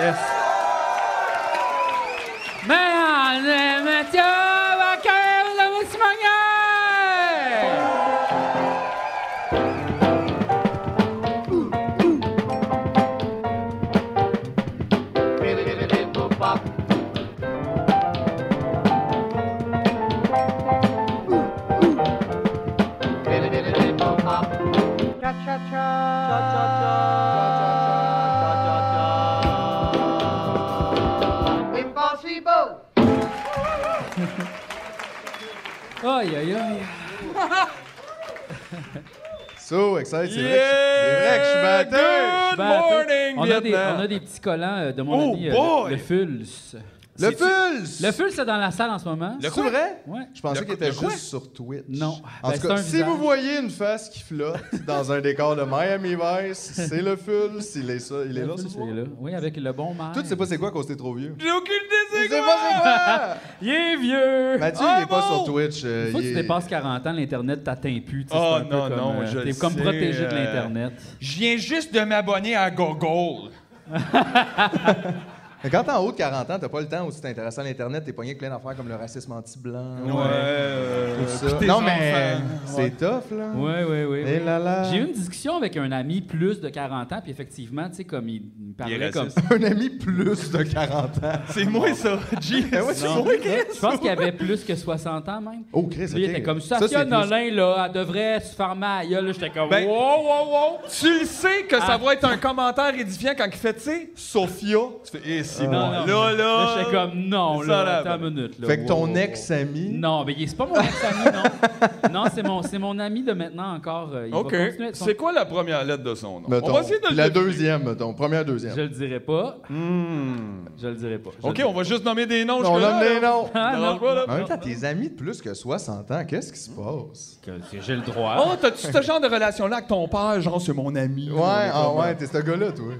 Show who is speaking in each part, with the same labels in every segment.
Speaker 1: Yes. Mesdames et messieurs, accueillez Louis Simonier!
Speaker 2: Impossible!
Speaker 1: Aïe, aïe, aïe.
Speaker 3: So excited, c'est vrai que je- c'est vrai
Speaker 4: Yeah,
Speaker 3: que je suis battu.
Speaker 4: Good
Speaker 1: Ben, attends,
Speaker 4: morning,
Speaker 1: on a, des,
Speaker 4: Vietnam.
Speaker 1: on a des petits collants euh, de mon
Speaker 4: Oh
Speaker 1: ami, euh,
Speaker 4: boy!
Speaker 1: le, le Fulse.
Speaker 3: Le
Speaker 1: C'est-tu-
Speaker 3: Pulse!
Speaker 1: Le Fulse est dans la salle en ce moment.
Speaker 4: Le
Speaker 3: C'est
Speaker 4: quoi?
Speaker 3: vrai?
Speaker 1: Ouais.
Speaker 3: Je pensais
Speaker 4: Le-
Speaker 3: qu'il était
Speaker 4: le quoi?
Speaker 3: juste sur Twitch.
Speaker 1: Non.
Speaker 3: En
Speaker 1: Ben,
Speaker 3: tout
Speaker 1: c'est
Speaker 3: cas,
Speaker 1: un
Speaker 3: si
Speaker 1: visage.
Speaker 3: vous voyez une face qui flotte dans un décor de Miami Vice, c'est le Fulse. Il est, ça, il est
Speaker 1: Le
Speaker 3: là ce
Speaker 1: Fulse
Speaker 3: soir.
Speaker 1: est là. Oui, avec le bon maire.
Speaker 3: Toi, tu sais pas c'est quoi cause t'es trop vieux.
Speaker 4: J'ai aucune idée,
Speaker 3: Tu
Speaker 4: c'est
Speaker 3: sais
Speaker 4: quoi?
Speaker 3: pas c'est quoi!
Speaker 1: Il est vieux!
Speaker 3: Mathieu,
Speaker 4: Ah
Speaker 3: il est pas
Speaker 4: bon?
Speaker 3: sur Twitch. euh,
Speaker 1: Une fois que
Speaker 3: il
Speaker 1: tu
Speaker 3: est-
Speaker 1: dépasses 40 ans, l'Internet t'atteint plus. tu sais,
Speaker 4: Oh,
Speaker 1: c'est un peu
Speaker 4: non,
Speaker 1: comme,
Speaker 4: non,
Speaker 1: euh,
Speaker 4: je
Speaker 1: T'es comme
Speaker 4: sais,
Speaker 1: protégé de
Speaker 4: euh,
Speaker 1: l'Internet.
Speaker 4: Je viens juste de m'abonner à Google.
Speaker 3: Mais quand t'es en haut de 40 ans, t'as pas le temps aussi de t'intéresser à l'Internet, t'es pogné avec plein d'affaires comme le racisme anti-blanc.
Speaker 1: euh,
Speaker 3: tout ça.
Speaker 4: puis tes
Speaker 3: Non, mais
Speaker 4: enfants.
Speaker 3: c'est tough, là.
Speaker 1: Oui, oui, oui.
Speaker 3: Eh là là.
Speaker 1: J'ai eu une discussion avec un ami plus de 40 ans, puis effectivement, tu sais, comme il me
Speaker 4: Il
Speaker 1: parlait
Speaker 4: est
Speaker 1: comme.
Speaker 4: raciste.
Speaker 3: Un ami plus de 40 ans.
Speaker 4: C'est moi ça. Jeez,
Speaker 3: Ben ouais,
Speaker 4: c'est
Speaker 3: c'est
Speaker 4: moi.
Speaker 3: vrai.
Speaker 1: Je pense qu'il avait plus que 60 ans même.
Speaker 3: Oh, Chris,
Speaker 1: Lui, il
Speaker 3: ok.
Speaker 1: était comme
Speaker 3: Ça,
Speaker 1: ça.
Speaker 3: c'est
Speaker 1: Saskia
Speaker 3: plus-
Speaker 1: Nolin, là, elle devrait se faire mal. Là, j'étais comme.
Speaker 4: Ben-
Speaker 1: wow, wow, wow.
Speaker 4: Tu le sais que ça
Speaker 1: Ah.
Speaker 4: va être un commentaire édifiant quand il fait, tu sais, Sophia. Tu fais, eh, c'est
Speaker 1: Ah, Non,
Speaker 4: moi.
Speaker 1: non,
Speaker 4: Là,
Speaker 1: Là,
Speaker 4: là.
Speaker 1: j'étais comme, non,
Speaker 4: oh! Ça,
Speaker 1: là,
Speaker 4: là,
Speaker 1: attends
Speaker 4: ben-
Speaker 1: une minute. Là,
Speaker 3: Fait que
Speaker 1: wow,
Speaker 3: ton
Speaker 1: wow,
Speaker 3: ex-ami.
Speaker 1: Non, mais il- c'est pas mon ex-ami, non. Non, c'est mon, c'est mon ami de maintenant encore. euh, il va
Speaker 4: OK.
Speaker 1: continuer à être son-
Speaker 4: C'est quoi la première lettre de son nom?
Speaker 3: Mettons,
Speaker 4: On va essayer de le
Speaker 3: la
Speaker 4: deviner.
Speaker 3: deuxième, mettons. Première, deuxième.
Speaker 1: Je le dirai pas.
Speaker 4: Hmm.
Speaker 1: Je le dirai pas. Je
Speaker 4: OK,
Speaker 1: le-
Speaker 4: on va juste nommer des noms.
Speaker 3: On
Speaker 4: jusque-là,
Speaker 3: nomme des
Speaker 4: là.
Speaker 3: noms.
Speaker 1: Ah, non.
Speaker 4: Dérange pas, là.
Speaker 3: En même temps, tes amis de plus que 60 ans, qu'est-ce qui se passe?
Speaker 1: Que- que J'ai le droit.
Speaker 4: Oh, t'as-tu ce genre de relation-là avec ton père? Genre, c'est mon ami.
Speaker 3: Ah. Ouais,
Speaker 4: On est
Speaker 3: ah
Speaker 4: comme,
Speaker 3: ouais, t'es ce gars-là, toi.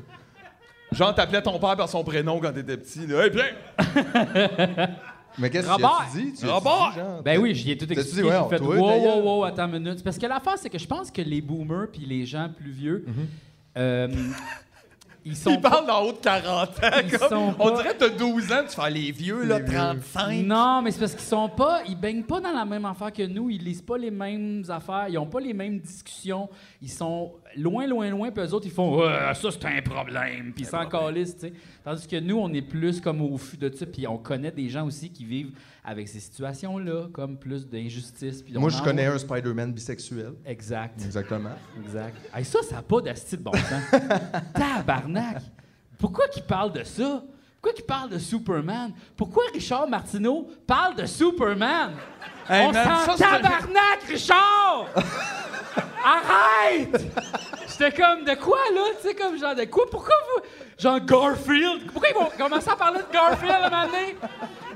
Speaker 4: Genre, t'appelais ton père par son prénom quand t'étais petit. Là. Hey, Pierre!
Speaker 3: Mais qu'est-ce
Speaker 1: Robert!
Speaker 3: que tu dis? Tu as-tu
Speaker 4: Robert!
Speaker 3: dit, genre,
Speaker 1: Ben
Speaker 3: t'as-
Speaker 1: oui, j'y ai tout
Speaker 3: T'as-tu
Speaker 1: expliqué.
Speaker 3: dit, ouais,
Speaker 1: j'ai fait,
Speaker 3: toi,
Speaker 1: wow,
Speaker 3: ta gueule.
Speaker 1: wow, wow, attends une minute. Parce que l'affaire, c'est que je pense que les boomers puis les gens plus vieux,
Speaker 3: Mhm.
Speaker 1: euh, ils sont.
Speaker 4: Il parle d'en haut de 40 ans.
Speaker 1: Ils
Speaker 4: comme-
Speaker 1: sont
Speaker 4: On
Speaker 1: pas-
Speaker 4: dirait que t'as 12 ans, tu fais les vieux, là,
Speaker 3: Les vieux.
Speaker 4: 35.
Speaker 1: Non, mais c'est parce qu'ils sont pas, ils baignent pas dans la même affaire que nous, ils lisent pas les mêmes affaires, ils ont pas les mêmes discussions, ils sont loin, loin, loin, puis eux autres, ils font Ouais, ça c'est un problème, puis ils s'en calissent, tu sais. Tandis que nous, on est plus comme au fût de ça, puis on connaît des gens aussi qui vivent avec ces situations-là, comme plus d'injustice. puis
Speaker 3: Moi,
Speaker 1: on
Speaker 3: je
Speaker 1: en
Speaker 3: connais
Speaker 1: voit.
Speaker 3: un Spider-Man bisexuel.
Speaker 1: Exact.
Speaker 3: Exactement.
Speaker 1: Exact. Hey, ça, ça n'a pas d'asti de bon sens. Tabarnak! Pourquoi qu'il parle de ça? Pourquoi qu'il parle de Superman? Pourquoi Richard Martineau parle de Superman?
Speaker 4: Hey,
Speaker 1: On
Speaker 4: man,
Speaker 1: s'en
Speaker 4: ça, c'est-
Speaker 1: tabarnak, Richard! Arrête! J'étais comme, de quoi, là? Tu sais, comme genre, de quoi? Pourquoi vous... Genre Garfield? Pourquoi ils vont commencer à parler de Garfield à un moment donné?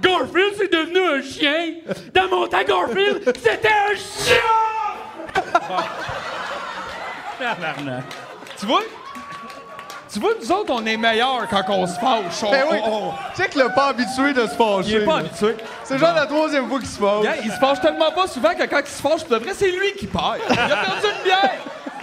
Speaker 1: Garfield, c'est devenu un chien! Dans mon temps, Garfield, c'était un chien! Tabarnak.
Speaker 4: Tu vois? Tu vois, nous autres, on est meilleurs quand on se fâche. On-
Speaker 3: Ben oui!
Speaker 1: Oh,
Speaker 4: on- on-
Speaker 3: Check le pas habitué de se fâcher.
Speaker 4: Il est pas
Speaker 3: là.
Speaker 4: habitué.
Speaker 3: C'est genre la troisième fois qu'il se fâche.
Speaker 4: Gars, il se fâche tellement pas souvent que quand il se fâche, pour de vrai, c'est lui qui perd. Il a perdu une bière.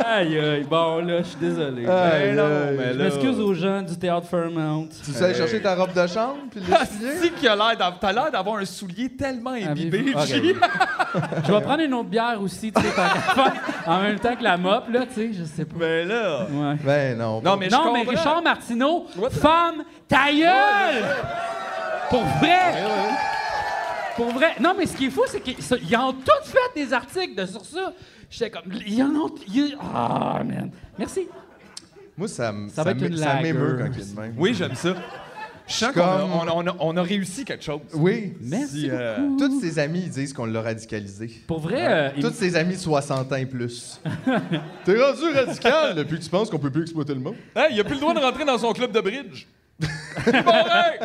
Speaker 1: Aïe, aïe, bon, là, je suis désolé.
Speaker 3: Aïe,
Speaker 4: Ben non,
Speaker 3: aïe.
Speaker 4: mais
Speaker 1: je
Speaker 4: là-
Speaker 1: m'excuse aux gens du théâtre Fairmount.
Speaker 3: Tu sais aller chercher ta robe de chambre puis les souliers?
Speaker 4: Asti qu'il a l'air d'av- T'as l'air d'avoir un soulier tellement imbibé,
Speaker 1: Avez-vous-
Speaker 4: G.
Speaker 1: Ok. Je vais prendre une autre bière aussi, tu sais, tant qu'à faire. en même temps que la mop, là, tu sais, je sais pas.
Speaker 4: Mais là...
Speaker 1: Ouais.
Speaker 3: Ben non.
Speaker 4: Non, mais je
Speaker 1: non, mais
Speaker 4: comprends.
Speaker 1: Richard Martineau,
Speaker 4: What the-
Speaker 1: femme ta gueule! Pour vrai! Pour vrai. Non, mais ce qui est fou, c'est qu'ils ça- ils ont tous fait des articles de, sur ça. J'étais comme. Ils en ont. ils- Ah, man. Merci.
Speaker 3: Moi, ça me-
Speaker 1: Ça
Speaker 3: ça
Speaker 1: va être
Speaker 3: m'é-
Speaker 1: une
Speaker 3: ça
Speaker 1: lager.
Speaker 3: m'émeut quand il est de même.
Speaker 4: Oui, j'aime ça. Je sens
Speaker 3: Je suis
Speaker 4: qu'on a,
Speaker 3: comme-
Speaker 4: on a- on a- on a réussi quelque chose.
Speaker 3: Oui.
Speaker 1: Merci
Speaker 4: Si, euh,
Speaker 1: beaucoup.
Speaker 3: Tous ses amis ils disent qu'on l'a radicalisé.
Speaker 1: Pour vrai, euh,
Speaker 3: Tous ses amis de 60 ans et plus. T'es rendu radical depuis que tu penses qu'on peut plus exploiter le monde.
Speaker 4: Hey, il a plus le droit de rentrer dans son club de bridge. Il est barré!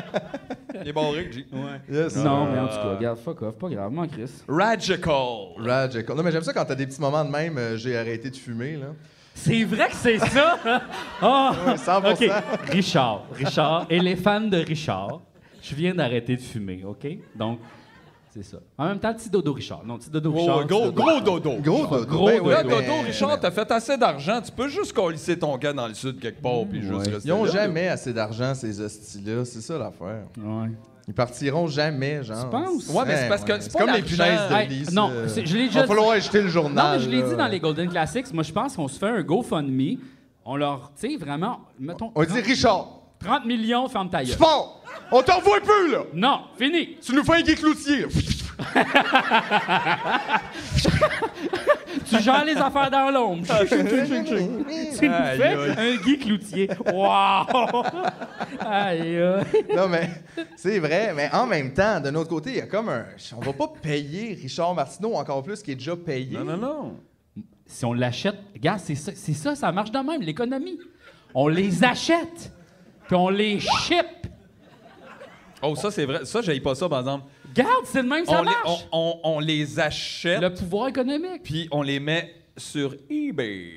Speaker 4: Il est barré, G.
Speaker 3: Yes.
Speaker 1: Non, mais en tout cas, regarde, fuck off, pas gravement, Chris.
Speaker 4: Radical.
Speaker 3: Radical. Non, mais j'aime ça quand t'as des petits moments de même, euh, j'ai arrêté de fumer, là.
Speaker 1: C'est vrai que c'est ça! Ah!
Speaker 3: Oui, 100%.
Speaker 1: OK. Richard, Richard, et les fans de Richard, je viens d'arrêter de fumer, OK? Donc, c'est ça. En même temps, petit dodo Richard. Non, petit dodo
Speaker 4: Gros,
Speaker 1: Richard. petit
Speaker 4: gros,
Speaker 1: dodo
Speaker 4: gros
Speaker 1: Richard.
Speaker 4: dodo.
Speaker 3: Gros dodo.
Speaker 1: Gros
Speaker 3: Ben
Speaker 1: dodo.
Speaker 3: ouais,
Speaker 4: Là,
Speaker 3: mais-
Speaker 4: Dodo, Richard, t'as fait assez d'argent. Tu peux juste colisser ton gars dans le sud quelque part puis juste rester
Speaker 3: Ils ont
Speaker 4: là,
Speaker 3: jamais assez d'argent, ces hosties-là. C'est ça l'affaire.
Speaker 1: Ouais.
Speaker 3: Ils partiront jamais, genre.
Speaker 1: Tu penses?
Speaker 4: Ouais, mais c'est parce que c'est pas
Speaker 3: comme les
Speaker 4: l'argent.
Speaker 3: punaises de
Speaker 1: Hey,
Speaker 3: lit.
Speaker 1: non,
Speaker 3: ça.
Speaker 1: c'est- je l'ai
Speaker 3: Va
Speaker 1: déjà
Speaker 3: falloir acheter le
Speaker 1: Non,
Speaker 3: journal.
Speaker 1: mais je l'ai
Speaker 3: là.
Speaker 1: dit dans les Golden Classics. Moi, je pense qu'on se fait un GoFundMe. On leur, tu sais, vraiment, mettons,
Speaker 3: On dit, Richard,
Speaker 1: 30 millions, ferme ta gueule.
Speaker 3: tu pars! On t'en voit plus, là!
Speaker 1: Non, fini!
Speaker 3: Tu nous fais un Guy Cloutier, là.
Speaker 1: Tu gères les affaires dans l'ombre. tu nous
Speaker 4: Aïe,
Speaker 1: fais
Speaker 4: aïe.
Speaker 1: un Guy Cloutier. Wow! Aïe, aïe.
Speaker 3: Non, mais c'est vrai. Mais en même temps, d'un autre côté, il y a comme un. On va pas payer Richard Martineau encore plus qui est déjà payé.
Speaker 4: Non, non, non.
Speaker 1: Si on l'achète, regarde, c'est ça, c'est ça, ça marche de même, l'économie. On les achète, puis on les ship.
Speaker 4: Oh, ça, c'est vrai. Ça, j'aille pas ça, par exemple.
Speaker 1: Regarde, c'est de même, ça
Speaker 4: on, les,
Speaker 1: marche.
Speaker 4: on, on- on les achète,
Speaker 1: Le pouvoir économique.
Speaker 4: puis on les met sur eBay.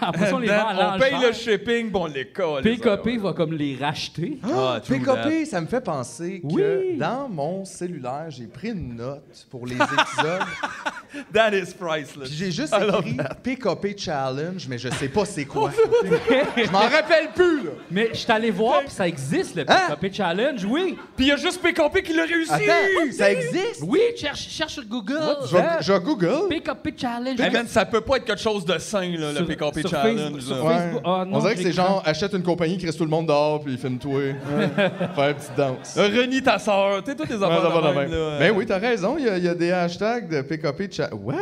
Speaker 1: Après, ça, on les vend à
Speaker 4: Then, Ben, on paye
Speaker 1: l'enchère.
Speaker 4: le shipping, puis on les colle.
Speaker 1: PKP va comme les racheter.
Speaker 4: Ah, true
Speaker 3: PKP, ça me fait penser que
Speaker 1: Oui.
Speaker 3: dans mon cellulaire, j'ai pris une note pour les épisodes.
Speaker 4: That is priceless.
Speaker 3: puis j'ai juste
Speaker 4: I love
Speaker 3: écrit PKP Challenge, mais je sais pas c'est quoi. je m'en rappelle plus, là.
Speaker 1: Mais je suis allé voir, puis ça existe, le
Speaker 3: Hein?
Speaker 1: PKP Challenge, oui.
Speaker 4: Puis il y a juste PKP qui l'a réussi.
Speaker 3: Attends, ça existe?
Speaker 1: Oui, cherche, cherche sur Google.
Speaker 3: Je, vais- je vais Google.
Speaker 1: PKP Challenge.
Speaker 4: Hey, man, ça peut pas être quelque chose de sain, là, le
Speaker 1: Sur-
Speaker 4: PKP
Speaker 1: sur
Speaker 4: Challenge.
Speaker 1: Facebook-
Speaker 4: là.
Speaker 1: sur- Facebook- ah, non,
Speaker 3: On dirait que
Speaker 1: j'ai
Speaker 3: c'est
Speaker 1: craint.
Speaker 3: genre achète une compagnie qui reste tout le monde dehors puis filme-toi. Faire une petite danse.
Speaker 4: Euh, Renie, ta sœur. T'es toutes les affaires
Speaker 3: Ouais, ça va
Speaker 4: de
Speaker 3: de même.
Speaker 4: même, là.
Speaker 3: Ben oui, t'as raison, il y, a- il y a des hashtags de PKP chat. What?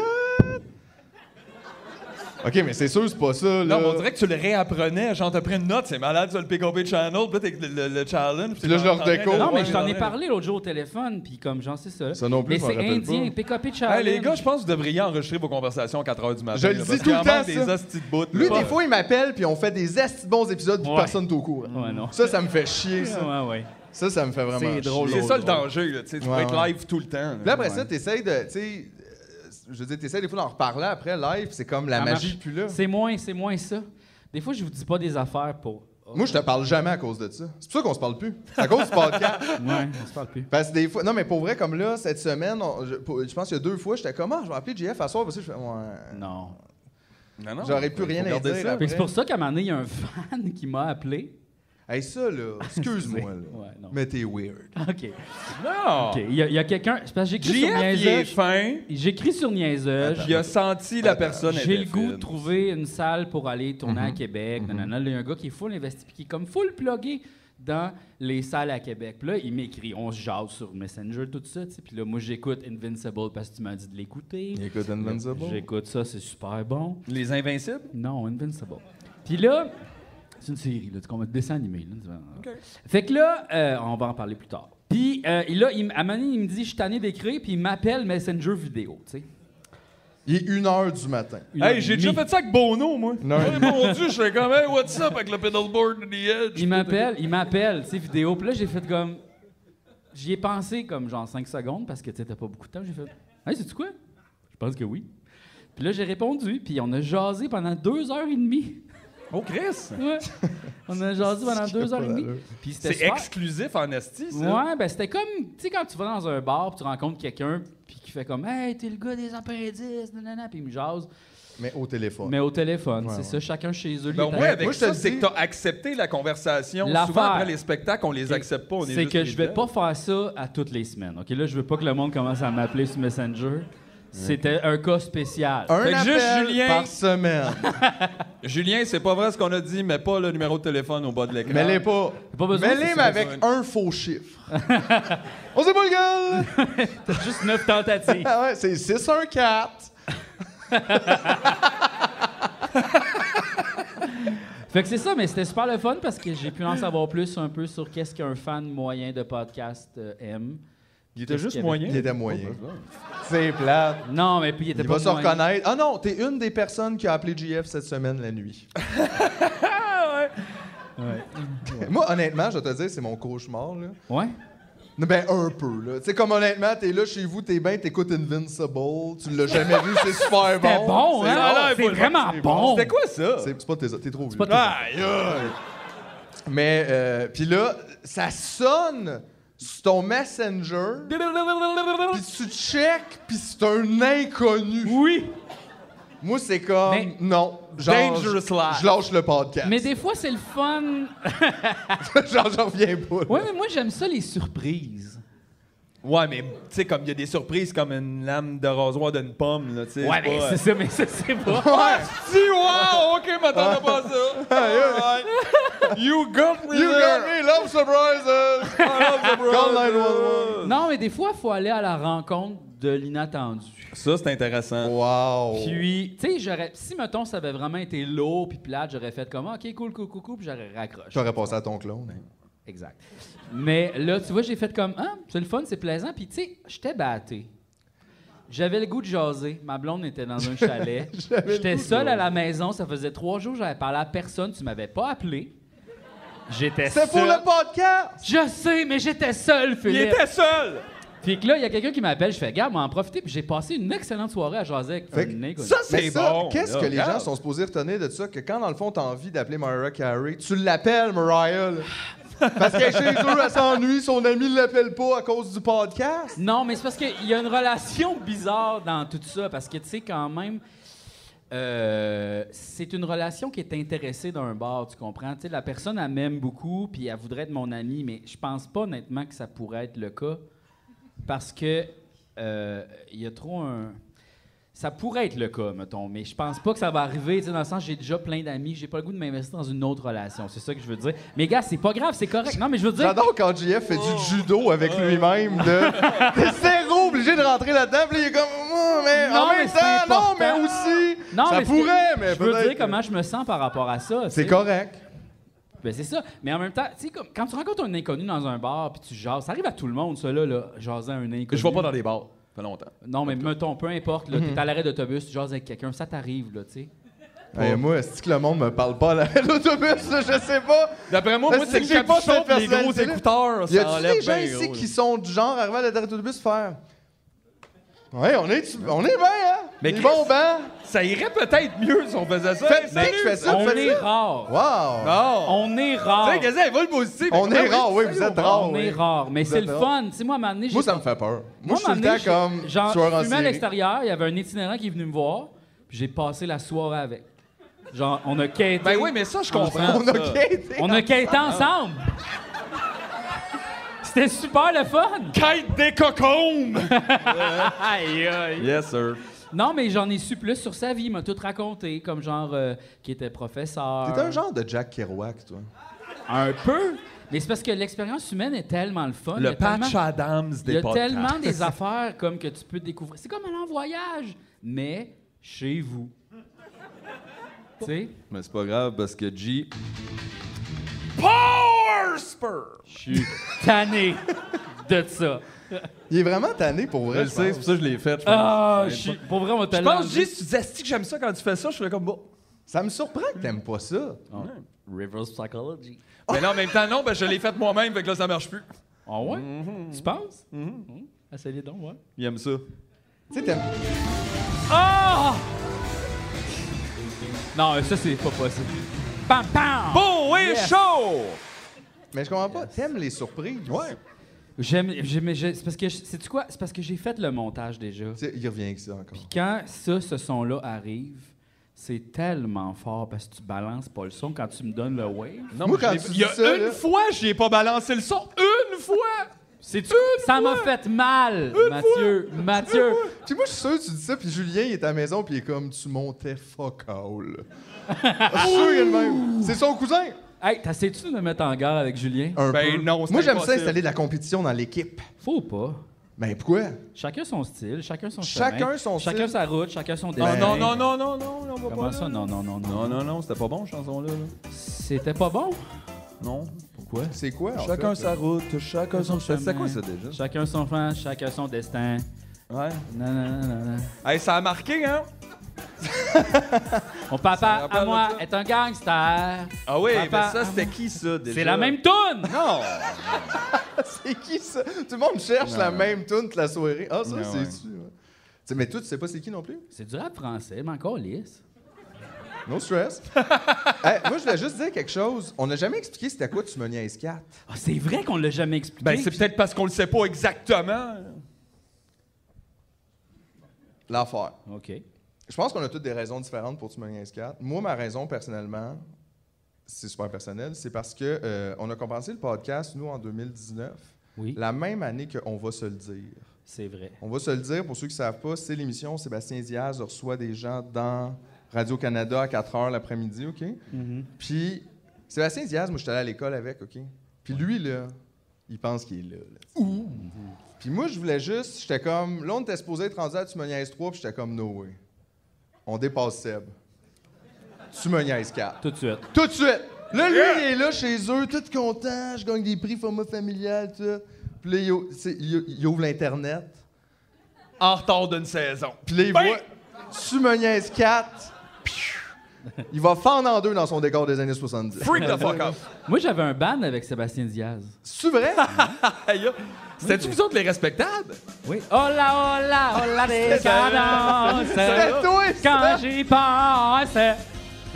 Speaker 3: OK, mais c'est sûr, c'est pas ça, là.
Speaker 4: Non, mais on dirait que tu le réapprenais. Genre, t'as pris une note, c'est malade sur le PKP Channel, puis là, t'es avec le, le- le challenge.
Speaker 3: Puis là, je le redécouvre.
Speaker 1: Non, mais
Speaker 3: Ouais,
Speaker 1: je t'en ai parlé l'autre jour au téléphone, puis comme, genre, c'est ça.
Speaker 3: Ça non
Speaker 1: Mais
Speaker 3: plus, je m'en
Speaker 1: c'est
Speaker 3: rappelle
Speaker 1: indien, PKP Challenge.
Speaker 4: Hey, les gars, je pense que vous devriez enregistrer vos conversations à 4 h du matin.
Speaker 3: Je le
Speaker 4: là,
Speaker 3: dis
Speaker 4: parce
Speaker 3: tout le
Speaker 4: qu'il en
Speaker 3: temps,
Speaker 4: manque des
Speaker 3: ça.
Speaker 4: hosties de bouts,
Speaker 3: Lui,
Speaker 4: là.
Speaker 3: des fois, il m'appelle, puis on fait des asti de bons épisodes, puis
Speaker 1: Ouais.
Speaker 3: personne t'au courant.
Speaker 1: Ouais, non.
Speaker 3: Ça, ça me fait chier, ça.
Speaker 1: Ouais, ouais.
Speaker 3: Ça, ça me fait vraiment
Speaker 1: C'est drôle,
Speaker 3: chier.
Speaker 4: C'est ça le danger, là. tu sais, Tu peux
Speaker 3: Ouais,
Speaker 4: être
Speaker 3: ouais.
Speaker 4: live tout le temps.
Speaker 3: Puis là, après ça, t'essayes de, tu sais, euh, je veux dire, t'essayes des fois d'en reparler après, live, c'est comme la
Speaker 1: Ça
Speaker 3: magie
Speaker 1: marche.
Speaker 3: plus là.
Speaker 1: C'est moins, c'est moins ça. Des fois, je vous dis pas des affaires pour.
Speaker 3: Moi, je te parle jamais à cause de ça. C'est pour ça qu'on se parle plus. À cause du podcast.
Speaker 1: Ouais, on se parle plus.
Speaker 3: Parce que des fois, non, mais pour vrai, comme là, cette semaine, on- je, pour- je pense qu'il y a deux fois, j'étais comme, ah, je vais appeler JF à soir, parce que je fais, ouais.
Speaker 1: Non.
Speaker 4: Non, non,
Speaker 3: J'aurais plus
Speaker 4: faut
Speaker 3: rien à
Speaker 4: garder
Speaker 3: dire
Speaker 4: ça.
Speaker 1: Fait que c'est pour ça qu'à un moment donné, il y a un fan qui m'a appelé.
Speaker 3: Hey, ça, là, excuse-moi, là.
Speaker 1: Ouais, non.
Speaker 3: Mais t'es weird.
Speaker 1: OK.
Speaker 3: Ah.
Speaker 4: Non!
Speaker 1: OK. Il y a, il y a quelqu'un. c'est parce que J'écris sur
Speaker 4: JF, il est
Speaker 1: niaiseuge.
Speaker 4: fin.
Speaker 1: J'écris sur niaiseuge.
Speaker 4: Il a senti la personne.
Speaker 1: J'ai
Speaker 4: était
Speaker 1: le goût de
Speaker 4: fine.
Speaker 1: trouver une salle pour aller tourner
Speaker 3: Mhm.
Speaker 1: à Québec. nanana. Là, il y a un gars qui est full investi puis qui est comme full plugué dans les salles à Québec. Puis là, il m'écrit, on se jase sur Messenger, tout ça. tu sais. Puis là, moi, j'écoute Invincible parce que tu m'as dit de l'écouter.
Speaker 3: Écoute, Invincible.
Speaker 1: J'écoute ça, c'est super bon.
Speaker 4: Les Invincibles?
Speaker 1: Non, Invincible. Puis là, c'est une série, là, qu'on va dessin animé. Là, hein. Fait que là, euh, on va en parler plus tard. Puis euh, il- là, il, m- à un moment donné, il me dit, je suis tanné d'écrire, puis il m'appelle Messenger vidéo, tu sais.
Speaker 3: Il est 1h du matin.
Speaker 1: Une heure
Speaker 4: Hey,
Speaker 1: et
Speaker 4: j'ai
Speaker 1: demie.
Speaker 4: déjà fait ça avec Bono, moi.
Speaker 3: Non.
Speaker 4: Hey, mon Dieu, je fais comme, hey, what's up avec le pedalboard and the edge?
Speaker 1: Il m'appelle, il m'appelle, tu sais, vidéo. Puis là, j'ai fait comme. J'y ai pensé comme genre 5 secondes parce que tu sais, t'as pas beaucoup de temps. J'ai fait. Hey, sais-tu quoi? Je pense que oui. Puis là, j'ai répondu, puis on a jasé pendant deux heures et demie.
Speaker 4: Oh, Chris!
Speaker 1: Ouais. on a jasé pendant deux heures et demie. Puis c'était
Speaker 4: C'est
Speaker 1: super.
Speaker 4: exclusif en esti, ça.
Speaker 1: Ouais, ben c'était comme, tu sais, quand tu vas dans un bar, puis tu rencontres quelqu'un, puis qui fait comme, hey, t'es le gars des appendices, nanana, puis il me jase.
Speaker 3: Mais au téléphone.
Speaker 1: Mais au téléphone,
Speaker 3: Ouais,
Speaker 1: c'est ça,
Speaker 3: ouais.
Speaker 1: chacun chez eux.
Speaker 4: Ben,
Speaker 1: lui,
Speaker 4: au
Speaker 1: il est
Speaker 4: moins,
Speaker 1: à-
Speaker 4: avec
Speaker 3: Moi, je te
Speaker 4: ça,
Speaker 3: le
Speaker 4: c'est
Speaker 3: dis.
Speaker 4: que t'as accepté la conversation.
Speaker 1: L'affaire-
Speaker 4: Souvent, après les spectacles, on les accepte pas. on est
Speaker 1: C'est
Speaker 4: juste
Speaker 1: que
Speaker 4: les
Speaker 1: je vais
Speaker 4: dedans.
Speaker 1: pas faire ça à toutes les semaines. OK, là, je veux pas que le monde commence à m'appeler sur Messenger. C'était un cas spécial.
Speaker 3: Un
Speaker 4: Fait que
Speaker 3: appel
Speaker 4: juste Julien-
Speaker 3: par semaine.
Speaker 4: Julien, c'est pas vrai ce qu'on a dit, mais pas le numéro de téléphone au bas de l'écran.
Speaker 3: Mais les pas.
Speaker 1: pas besoin,
Speaker 3: Mais
Speaker 1: c'est
Speaker 3: les,
Speaker 1: ça,
Speaker 3: mais avec
Speaker 4: besoin.
Speaker 3: un faux chiffre. On sait pas le gars!
Speaker 1: T'as juste neuf tentatives.
Speaker 3: Ah ouais, c'est 614.
Speaker 1: Fait que c'est ça, mais c'était super le fun parce que j'ai pu en savoir plus un peu sur qu'est-ce qu'un fan moyen de podcast euh, aime.
Speaker 5: Il était juste
Speaker 1: qu'il y avait?
Speaker 5: moyen.
Speaker 3: Il était moyen.
Speaker 5: Oh, ben,
Speaker 3: C'est plate.
Speaker 1: Non, mais puis il était
Speaker 3: Il
Speaker 1: pas
Speaker 3: va se
Speaker 1: moyen.
Speaker 3: reconnaître. Ah non, t'es une des personnes qui a appelé GF cette semaine la nuit. Moi, honnêtement, je vais te dire, c'est mon cauchemar, là.
Speaker 1: Ouais.
Speaker 3: Ben, un peu, là. Tu sais, comme honnêtement, t'es là chez vous, t'es bien, t'écoutes Invincible, tu l'as jamais vu, c'est super bon.
Speaker 1: C'était bon,
Speaker 3: C'est-
Speaker 5: Ah, là,
Speaker 1: hein?
Speaker 5: il faut
Speaker 1: C'est
Speaker 5: le-
Speaker 1: vraiment
Speaker 5: c'est bon.
Speaker 1: bon.
Speaker 5: C'était quoi ça?
Speaker 3: C'est c'est pas tes t'es trop vieux.
Speaker 1: pas
Speaker 3: Ah,
Speaker 1: tes-
Speaker 5: Aïe, aïe.
Speaker 3: Mais, euh, puis là, ça sonne sur ton Messenger, puis tu check, puis c'est un inconnu.
Speaker 1: Oui.
Speaker 3: Moi, c'est comme,
Speaker 1: Mais-
Speaker 3: non, genre, je
Speaker 5: Dangerous Life.
Speaker 3: je lâche le podcast.
Speaker 1: Mais des fois, c'est le fun.
Speaker 3: genre, j'en reviens pas. là.
Speaker 1: Ouais, mais moi, j'aime ça, les surprises.
Speaker 5: Ouais, mais tu sais, comme il y a des surprises comme une lame de rasoir d'une pomme, là, tu sais.
Speaker 1: Ouais, mais c'est ça, mais ça, c'est pas.
Speaker 5: Ah, si, wow! OK, m'attendais pas à ça. Alright. You got me
Speaker 3: You got
Speaker 5: there.
Speaker 3: me, love surprises!
Speaker 5: I love the
Speaker 3: Call
Speaker 5: brother.
Speaker 3: 911.
Speaker 1: Non, mais des fois, il faut aller à la rencontre de l'inattendu.
Speaker 5: Ça, c'est intéressant.
Speaker 3: Wow!
Speaker 1: Puis, tu sais, j'aurais. Si, mettons, ça avait vraiment été lourd puis plate, j'aurais fait comme, OK, cool, cool, cool, cool, puis j'aurais raccroché.
Speaker 3: J'aurais passé à ton clone. hein.
Speaker 1: Exact. Mais là, tu vois, j'ai fait comme, ah, c'est le fun, c'est plaisant. Puis, tu sais, j'étais batté. J'avais le goût de jaser. Ma blonde était dans un chalet. J'étais seul à la maison. Ça faisait trois jours que j'avais parlé à personne. Tu m'avais pas appelé. J'étais seul.
Speaker 3: C'est pour le podcast!
Speaker 1: Je sais, mais j'étais seul,
Speaker 5: Il
Speaker 1: Philippe.
Speaker 5: était seul.
Speaker 1: Puis que là, il y a quelqu'un qui m'appelle. Je fais, garde, moi, en profiter. Puis j'ai passé une excellente soirée à jaser avec
Speaker 3: Fait
Speaker 1: un
Speaker 3: que
Speaker 1: inconnu.
Speaker 3: ça, c'est
Speaker 5: Mais
Speaker 3: ça.
Speaker 5: bon,
Speaker 3: Qu'est-ce
Speaker 5: là,
Speaker 3: que les gens
Speaker 5: regarde.
Speaker 3: sont supposés retenir de ça? Que quand, dans le fond, t'as envie d'appeler Mariah Carey, tu l'appelles, Mariah. là. Parce qu'elle est chez eux, elle s'ennuie, son ami l'appelle pas à cause du podcast.
Speaker 1: Non, mais c'est parce qu'il y a une relation bizarre dans tout ça, parce que, tu sais, quand même, euh, c'est une relation qui est intéressée d'un bord, tu comprends? Tu sais, la personne, elle m'aime beaucoup, puis elle voudrait être mon amie, mais je pense pas, honnêtement, que ça pourrait être le cas, parce que euh, il y a trop un... Ça pourrait être le cas, mettons, mais je pense pas que ça va arriver. Tu sais, dans le sens, j'ai déjà plein d'amis, j'ai pas le goût de m'investir dans une autre relation. C'est ça que je veux dire. Mais gars, c'est pas grave, c'est correct. Non, mais je veux dire.
Speaker 3: J'adore quand JF fait du judo avec lui-même. De... T'es zéro obligé de rentrer là-dedans, puis là, il est comme. Oh, mais
Speaker 1: Non,
Speaker 3: en
Speaker 1: mais
Speaker 3: même
Speaker 1: c'est
Speaker 3: temps, non,
Speaker 1: important.
Speaker 3: mais aussi.
Speaker 1: Non,
Speaker 3: ça
Speaker 1: mais c'est-
Speaker 3: pourrait, mais
Speaker 1: je veux
Speaker 3: peut-être.
Speaker 1: dire comment je me sens par rapport à ça. tu
Speaker 3: C'est
Speaker 1: sais.
Speaker 3: correct.
Speaker 1: Ben, c'est ça. Mais en même temps, tu sais, comme- quand tu rencontres un inconnu dans un bar puis tu jases, ça arrive à tout le monde, ça, là, là jaser à un inconnu.
Speaker 5: Je vais pas dans des bars. Ça fait longtemps.
Speaker 1: Non, mais mettons, peu importe, là,
Speaker 3: Mhm.
Speaker 1: t'es à l'arrêt d'autobus, tu jases avec quelqu'un, ça t'arrive, là, tu sais.
Speaker 3: Hey, moi, est-ce que le monde me parle pas à la- l'autobus? là, Je sais pas.
Speaker 5: D'après moi, moi,
Speaker 3: Parce
Speaker 5: c'est
Speaker 3: que
Speaker 5: le
Speaker 3: j'ai pas
Speaker 5: capuchon
Speaker 3: cette
Speaker 5: pis les gros
Speaker 3: personnalité-là.
Speaker 5: écouteurs.
Speaker 3: Y
Speaker 5: ça
Speaker 3: a-tu
Speaker 5: enlève
Speaker 3: des gens
Speaker 5: bien
Speaker 3: ici
Speaker 5: gros,
Speaker 3: qui sont du genre arrivés à la dernière autobus faire Ouais, on est, on est bien, hein?
Speaker 5: Mais
Speaker 3: Les
Speaker 5: Chris-
Speaker 3: bons bancs!
Speaker 5: là. Ça irait peut-être mieux si on faisait ça.
Speaker 3: Faites
Speaker 5: Hey,
Speaker 3: ça,
Speaker 5: salut.
Speaker 3: je fais ça,
Speaker 1: On
Speaker 3: je fais
Speaker 1: est
Speaker 3: ça.
Speaker 1: rare.
Speaker 3: Wow!
Speaker 5: Non.
Speaker 1: On est
Speaker 5: Tu
Speaker 1: rare.
Speaker 5: sais, qu'est-ce va le positif?
Speaker 3: On est
Speaker 5: Ah
Speaker 3: rare, oui, vous êtes rare.
Speaker 1: On
Speaker 3: oui.
Speaker 1: est rare. Mais
Speaker 3: Vous
Speaker 1: c'est
Speaker 3: êtes
Speaker 1: le
Speaker 3: rare.
Speaker 1: fun. Tu sais, moi, à un moment donné, j'ai
Speaker 3: Moi, ça me fait peur. Moi,
Speaker 1: Moi,
Speaker 3: je suis tout
Speaker 1: m'amener,
Speaker 3: le temps
Speaker 1: j'ai-
Speaker 3: comme
Speaker 1: genre,
Speaker 3: tueur en
Speaker 1: je fumais à
Speaker 3: série.
Speaker 1: l'extérieur, il y avait un itinérant qui est venu me voir, puis j'ai passé la soirée avec. Genre, on a quêté.
Speaker 5: Ben oui, mais ça, je comprends.
Speaker 3: On a
Speaker 5: ça.
Speaker 3: quitté.
Speaker 1: On a quêté ensemble. C'était super le fun.
Speaker 5: Quête des cocombes!
Speaker 1: Aïe, aïe.
Speaker 5: Yes, sir.
Speaker 1: Non, mais j'en ai su plus sur sa vie. Il m'a tout raconté, comme genre euh, qui était professeur.
Speaker 3: T'es un genre de Jack Kerouac, toi.
Speaker 1: Un peu. Mais c'est parce que l'expérience humaine est tellement le fun. Il y
Speaker 5: Le
Speaker 1: a tellement-
Speaker 5: patch Adams
Speaker 1: Il
Speaker 5: des
Speaker 1: y a
Speaker 5: podcasts.
Speaker 4: hein.
Speaker 1: tellement des affaires comme que tu peux découvrir. C'est comme aller en voyage, mais chez vous. tu sais?
Speaker 5: Mais c'est pas grave parce que G. Power Spur!
Speaker 1: Je suis tanné de ça.
Speaker 3: Il est vraiment tanné pour vrai.
Speaker 5: Je le sais, c'est pour ça que je l'ai fait. Je
Speaker 1: Ah,
Speaker 5: pense.
Speaker 1: je suis- Pour vrai, on
Speaker 5: Je
Speaker 1: t'a
Speaker 5: pense, G, si tu disais si que j'aime ça quand tu fais ça, je serais comme bon.
Speaker 3: Ça me surprend que t'aimes pas ça.
Speaker 1: Reverse psychology.
Speaker 5: Mais là, en même temps, non, ben, je l'ai fait moi-même, fait que là, ça marche plus.
Speaker 1: Ah ouais? Tu penses? Mhm. Ah, c'est les dons, ouais.
Speaker 5: Il aime ça.
Speaker 3: Tu sais, t'aimes.
Speaker 1: Ah! Non, ça, c'est pas possible. Pam, pam!
Speaker 5: Bon et
Speaker 1: Yes.
Speaker 5: chaud!
Speaker 3: Mais je comprends pas. T'aimes les surprises. Ouais.
Speaker 1: J'aime, j'aime- je- c'est parce que, sais-tu quoi? C'est parce que j'ai fait le montage déjà.
Speaker 3: il revient avec ça encore.
Speaker 1: Puis quand ça, ce son-là arrive, c'est tellement fort parce que tu balances pas le son quand tu me donnes le wave.
Speaker 5: Non,
Speaker 3: Moi,
Speaker 5: mais
Speaker 3: quand
Speaker 5: je l'ai-
Speaker 3: tu
Speaker 5: il
Speaker 3: dis
Speaker 5: y a
Speaker 3: ça,
Speaker 5: une
Speaker 3: là-
Speaker 5: fois, j'y ai pas balancé le son. Une fois!
Speaker 1: C'est Ça m'a fait mal, Mathieu. Mathieu.
Speaker 3: Puis moi, je suis sûr que tu dis ça, puis Julien, il est à la maison, puis il est comme, tu montais fuck all. Je suis sûr qu'il est le même. C'est son cousin.
Speaker 1: Hey, t'essaies-tu de me mettre en garde avec Julien?
Speaker 3: Un
Speaker 5: Ben
Speaker 3: peu.
Speaker 5: non, c'est
Speaker 3: Moi, j'aime ça
Speaker 5: impossible.
Speaker 3: installer de la compétition dans l'équipe.
Speaker 1: Faut pas.
Speaker 3: Mais pourquoi?
Speaker 1: Chacun son style, chacun son
Speaker 3: Chacun
Speaker 1: chemin,
Speaker 3: son
Speaker 1: Chacun
Speaker 3: style.
Speaker 1: sa route, chacun son destin.
Speaker 5: Ben,
Speaker 4: Non, non, non, non, non, non, non, on va pas
Speaker 1: Comment
Speaker 4: là,
Speaker 1: ça?
Speaker 4: là.
Speaker 1: Non, non, non, non.
Speaker 4: Non, non, non, c'était pas bon, cette chanson-là. là.
Speaker 1: C'était pas bon?
Speaker 4: Non. Pourquoi?
Speaker 3: C'est quoi? en
Speaker 4: Chacun
Speaker 3: fait? euh,
Speaker 4: sa route, chacun son chemin. C'était quoi ça
Speaker 1: Chemin.
Speaker 4: déjà?
Speaker 1: Chacun son fan, chacun son destin.
Speaker 4: Ouais.
Speaker 1: Non, non, non, non, non.
Speaker 4: Hey, ça a marqué, hein?
Speaker 1: Mon
Speaker 4: Ça
Speaker 1: papa,
Speaker 4: rappelle
Speaker 1: à moi,
Speaker 4: ça?
Speaker 1: est un gangster.
Speaker 4: Ah oui,
Speaker 1: Papa,
Speaker 4: mais ça, c'était qui ça déjà?
Speaker 1: C'est la même toune!
Speaker 4: Non!
Speaker 3: C'est qui ça? Tout le monde cherche
Speaker 4: Non,
Speaker 3: la
Speaker 4: non.
Speaker 3: même tune toute la soirée. Ah, ça,
Speaker 4: Ouais,
Speaker 3: c'est
Speaker 4: ouais.
Speaker 3: tu. ouais. Tu sais, Mais toi, tu sais pas c'est qui non plus?
Speaker 1: C'est du rap français, mais encore lisse.
Speaker 3: No stress. Hey, moi, je voulais juste dire quelque chose. On n'a jamais expliqué c'était quoi tu me niaises 4.
Speaker 1: Ah, c'est vrai qu'on l'a jamais expliqué.
Speaker 4: Ben, c'est peut-être parce qu'on le sait pas exactement.
Speaker 3: L'affaire.
Speaker 1: OK.
Speaker 3: Je pense qu'on a toutes des raisons différentes pour tu me niaises 4. Moi, ma raison, personnellement, c'est super personnel, c'est parce que euh, on a commencé le podcast, nous, en 2019,
Speaker 1: Oui,
Speaker 3: la même année qu'on va se le dire.
Speaker 1: c'est vrai.
Speaker 3: On va se le dire, pour ceux qui ne savent pas, c'est l'émission où Sébastien Diaz reçoit des gens dans Radio-Canada à 4 h l'après-midi, OK? Puis, Sébastien Diaz, moi, je suis allé à l'école avec, OK? Puis lui, là, il pense qu'il est là. là. Puis moi, je voulais juste, j'étais comme, là, on était supposé être rendu à Tu me niaises 3, puis j'étais comme, no way. On dépasse Seb. Tu me niaises 4.
Speaker 1: Tout de suite.
Speaker 3: Tout de suite. Là, lui, il est là chez eux, tout content. Je gagne des prix format familial, tout. Puis là, il, ou- c'est- il- il ouvre l'Internet.
Speaker 4: En retard d'une saison.
Speaker 3: Puis là, il
Speaker 4: Ben!
Speaker 3: voit Sumoniaise 4. Piou. Il va fendre en deux dans son décor des années 70.
Speaker 4: Freak the fuck off.
Speaker 1: Moi, j'avais un band avec Sébastien Diaz.
Speaker 3: C'est vrai? Ben,
Speaker 4: Aïe, aïe. C'était-tu vous autres les respectables?
Speaker 1: Oui. Hola, hola, hola,
Speaker 4: Ben,
Speaker 3: C'était
Speaker 1: décadence.
Speaker 3: toi,
Speaker 1: Quand
Speaker 3: ça!
Speaker 1: j'y pense.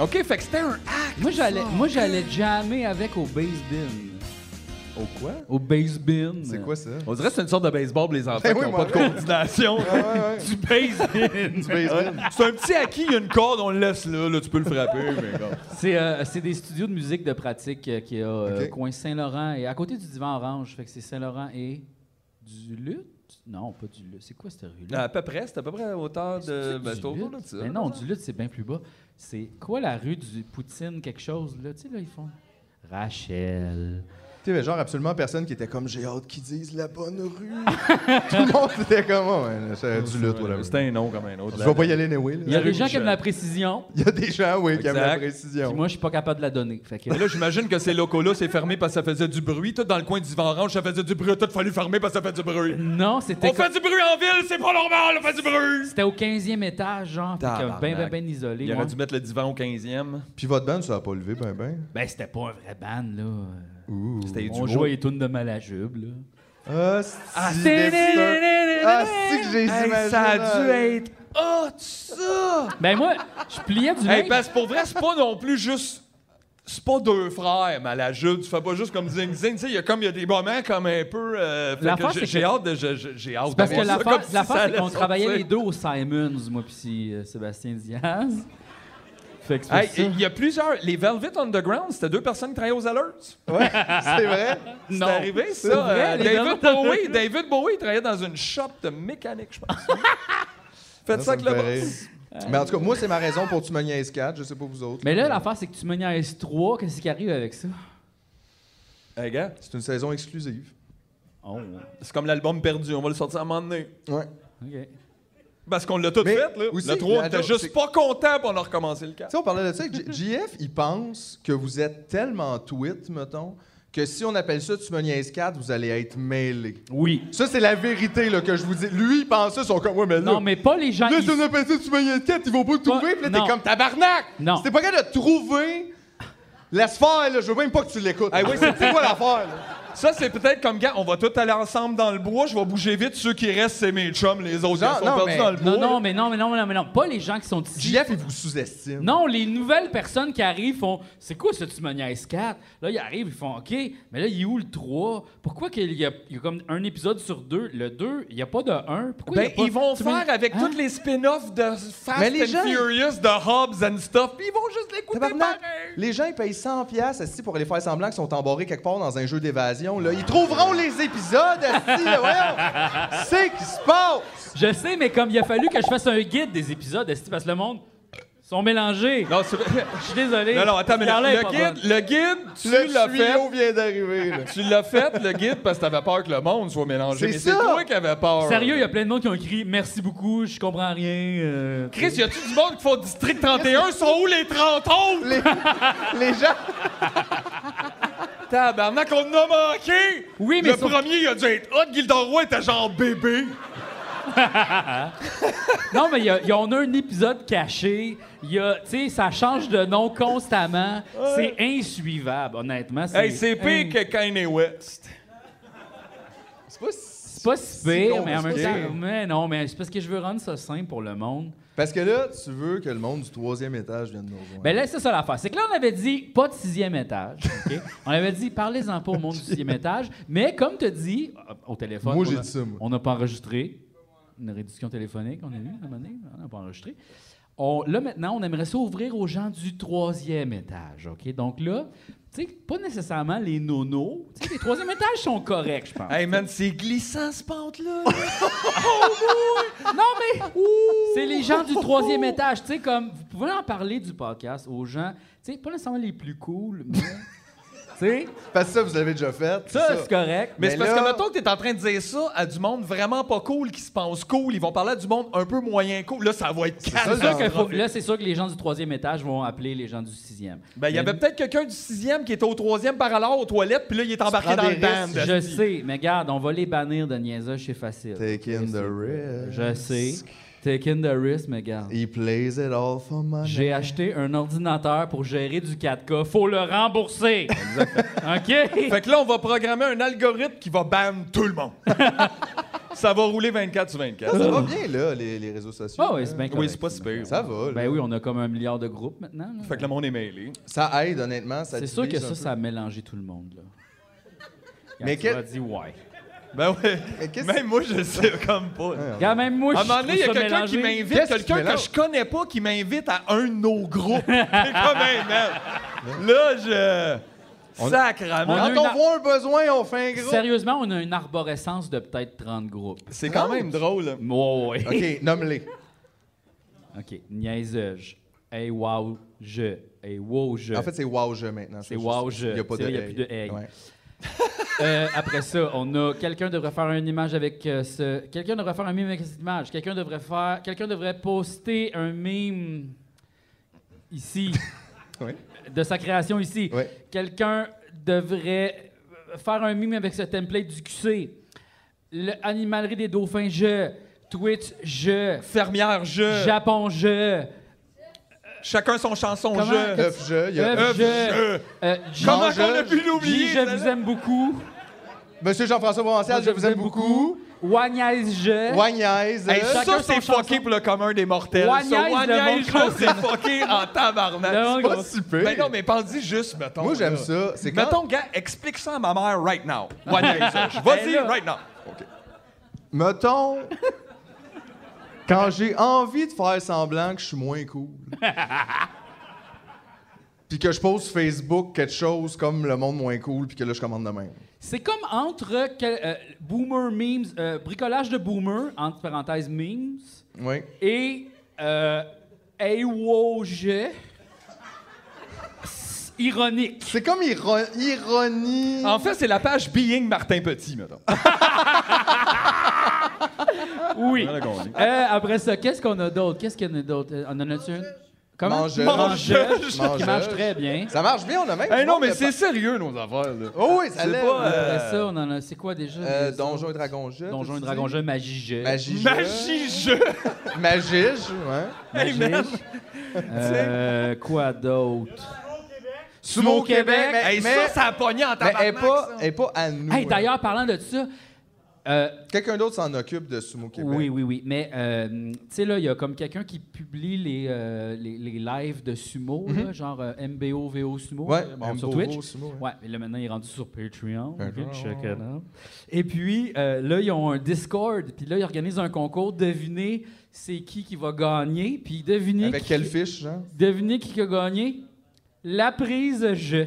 Speaker 4: OK, fait que c'était un hack.
Speaker 1: Moi, j'allais, moi, j'allais jammer avec au base bin.
Speaker 3: Oh, quoi?
Speaker 1: Au base bin.
Speaker 3: C'est quoi ça?
Speaker 4: On dirait que c'est une sorte de baseball pour les enfants
Speaker 3: Ben
Speaker 4: qui
Speaker 3: oui,
Speaker 4: n'ont
Speaker 3: moi,
Speaker 4: pas de
Speaker 3: ouais.
Speaker 4: coordination.
Speaker 1: Du base bin.
Speaker 4: C'est un petit acquis, il y a une corde, on le laisse là, là tu peux le frapper, mais comme.
Speaker 1: c'est, euh, c'est des studios de musique de pratique euh, qui a euh,
Speaker 3: Ok.
Speaker 1: coin Saint-Laurent et à côté du divan orange. Fait que c'est Saint-Laurent et du lutte. Non, pas du lutte. C'est quoi cette rue-là?
Speaker 4: À peu près, c'était à peu près à la hauteur de. Ah, Ben,
Speaker 1: du
Speaker 4: c'était autour
Speaker 1: Lutte?
Speaker 4: de ça.
Speaker 1: Mais non, du lutte, c'est bien plus bas. C'est quoi la rue du Poutine, quelque chose, là? Tu sais, là, ils font. Rachel.
Speaker 3: Tu sais, genre, absolument personne qui était comme j'ai hâte qu'ils disent la bonne rue. Tout le monde était comme, oh, ouais, c'est du lutte, whatever.
Speaker 4: C'était un nom comme un autre.
Speaker 3: Je vais pas y aller, anyway.
Speaker 1: Il y a
Speaker 3: là.
Speaker 4: rue
Speaker 1: des gens qui aiment
Speaker 4: Michel.
Speaker 1: la précision,
Speaker 3: Il y a des gens, oui, qui aiment la
Speaker 4: Exact.
Speaker 1: puis
Speaker 3: précision.
Speaker 1: moi, je suis pas capable de la donner. Fait que-
Speaker 4: Mais là, j'imagine que ces locaux-là, c'est fermé parce que ça faisait du bruit. Tout dans le coin du vent orange, ça faisait du bruit. Tout fallu fermer parce que ça fait du bruit.
Speaker 1: non, c'était
Speaker 4: On fait du bruit en ville, c'est pas normal, on fait du bruit!
Speaker 1: c'était au 15e étage, genre, fait que
Speaker 4: Tabarnak.
Speaker 1: ben, ben, ben isolé.
Speaker 4: Il
Speaker 1: moi.
Speaker 4: aurait dû mettre le divan au 15e.
Speaker 3: Puis votre bande, ça a pas levé, ben, ben.
Speaker 1: Ben, c'était pas un vrai band, là.
Speaker 3: Ouh.
Speaker 4: C'était
Speaker 1: On
Speaker 4: du
Speaker 1: jouait les tunes de Malajube, là.
Speaker 3: Ah, si, mais ça. Ah, si que j'ai imaginé,
Speaker 4: Ça a dû
Speaker 3: là.
Speaker 4: être. Ah, tu ça!
Speaker 1: Ben, moi, je pliais du
Speaker 4: Hey,
Speaker 1: linge.
Speaker 4: parce que pour vrai, c'est pas non plus juste. C'est pas deux frères, mais à la jupe, tu fais pas juste comme zing zing. Tu sais, il y a comme il y a des moments comme un peu. euh, fait
Speaker 1: L'affaire,
Speaker 4: que j'ai-
Speaker 1: c'est
Speaker 4: j'ai
Speaker 1: que-
Speaker 4: hâte de. je- je- J'ai hâte de
Speaker 1: Parce que
Speaker 4: voir ça
Speaker 1: l'affaire,
Speaker 4: comme si
Speaker 1: l'affaire,
Speaker 4: ça
Speaker 1: c'est qu'on
Speaker 4: allait
Speaker 1: travaillait
Speaker 4: sortir.
Speaker 1: les deux au Simons, moi puis euh, Sébastien Diaz. Fait que c'est pour
Speaker 4: Hey,
Speaker 1: ça.
Speaker 4: il y a plusieurs. Les Velvet Underground, c'était deux personnes qui travaillaient aux alerts.
Speaker 3: Ouais, c'est vrai.
Speaker 4: C'est
Speaker 1: Non.
Speaker 4: arrivé, ça.
Speaker 1: C'est vrai,
Speaker 4: euh,
Speaker 1: les
Speaker 4: David,
Speaker 1: Velvet
Speaker 4: Bowie,
Speaker 1: Underground.
Speaker 4: David Bowie, il travaillait dans une shop de mécanique, je pense. Faites
Speaker 3: Ça,
Speaker 4: ça,
Speaker 3: ça
Speaker 4: avec
Speaker 3: me
Speaker 4: le
Speaker 3: fait
Speaker 4: boss.
Speaker 3: Mais en tout cas, moi, c'est ma raison pour Tu me niaises 4, je sais pas vous autres.
Speaker 1: Mais là, l'affaire, c'est que tu me niaises 3, qu'est-ce qui arrive avec ça?
Speaker 4: Hey, gars,
Speaker 3: C'est une saison exclusive.
Speaker 1: Oh,
Speaker 4: c'est comme l'album perdu. On va le sortir à un moment donné.
Speaker 3: Ouais.
Speaker 1: OK.
Speaker 4: Parce qu'on l'a tout
Speaker 3: Mais
Speaker 4: fait, là.
Speaker 3: aussi,
Speaker 4: le 3, on
Speaker 3: attends,
Speaker 4: était
Speaker 3: c'est-
Speaker 4: juste pas content, pour on a recommencé le 4.
Speaker 3: Tu sais, on parlait de ça avec J- JF, il pense que vous êtes tellement tweet, mettons, que si on appelle ça Tu me niaises 4, vous allez être mêlés.
Speaker 1: Oui.
Speaker 3: Ça, c'est la vérité là, que je vous dis. Lui, il pense ça, ils sont comme, ouais, mais là.
Speaker 1: Non, mais pas les gens.
Speaker 3: Là,
Speaker 1: ils-
Speaker 3: si on appelle ça Tu me niaises 4, ils vont pas le trouver. Puis là,
Speaker 1: Non.
Speaker 3: t'es comme tabarnak.
Speaker 1: Non.
Speaker 3: C'était pas capable de trouver. Laisse faire, là. Je veux même pas que tu l'écoutes.
Speaker 4: Ah oui, c'est-
Speaker 3: c'est quoi l'affaire, là?
Speaker 4: Ça, c'est peut-être comme, gars, on va tous aller ensemble dans le bois. Je vais bouger vite. Ceux qui restent, c'est mes chums. Les
Speaker 3: Non,
Speaker 4: autres, gars sont
Speaker 3: non,
Speaker 4: perdus
Speaker 3: mais-
Speaker 4: dans le bois.
Speaker 1: Non, non, mais non, mais non, mais non, mais non. Pas les gens qui sont ici.
Speaker 3: JF, il vous sous-estime.
Speaker 1: Non, les nouvelles personnes qui arrivent font C'est quoi ce tu me niaises 4 Là, ils arrivent, ils font OK, mais là, il est où le 3 Pourquoi qu'il y a, il y a comme un épisode sur deux Le 2, il n'y a pas de 1 Pourquoi il y
Speaker 4: Ben,
Speaker 1: a pas-
Speaker 4: ils vont
Speaker 1: Tu me-
Speaker 4: faire avec
Speaker 1: Hein?
Speaker 4: tous les spin-offs de Fast
Speaker 3: Mais les
Speaker 4: and
Speaker 3: gens-
Speaker 4: Furious, de Hobbs and stuff, puis ils vont juste l'écouter
Speaker 3: Tabarnak.
Speaker 4: pareil.
Speaker 3: Les gens, ils payent 100 pièces pour aller faire semblant qu'ils sont embarrés quelque part dans un jeu d'évasion. Là. Ils trouveront les épisodes, asti, là, voyons. C'est qui se passe.
Speaker 1: Je sais, mais comme il a fallu que je fasse un guide des épisodes, est-ce que- parce que le monde. sont mélangés.
Speaker 4: Non, c'est...
Speaker 1: Je suis désolé.
Speaker 4: non, non, attends, mais le,
Speaker 1: Carla est
Speaker 4: le
Speaker 1: pas
Speaker 4: guide, le guide, tu l'as
Speaker 3: Le
Speaker 4: fait.
Speaker 3: tuyau vient d'arriver. là.
Speaker 4: Tu l'as fait, le guide, parce que t'avais peur que le monde soit mélangé.
Speaker 3: C'est
Speaker 4: mais c'est
Speaker 3: ça!
Speaker 4: toi qui avais peur.
Speaker 1: bonne. Sérieux, il y a plein de monde qui ont écrit merci beaucoup, je comprends rien. euh,
Speaker 4: Chris, y a-tu du monde qui font District 31? sont où les 30 autres?
Speaker 3: Les, les gens.
Speaker 4: Tabarnak, on en a manqué!
Speaker 1: Oui, mais
Speaker 4: Le
Speaker 1: sur-
Speaker 4: premier, il a dû être hot. Gildan Roy était genre bébé.
Speaker 1: Non, mais il y a, il y a- on a un épisode caché. Il y a, tu sais, ça change de nom constamment. C'est insuivable, honnêtement. C'est,
Speaker 4: Hey, c'est pire que Kanye West.
Speaker 3: C'est pas si-
Speaker 1: C'est pas si pire,
Speaker 3: C'est
Speaker 1: mais en même
Speaker 3: compliqué.
Speaker 1: temps. Mais non, mais c'est parce que je veux rendre ça simple pour le monde.
Speaker 3: Parce que là, tu veux que le monde du troisième étage vienne nous rejoindre.
Speaker 1: Ben là, c'est ça l'affaire. C'est que là, on avait dit pas de sixième étage. ok? on avait dit parlez-en pas au monde du sixième étage. Mais comme tu dis au téléphone,
Speaker 3: Moi,
Speaker 1: on
Speaker 3: j'ai
Speaker 1: a-
Speaker 3: dit ça, moi.
Speaker 1: on n'a pas enregistré. Une réduction téléphonique, on a eu à un moment donné. On n'a pas enregistré. On- là, maintenant, on aimerait ça ouvrir aux gens du troisième étage. OK? Donc là, tu sais, pas nécessairement les nonos. Tu sais, les troisième étages sont corrects, je pense.
Speaker 4: Hey, man, c'est glissant, ce pente-là.
Speaker 1: Non, mais c'est les gens du troisième étage. Tu sais, comme, vous pouvez en parler du podcast aux gens, tu sais, pas nécessairement les plus cool, mais. tu sais,
Speaker 3: Parce que ça, vous l'avez déjà fait. c'est
Speaker 1: ça, c'est correct.
Speaker 4: Mais,
Speaker 3: Mais
Speaker 4: c'est parce que,
Speaker 3: là-
Speaker 4: mettons que t'es en train de dire ça à du monde vraiment pas cool qui se pense cool. Ils vont parler à du monde un peu moyen cool. Là, ça va être
Speaker 3: ça,
Speaker 4: calme.
Speaker 1: C'est sûr qu'il faut- là, c'est sûr que les gens du troisième étage vont appeler les gens du sixième.
Speaker 4: Ben, il y
Speaker 1: Mais
Speaker 4: avait peut-être quelqu'un du sixième qui était au troisième par alors aux toilettes, puis là, il est embarqué
Speaker 3: prends
Speaker 4: dans
Speaker 3: des
Speaker 4: le band.
Speaker 3: risques.
Speaker 1: Je sais, mais regarde, on va les bannir de niaisage, c'est facile.
Speaker 3: Taking the risk.
Speaker 1: Je sais. Taking the risk, mais regarde.
Speaker 3: He plays it all for money.
Speaker 1: J'ai acheté un ordinateur pour gérer du 4K. Faut le rembourser. OK?
Speaker 4: Fait que là, on va programmer un algorithme qui va ban tout le monde. ça va rouler 24 sur 24.
Speaker 3: Ça va bien, là, les, les réseaux sociaux.
Speaker 1: Ah oui, c'est bien
Speaker 3: là.
Speaker 4: Oui,
Speaker 1: correct.
Speaker 4: c'est pas si pire.
Speaker 3: Ça va, là.
Speaker 1: Ben oui, on a comme un milliard de groupes maintenant. là.
Speaker 4: Fait que le monde est mêlé.
Speaker 3: Ça aide, honnêtement. ça
Speaker 1: C'est sûr que
Speaker 3: divise un
Speaker 1: ça,
Speaker 3: peu.
Speaker 1: ça a mélangé tout le monde. Là.
Speaker 3: Mais
Speaker 1: tu
Speaker 3: quel-
Speaker 1: m'as dit ouais.
Speaker 4: Ben ouais.
Speaker 3: Mais qu'est-ce-
Speaker 4: Même moi, je sais comme pas.
Speaker 1: Regarde, même moi, je
Speaker 4: À un moment donné, il y a
Speaker 1: trouve ça
Speaker 4: quelqu'un qui
Speaker 1: mélangé.
Speaker 4: m'invite,
Speaker 3: Qu'est-ce
Speaker 4: quelqu'un
Speaker 3: qui
Speaker 4: que
Speaker 3: mélange?
Speaker 4: je connais pas qui m'invite à un de nos groupes. C'est comme un man. Là, je. Sacrament.
Speaker 1: on a
Speaker 3: Quand
Speaker 1: une
Speaker 3: on
Speaker 1: ar-
Speaker 3: voit un besoin, on fait un gros.
Speaker 1: Sérieusement, on a une arborescence de peut-être 30 groupes.
Speaker 4: C'est quand même drôle. hein.
Speaker 1: Ouais, ouais.
Speaker 3: OK, nomme-les.
Speaker 1: OK. Niaiseuge. Hey, wow, je. Hey, wow, je.
Speaker 3: En fait, c'est wow, je maintenant.
Speaker 1: C'est wow, je.
Speaker 3: Il n'y a pas
Speaker 1: C'est
Speaker 3: de
Speaker 1: vrai, y a plus de hey.
Speaker 3: Ouais.
Speaker 1: Euh, après ça, on a quelqu'un devrait faire une image avec euh, ce. Quelqu'un devrait faire un mime avec cette image. Quelqu'un devrait faire. Quelqu'un devrait poster un mime ici
Speaker 3: Ouais.
Speaker 1: de sa création ici.
Speaker 3: Ouais.
Speaker 1: Quelqu'un devrait euh, faire un mime avec ce template du QC. Le animalerie des dauphins, je. Twitch, je.
Speaker 4: Fermière, je.
Speaker 1: Japon, je.
Speaker 4: Chacun son chanson,
Speaker 1: Comment-
Speaker 4: je.
Speaker 3: Œuf, je. il y a
Speaker 1: Œuf,
Speaker 3: œuf.
Speaker 4: Œuf, je.
Speaker 1: Euh, J-
Speaker 4: Comment
Speaker 3: je-
Speaker 4: qu'on a pu l'oublier?
Speaker 1: J, je vous aime beaucoup.
Speaker 3: Monsieur Jean-François Provencial, je vous aime beaucoup.
Speaker 1: Wagnaise, je.
Speaker 3: Wagnaise.
Speaker 4: Hey,
Speaker 3: euh,
Speaker 4: ça,
Speaker 1: Chacun
Speaker 4: c'est
Speaker 1: son
Speaker 4: fucké
Speaker 1: chanson.
Speaker 4: pour le commun des mortels.
Speaker 1: Wagnaise,
Speaker 4: ça,
Speaker 1: le
Speaker 4: Wagnaise,
Speaker 1: monde
Speaker 4: là, c'est fucké en tabarnak.
Speaker 1: Le
Speaker 4: C'est
Speaker 1: monde
Speaker 3: Pas
Speaker 4: pas
Speaker 1: comprend.
Speaker 4: si-
Speaker 3: si pire.
Speaker 4: Ben non, mais pense-y juste, mettons.
Speaker 3: Moi, j'aime
Speaker 4: là.
Speaker 3: ça. C'est quand...
Speaker 4: Mettons, gars, explique ça à ma mère right now. Wagnaise, je- Vas-y,
Speaker 1: Ben là.
Speaker 4: right now.
Speaker 3: Mettons. quand j'ai envie de faire semblant que je suis moins cool. puis que je pose sur Facebook quelque chose comme le monde moins cool, puis que là, je commande de même.
Speaker 1: C'est comme entre que- euh, boomer memes, euh, bricolage de boomer, entre parenthèses memes,
Speaker 3: Oui.
Speaker 1: et euh, hey wow, je. C'est Ironique.
Speaker 3: C'est comme iro- ironie.
Speaker 4: En fait, c'est la page Being Martin Petit, mettons.
Speaker 3: Ah,
Speaker 1: Oui.
Speaker 4: Voilà qu'on dit.
Speaker 1: Euh, après ça, qu'est-ce qu'on a d'autre? Qu'est-ce qu'on a d'autre? Euh, On en a-tu une? Comment?
Speaker 3: Mangeuse.
Speaker 1: Mangeuse, Qui
Speaker 3: Mangeuse.
Speaker 1: marche très bien.
Speaker 3: Ça marche bien, on a même.
Speaker 4: Hey,
Speaker 3: du
Speaker 4: Eh non,
Speaker 3: monde
Speaker 4: mais
Speaker 3: de-
Speaker 4: c'est sérieux, nos affaires, là.
Speaker 3: Oh oui, ça
Speaker 4: C'est
Speaker 3: lève.
Speaker 4: pas, euh,
Speaker 1: Après ça, on en a. C'est quoi déjà?
Speaker 3: Euh,
Speaker 1: les-
Speaker 3: Donjon et Dragon Jeu.
Speaker 1: Donjon et
Speaker 3: t'as-tu
Speaker 1: Dragon
Speaker 3: dit?
Speaker 1: Jeu, Magie Jeu.
Speaker 3: Magie
Speaker 4: Magie jeu!
Speaker 3: Jeu. Magie Jeu, ouais.
Speaker 4: Hey,
Speaker 1: Magie.
Speaker 4: man.
Speaker 1: Euh, quoi d'autre?
Speaker 3: Sumo Québec, mais,
Speaker 4: Hey,
Speaker 3: mais-
Speaker 4: ça, ça a pogné en
Speaker 3: mais elle est
Speaker 4: tabarnak,
Speaker 3: pas,
Speaker 4: ça.
Speaker 3: elle est pas à nous.
Speaker 1: Hey,
Speaker 3: hein.
Speaker 1: d'ailleurs, parlant de ça, euh,
Speaker 3: Quelqu'un d'autre s'en occupe de Sumo Québec.
Speaker 1: Oui, oui, oui. Mais, euh, tu sais, là, il y a comme quelqu'un qui publie les, euh, les, les lives de sumo, là, genre euh, MBO, VO, sumo,
Speaker 3: Mm-hmm. Ouais,
Speaker 1: euh, bon, sur
Speaker 3: MBOVO
Speaker 1: Twitch.
Speaker 3: sumo, ouais.
Speaker 1: ouais, mais là, maintenant, il est rendu sur Patreon. ok,
Speaker 3: Patreon.
Speaker 1: check it out. Et puis, euh, là, ils ont un Discord, puis là, ils organisent un concours. Devinez c'est qui qui va gagner, puis devinez...
Speaker 3: Avec
Speaker 1: qui-
Speaker 3: quelle fiche, genre?
Speaker 1: Devinez qui a gagné? La prise jeu.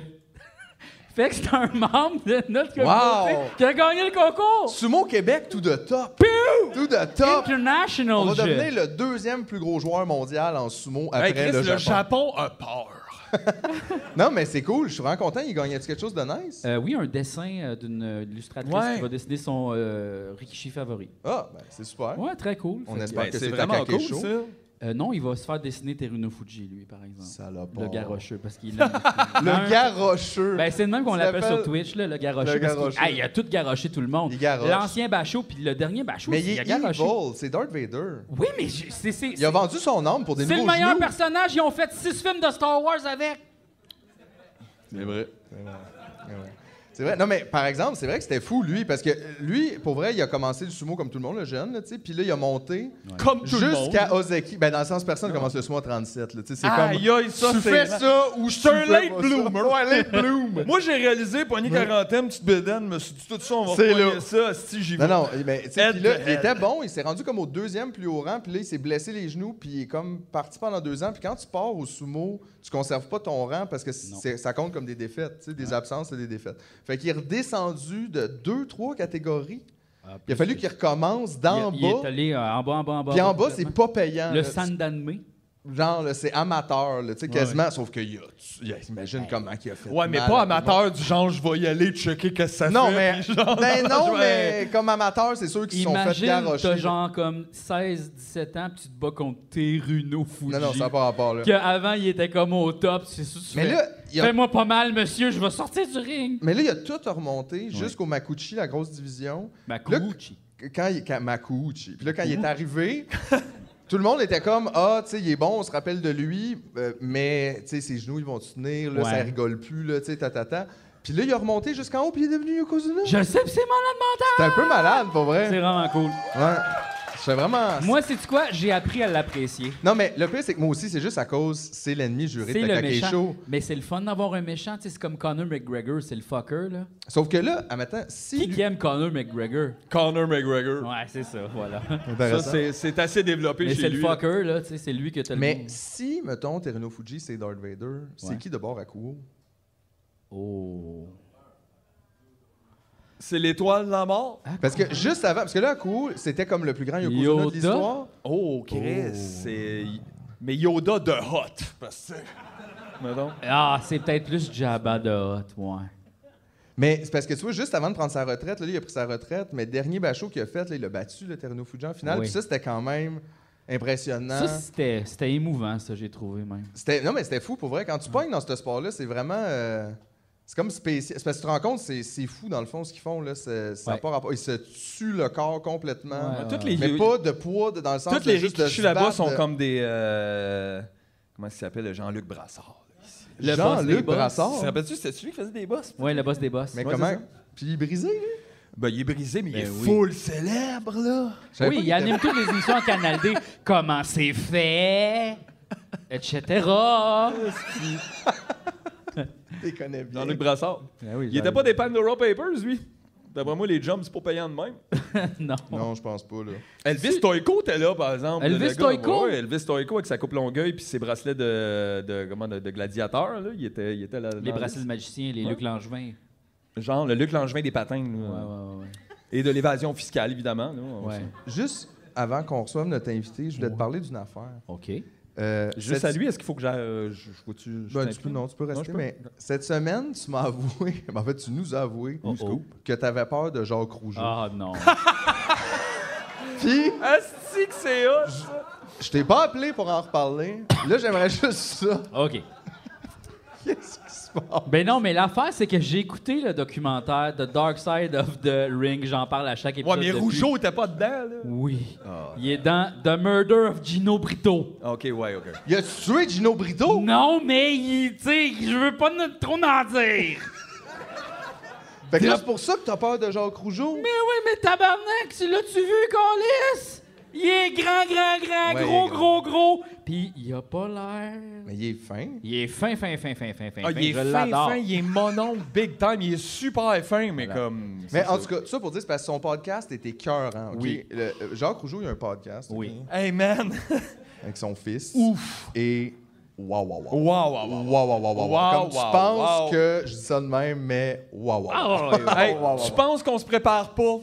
Speaker 1: Fait que c'est un membre de notre
Speaker 3: Wow!
Speaker 1: communauté qui a gagné le concours.
Speaker 3: Sumo Québec, tout de top.
Speaker 1: Pew!
Speaker 3: Tout de top.
Speaker 1: International
Speaker 3: On va
Speaker 1: jeu.
Speaker 3: devenir le deuxième plus gros joueur mondial en sumo après
Speaker 4: Hey, Chris,
Speaker 3: le Japon.
Speaker 4: a peur.
Speaker 3: Non, mais c'est cool. Je suis vraiment content. Il gagnait quelque chose de nice?
Speaker 1: Euh, oui, un dessin euh, d'une illustratrice
Speaker 4: Ouais.
Speaker 1: qui va dessiner son euh, Rikishi favori.
Speaker 3: Ah, ben, c'est super.
Speaker 1: Ouais, très cool.
Speaker 3: On
Speaker 1: Fait que-
Speaker 3: espère que
Speaker 4: Ben, c'est
Speaker 3: c'est
Speaker 4: vraiment cool,
Speaker 3: Takakesho.
Speaker 4: ça.
Speaker 1: Euh, non, il va se faire dessiner Teruno Fuji, lui, par exemple.
Speaker 3: Salopard.
Speaker 1: Le garocheux, parce qu'il aime. Ah,
Speaker 3: Le
Speaker 1: hein.
Speaker 3: garocheux.
Speaker 1: Ben, c'est le même qu'on
Speaker 3: Tu
Speaker 1: l'appelle
Speaker 3: l'appelles-
Speaker 1: sur Twitch, là, le garocheux.
Speaker 3: Le
Speaker 1: parce qu'il-
Speaker 3: garocheux.
Speaker 1: Ah, il a tout garoché tout le monde.
Speaker 3: Il garoche.
Speaker 1: L'ancien Bachot, puis le dernier Bachot,
Speaker 3: mais
Speaker 1: aussi,
Speaker 3: il
Speaker 1: il a
Speaker 3: est
Speaker 1: garoché.
Speaker 3: evil. C'est Darth Vader.
Speaker 1: Oui, mais je- c'est. c'est-
Speaker 3: Il a vendu son âme pour des
Speaker 1: C'est
Speaker 3: nouveaux
Speaker 1: le meilleur
Speaker 3: genoux.
Speaker 1: personnage. Ils ont fait six films de Star Wars avec.
Speaker 3: C'est vrai. C'est vrai. C'est vrai. Non, mais par exemple, c'est vrai que c'était fou, lui, parce que euh, lui, pour vrai, il a commencé le sumo comme tout le monde, le jeune, là, tu sais, puis là, il a monté
Speaker 4: Comme tout le monde.
Speaker 3: jusqu'à Ozeki. Ben, dans le sens, personne commence le sumo à 37, là, tu sais, c'est comme...
Speaker 4: Aïe, aïe, ça,
Speaker 3: tu fais
Speaker 4: c'est...
Speaker 3: ça ou je
Speaker 4: Je suis un
Speaker 3: fais
Speaker 4: late
Speaker 3: pas
Speaker 4: bloomer.
Speaker 3: ça. Ouais, late bloom.
Speaker 4: Moi, j'ai réalisé, poignée quarantaine, petite bédaine, me suis dit, tout ça, on va
Speaker 3: C'est
Speaker 4: poigner
Speaker 3: là.
Speaker 4: ça, si j'y vais.
Speaker 3: Non, non, mais tu sais,
Speaker 4: Head
Speaker 3: puis là,
Speaker 4: to
Speaker 3: il
Speaker 4: head.
Speaker 3: était bon, il s'est rendu comme au deuxième plus haut rang, puis là, il s'est blessé les genoux, puis il est comme parti pendant deux ans. Puis quand tu pars au sumo, tu conserves pas ton rang parce que
Speaker 1: Non.
Speaker 3: c'est- ça compte comme des défaites, tu sais, des absences et des défaites. Fait qu'il est redescendu de deux, trois catégories.
Speaker 4: Ah,
Speaker 3: Il a fallu qu'il recommence d'en
Speaker 1: il, il est
Speaker 3: bas.
Speaker 1: allé euh, en bas, en bas, en bas.
Speaker 3: Puis en bas, c'est
Speaker 1: complètement.
Speaker 3: pas payant.
Speaker 1: Le
Speaker 3: là.
Speaker 1: Sandanme.
Speaker 3: Genre, là, c'est amateur, là, tu sais,
Speaker 4: Ouais, Ben,
Speaker 3: quasiment. Sauf qu'il a. il a- Imagine comment il a fait.
Speaker 4: Ouais, mais
Speaker 3: mal
Speaker 4: pas
Speaker 3: à tout le monde.
Speaker 4: amateur du genre, je vais y aller checker qu'est-ce que ça
Speaker 3: Non,
Speaker 4: fait.
Speaker 3: mais,
Speaker 4: puis genre,
Speaker 3: ben non,
Speaker 4: je vais-
Speaker 3: mais comme amateur, c'est sûr qu'ils se sont fait
Speaker 1: Imagine,
Speaker 3: garocher.
Speaker 1: t'as
Speaker 3: là.
Speaker 1: genre comme 16, 17 ans, puis tu te bats contre Teruno Fuji.
Speaker 3: Non, non, ça n'a pas rapport, là.
Speaker 1: Qu'avant, il était comme au top, c'est sûr. tu
Speaker 3: Mais
Speaker 1: fais,
Speaker 3: là, il a-
Speaker 1: Fais-moi pas mal, monsieur, je vais sortir du ring.
Speaker 3: mais là, il a tout remonté jusqu'au Makuchi, la grosse division.
Speaker 1: Ma
Speaker 3: Là,
Speaker 1: Kouchi.
Speaker 3: Quand il, quand- Makuchi. Puis là, quand il est arrivé, tout le monde était comme Ah, tu sais, il est bon, on se rappelle de lui, euh, mais tu sais, ses genoux, ils vont tenir, là,
Speaker 1: Ouais.
Speaker 3: ça rigole plus, là, tu sais, tatata. Puis là, il a remonté jusqu'en haut, puis il est devenu Yokozuna.
Speaker 1: Je le sais, puis c'est malade mental.
Speaker 3: T'es un peu malade, pour vrai.
Speaker 1: C'est vraiment cool.
Speaker 3: Ouais. Je fais vraiment.
Speaker 1: Moi, c'est quoi? J'ai appris à l'apprécier.
Speaker 3: Non, mais le pire, c'est que moi aussi, c'est juste à cause, c'est l'ennemi juré
Speaker 1: C'est
Speaker 3: de
Speaker 1: le
Speaker 3: Takakesho.
Speaker 1: méchant. Mais c'est le fun d'avoir un méchant. tu sais, C'est comme Conor McGregor, c'est le fucker. Là.
Speaker 3: Sauf que là, à matin, si.
Speaker 1: Qui,
Speaker 3: lui-
Speaker 1: qui aime Conor McGregor?
Speaker 4: Conor McGregor.
Speaker 1: Ouais, c'est ça, voilà.
Speaker 4: Ça,
Speaker 3: Intéressant.
Speaker 4: c'est- c'est assez développé
Speaker 1: Mais
Speaker 4: chez
Speaker 1: c'est
Speaker 4: lui.
Speaker 1: le fucker, là. tu sais, C'est lui que t'as le
Speaker 3: Mais
Speaker 1: goût.
Speaker 3: si, mettons, Teruno Fuji, c'est Darth Vader, c'est
Speaker 1: Ouais.
Speaker 3: qui de bord à Kuo?
Speaker 1: Oh.
Speaker 4: C'est l'étoile de la mort.
Speaker 3: Parce que juste avant, parce que là, à Kuo, c'était comme le plus grand Yokozuna de
Speaker 1: Ah, Yoda?
Speaker 3: l'histoire.
Speaker 4: Oh, Chris, c'est... Mais Yoda de hot. Parce que... Mettons.
Speaker 1: Ah, c'est peut-être plus Jabba de Hutt, ouais.
Speaker 3: Mais c'est parce que tu vois, juste avant de prendre sa retraite, là, lui, il a pris sa retraite, mais dernier bachot qu'il a fait, là, il a battu le Teruno Fuji en finale.
Speaker 1: Oui.
Speaker 3: Puis ça, c'était quand même impressionnant.
Speaker 1: Ça, c'était c'était émouvant, ça, j'ai trouvé même.
Speaker 3: C'était- non, mais c'était fou pour vrai. Quand tu pognes dans ce sport-là, c'est vraiment. euh, c'est comme spécial. C'est parce que tu te rends compte, c'est, c'est fou dans le fond ce qu'ils font. Là, C'est- ça a
Speaker 1: Ouais.
Speaker 3: pas rapport. Ils se tuent le corps complètement.
Speaker 1: Ouais,
Speaker 4: Toutes les,
Speaker 3: Mais pas de poids de- dans le sens
Speaker 4: toutes
Speaker 3: de
Speaker 4: les
Speaker 3: juste de
Speaker 4: rikichis
Speaker 3: se
Speaker 4: là-bas
Speaker 3: battre,
Speaker 4: sont
Speaker 3: de-
Speaker 4: comme des... euh, Comment il s'appelle? Jean-Luc Brassard. là, ici.
Speaker 1: Le boss des
Speaker 3: Jean-Luc
Speaker 1: boss.
Speaker 3: Brassard.
Speaker 4: Tu te rappelles-tu, c'était celui qui faisait des bosses?
Speaker 1: Ouais, le boss des boss.
Speaker 3: Mais
Speaker 4: Ouais,
Speaker 3: comment
Speaker 4: c'est ça.
Speaker 3: Puis il est brisé, lui.
Speaker 4: Ben, il est brisé, mais il
Speaker 1: Ben
Speaker 4: est
Speaker 1: oui.
Speaker 4: full célèbre, là.
Speaker 3: Je savais
Speaker 1: oui,
Speaker 3: pas
Speaker 1: il
Speaker 3: qu'il
Speaker 1: anime toutes les émissions en Canal D. Comment c'est fait? Etc. Ben
Speaker 3: était- il connaît bien.
Speaker 4: Ben Jean-Luc Brassard.
Speaker 1: oui,
Speaker 4: Il était pas des Pandora Papers, lui. D'après moi, les jumps, c'est pas payant de même.
Speaker 1: Non.
Speaker 3: Non, je pense pas, là.
Speaker 4: Elvis Toyko était là, par exemple.
Speaker 1: Elvis
Speaker 4: Le gars,
Speaker 1: Toyko?
Speaker 4: ouais, Elvis Toyko avec sa coupe longueuil puis ses bracelets de, de, comment, de, de gladiateur. Là. Il était, il était là,
Speaker 1: Les
Speaker 4: dans-
Speaker 1: bracelets de magicien, les
Speaker 4: Ouais.
Speaker 1: Luc Langevin.
Speaker 4: Genre le Luc Langevin des patins. là.
Speaker 1: Ouais, ouais, ouais.
Speaker 4: Et de l'évasion fiscale, évidemment. là.
Speaker 1: ouais. ouais.
Speaker 3: Juste avant qu'on reçoive notre invité, je voulais te
Speaker 1: Ouais.
Speaker 3: parler d'une affaire.
Speaker 1: OK.
Speaker 3: Euh,
Speaker 4: Juste
Speaker 3: cette-
Speaker 4: à lui, est-ce qu'il faut que j'aille. euh, je je vois-tu. je
Speaker 3: Ben, tu
Speaker 4: t'imprime?
Speaker 3: peux, non, tu peux
Speaker 4: Non, je
Speaker 3: rester,
Speaker 4: peux.
Speaker 3: mais cette semaine, tu m'as avoué, ben, en fait, tu nous as avoué
Speaker 1: Oh, oh.
Speaker 3: que tu avais peur de Jacques Rougeau.
Speaker 1: Ah non.
Speaker 3: Puis,
Speaker 4: Asti que c'est hot, ça!
Speaker 3: je t'ai pas appelé pour en reparler. Là, j'aimerais juste ça.
Speaker 1: OK.
Speaker 3: Qu'est-ce qui se passe?
Speaker 1: Ben non, mais l'affaire, c'est que j'ai écouté le documentaire The Dark Side of the Ring. J'en parle à chaque
Speaker 4: Ouais,
Speaker 1: épisode.
Speaker 4: mais
Speaker 1: depuis.
Speaker 4: Rougeau était pas dedans, là.
Speaker 1: Oui.
Speaker 4: Ah.
Speaker 1: Il est dans The Murder of Gino Brito.
Speaker 4: Ok, ouais, ok.
Speaker 3: Il a tué Gino
Speaker 4: Oh!
Speaker 3: Brito?
Speaker 1: Non, mais il, tu sais, je veux pas n- trop en dire.
Speaker 3: Fait que là, c'est pour ça que t'as peur de Jacques Rougeau?
Speaker 1: Mais oui, mais tabarnak, tu l'as-tu vu, Calis? Il est grand, grand, grand,
Speaker 3: Ouais,
Speaker 1: gros,
Speaker 3: il est
Speaker 1: gros, gros. Puis il a pas l'air.
Speaker 3: Mais il est fin.
Speaker 1: Il est fin, fin, fin, fin, fin, fin.
Speaker 4: Ah, il est
Speaker 1: je
Speaker 4: fin,
Speaker 1: l'adore.
Speaker 4: fin, il est monon, big time, il est super fin, mais
Speaker 1: Voilà.
Speaker 4: comme.
Speaker 3: Mais
Speaker 4: c'est
Speaker 3: en
Speaker 4: ça.
Speaker 3: tout cas, tout ça pour dire, c'est parce que son podcast était cœur, hein,
Speaker 1: Oui.
Speaker 3: Jacques Rougeau, il a un podcast. ok,
Speaker 1: Oui.
Speaker 4: Hey man!
Speaker 3: Avec son fils.
Speaker 4: Ouf!
Speaker 3: Et Waouh, waouh, waouh.
Speaker 4: Wow, wow, wow.
Speaker 3: Waouh, waouh, waouh, waouh.
Speaker 4: Wow,
Speaker 3: Comme tu
Speaker 4: wow,
Speaker 3: penses
Speaker 4: wow.
Speaker 3: que je dis ça de même, mais waouh, waouh. waouh.
Speaker 1: Ah, ouais, ouais.
Speaker 4: Hey,
Speaker 3: wow, wow.
Speaker 4: tu penses qu'on se prépare pas?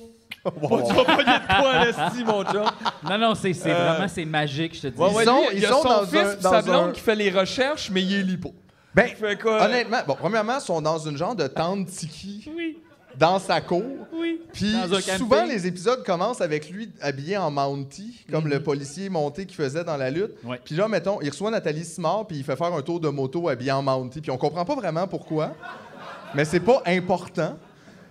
Speaker 4: On tu vas pas dire de quoi, l'esti, mon chum.
Speaker 1: non, non, c'est c'est
Speaker 4: Euh,
Speaker 1: vraiment, c'est magique, je te dis.
Speaker 4: Ouais, ouais,
Speaker 3: sont-
Speaker 4: lui, il y
Speaker 3: ils
Speaker 4: a
Speaker 3: sont
Speaker 4: son
Speaker 3: dans
Speaker 4: fils
Speaker 3: un-
Speaker 4: pis
Speaker 3: dans
Speaker 4: sa blonde
Speaker 3: un-
Speaker 4: qui fait les recherches, mais il est lipo.
Speaker 3: Ben,
Speaker 4: Fait quoi?
Speaker 3: honnêtement, bon, premièrement, ils sont dans une genre de tente tiki
Speaker 1: Oui,
Speaker 3: dans sa cour.
Speaker 1: oui.
Speaker 3: Puis
Speaker 1: Dans un
Speaker 3: souvent,
Speaker 1: camping.
Speaker 3: les épisodes commencent avec lui habillé en Mountie, comme le policier monté qu'il faisait dans la lutte.
Speaker 1: Mhm. Ouais.
Speaker 3: Puis là, mettons, il reçoit Nathalie Simard, puis il fait faire un tour de moto habillé en Mountie. Puis on comprend pas vraiment pourquoi, mais c'est pas important.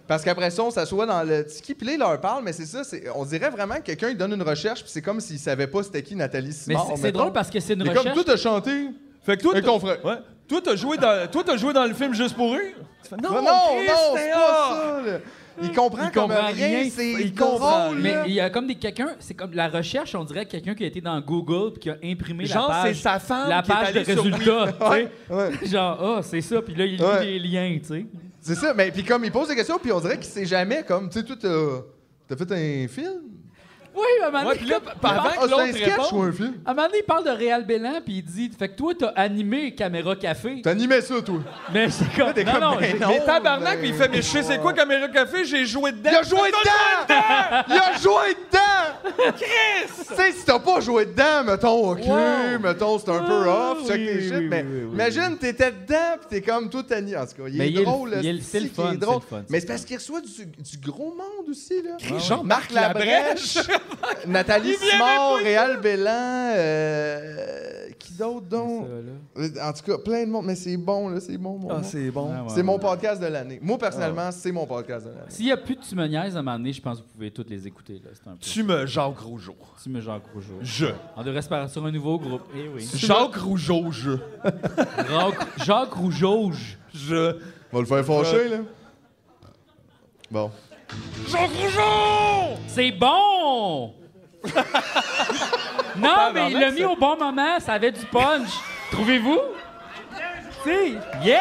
Speaker 3: Parce qu'après ça, on s'assoit dans le tiki, puis là, il leur parle, mais c'est ça, c'est- on dirait vraiment que quelqu'un, il donne une recherche, puis c'est comme s'il savait pas c'était qui Nathalie
Speaker 1: Mais
Speaker 3: Simard.
Speaker 1: c'est- c'est
Speaker 3: mettons.
Speaker 1: drôle parce que c'est une
Speaker 3: Il est comme,
Speaker 1: recherche.
Speaker 3: tout a chanté.
Speaker 4: Fait que toi,
Speaker 3: Avec
Speaker 4: t'as-
Speaker 3: ton frère.
Speaker 4: Ouais. Toi, t'as joué, dans- toi, t'as joué dans le film juste pour rire? Tu fais, non,
Speaker 3: Non, non, c'est
Speaker 4: Chris, t'es
Speaker 3: pas
Speaker 4: hors.
Speaker 3: ça, là. Il comprend
Speaker 1: Il
Speaker 3: comme
Speaker 1: comprend
Speaker 3: rien,
Speaker 1: rien.
Speaker 3: c'est
Speaker 4: Il
Speaker 3: drôle,
Speaker 4: comprend
Speaker 3: là.
Speaker 1: Mais il y a comme des quelqu'un, c'est comme la recherche, on dirait quelqu'un qui a été dans Google puis qui a imprimé
Speaker 4: Genre,
Speaker 1: la
Speaker 4: c'est
Speaker 1: page,
Speaker 4: sa femme
Speaker 1: la
Speaker 4: qui est
Speaker 1: page de
Speaker 4: allée sur
Speaker 1: résultats.
Speaker 3: Ouais,
Speaker 1: tu
Speaker 3: ouais.
Speaker 1: sais. Genre, ah, c'est ça, puis là, il lit
Speaker 3: Ouais.
Speaker 1: les liens, tu sais.
Speaker 3: C'est ça, mais puis comme il pose des questions, puis on dirait qu'il sait jamais, comme, tu sais, toi, t'as- t'as fait un film?
Speaker 1: Oui, à un moment
Speaker 4: Ouais,
Speaker 1: donné,
Speaker 4: puis là,
Speaker 1: comme-
Speaker 4: par-
Speaker 1: il
Speaker 4: avant
Speaker 1: parle-
Speaker 4: que
Speaker 3: Ah, c'est un
Speaker 4: l'autre
Speaker 3: sketch
Speaker 4: réponde.
Speaker 3: ou un film?
Speaker 1: à un moment donné, il parle de Réal Bélan, puis il dit Fait que toi, t'as animé Caméra Café.
Speaker 3: T'animais ça, toi?
Speaker 1: Mais c'est comme.
Speaker 3: t'es
Speaker 1: Non,
Speaker 3: comme,
Speaker 1: non,
Speaker 3: ben
Speaker 1: j'ai-
Speaker 3: non.
Speaker 4: Mais tabarnak,
Speaker 3: ben,
Speaker 4: mais il fait, mais je sais c'est quoi Caméra Café, j'ai joué dedans.
Speaker 3: Il a joué dedans! Il a joué dedans!
Speaker 4: Chris!
Speaker 3: Tu sais, si t'as pas joué dedans, mettons, OK,
Speaker 1: Wow.
Speaker 3: mettons, c'est un peu
Speaker 1: Ah,
Speaker 3: off, check
Speaker 1: oui,
Speaker 3: tes shit,
Speaker 1: oui,
Speaker 3: mais
Speaker 1: oui, oui,
Speaker 3: imagine, t'étais dedans, pis t'es comme tout animé. En tout cas, il
Speaker 1: Mais il est
Speaker 3: est
Speaker 1: le-
Speaker 3: drôle,
Speaker 1: il est le-
Speaker 3: si,
Speaker 1: c'est le
Speaker 3: qu'il
Speaker 1: fun,
Speaker 3: est drôle.
Speaker 1: c'est le fun,
Speaker 3: Mais c'est parce qu'il reçoit du, du gros monde aussi, là.
Speaker 4: Jean-Marc Labrèche.
Speaker 3: Nathalie
Speaker 4: Il vient
Speaker 3: Simard,
Speaker 4: même pas
Speaker 3: Réal Bélan, euh, qui d'autre donc?
Speaker 1: Ça, là.
Speaker 3: Euh, En tout cas, plein de monde, mais c'est bon, là, c'est bon, mon monde. C'est
Speaker 4: bon. Ah,
Speaker 1: Ah, ouais, ouais.
Speaker 3: mon podcast de l'année. Moi, personnellement, c'est mon podcast de l'année.
Speaker 1: S'il n'y a plus de Tumoniaise à un moment donné, je pense que vous pouvez toutes les écouter. Là. C'est un peu.
Speaker 4: Tu me Jacques Rougeau.
Speaker 1: Tu me Jacques Rougeau.
Speaker 4: Je.
Speaker 1: On devrait se parler sur un nouveau groupe. Eh oui.
Speaker 4: Jacques Rougeau, je.
Speaker 1: Jacques, Jacques Rougeau.
Speaker 4: Je.
Speaker 3: On va le faire fâcher, là. Bon.
Speaker 4: Jacques Rougeau!
Speaker 1: C'est bon! non, mais il l'a mis au bon moment. Ça avait du punch. Trouvez-vous? Si. Yeah!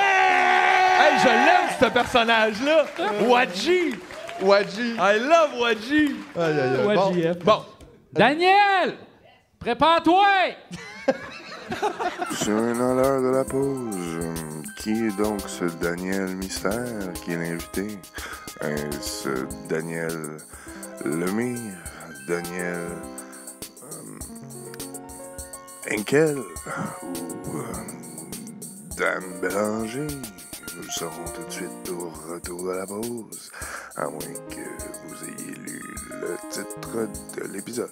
Speaker 4: Hey, je l'aime, ce personnage-là! Wadji!
Speaker 3: Wadji.
Speaker 4: I love Wadji!
Speaker 3: Aïe, aïe, aïe. Bon.
Speaker 1: YGF.
Speaker 4: Bon,
Speaker 1: Daniel! Prépare-toi!
Speaker 6: C'est à l'heure de la pause. Hum, Qui est donc ce Daniel Mystère qui est l'invité? Est-ce Daniel Lemire? Daniel hum, Henkel? Ou hum, Dame Bélanger? Nous le saurons tout de suite au retour de la pause, à moins que vous ayez lu le titre de l'épisode.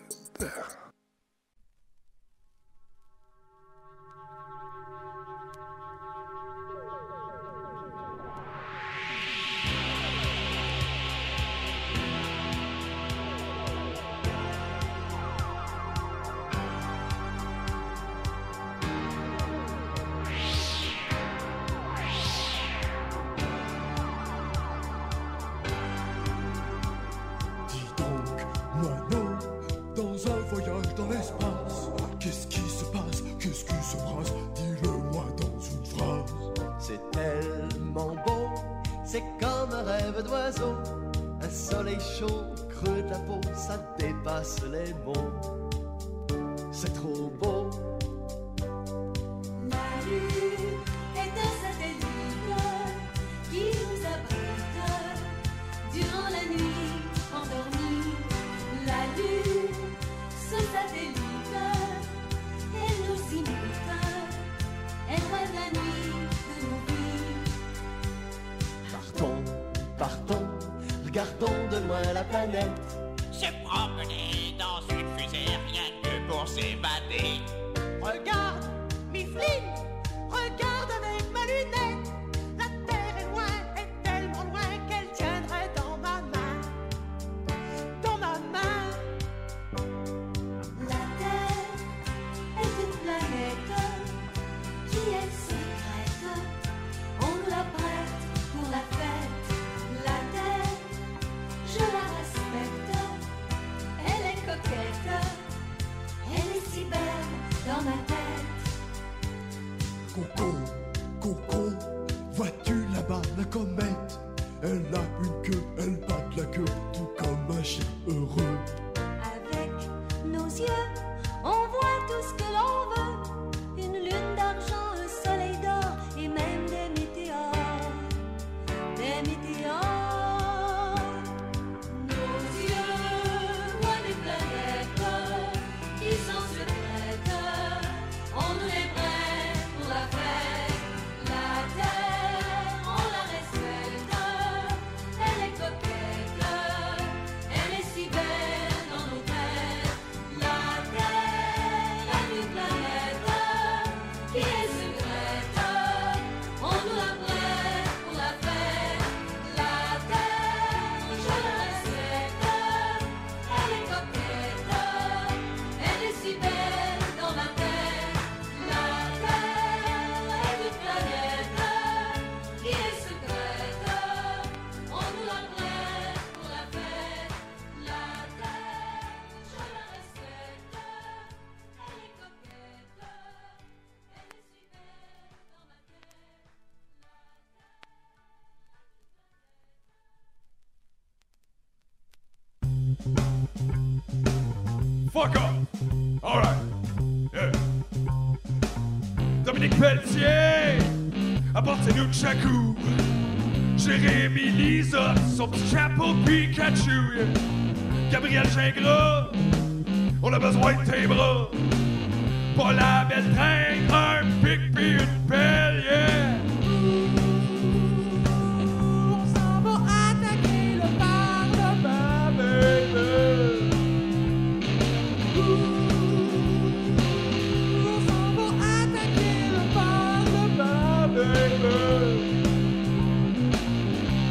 Speaker 7: Dis donc, moineau, dans un voyage dans l'espace, qu'est-ce qui se passe, qu'est-ce qui se passe, dis-le-moi dans une phrase.
Speaker 2: C'est tellement beau, c'est comme un rêve d'oiseau. Un soleil chaud creux de la peau, ça dépasse les mots. C'est trop beau,
Speaker 5: Ma lune est un satellite qui nous abrite durant la nuit endormie. La lune, ce satellite, elle nous imite, elle rêve la nuit de nos vies.
Speaker 2: partons, partons, regardons de loin la planète.
Speaker 8: se promener dans une fusée rien que pour s'évader.
Speaker 2: Regarde, Mifflin, regarde avec ma lunette. La terre est loin, est tellement loin qu'elle tiendrait dans ma main. Dans ma main.
Speaker 5: La Terre est une planète qui est secrète. On nous la prête pour la fête. La Terre, je la respecte. Elle est coquette. Elle est si belle dans ma tête.
Speaker 7: Coco, Coco, vois-tu là-bas la comète Elle a une queue, elle bat de la queue, tout comme un chien heureux.
Speaker 5: Avec nos yeux, on voit tout ce que l'on veut. Une lune d'argent Fuck off. All right. Yeah. Dominique Pelletier, apportez-nous Chakou. Jérémy Lisotte, son petit chapeau Pikachu. yeah. Gabriel Gingras, on a besoin de tes bras. Pas la belle tringle, un pic puis une pelle, yeah. On s'en va attaquer le Parlement, baby. On s'en va attaquer le Parlement, baby.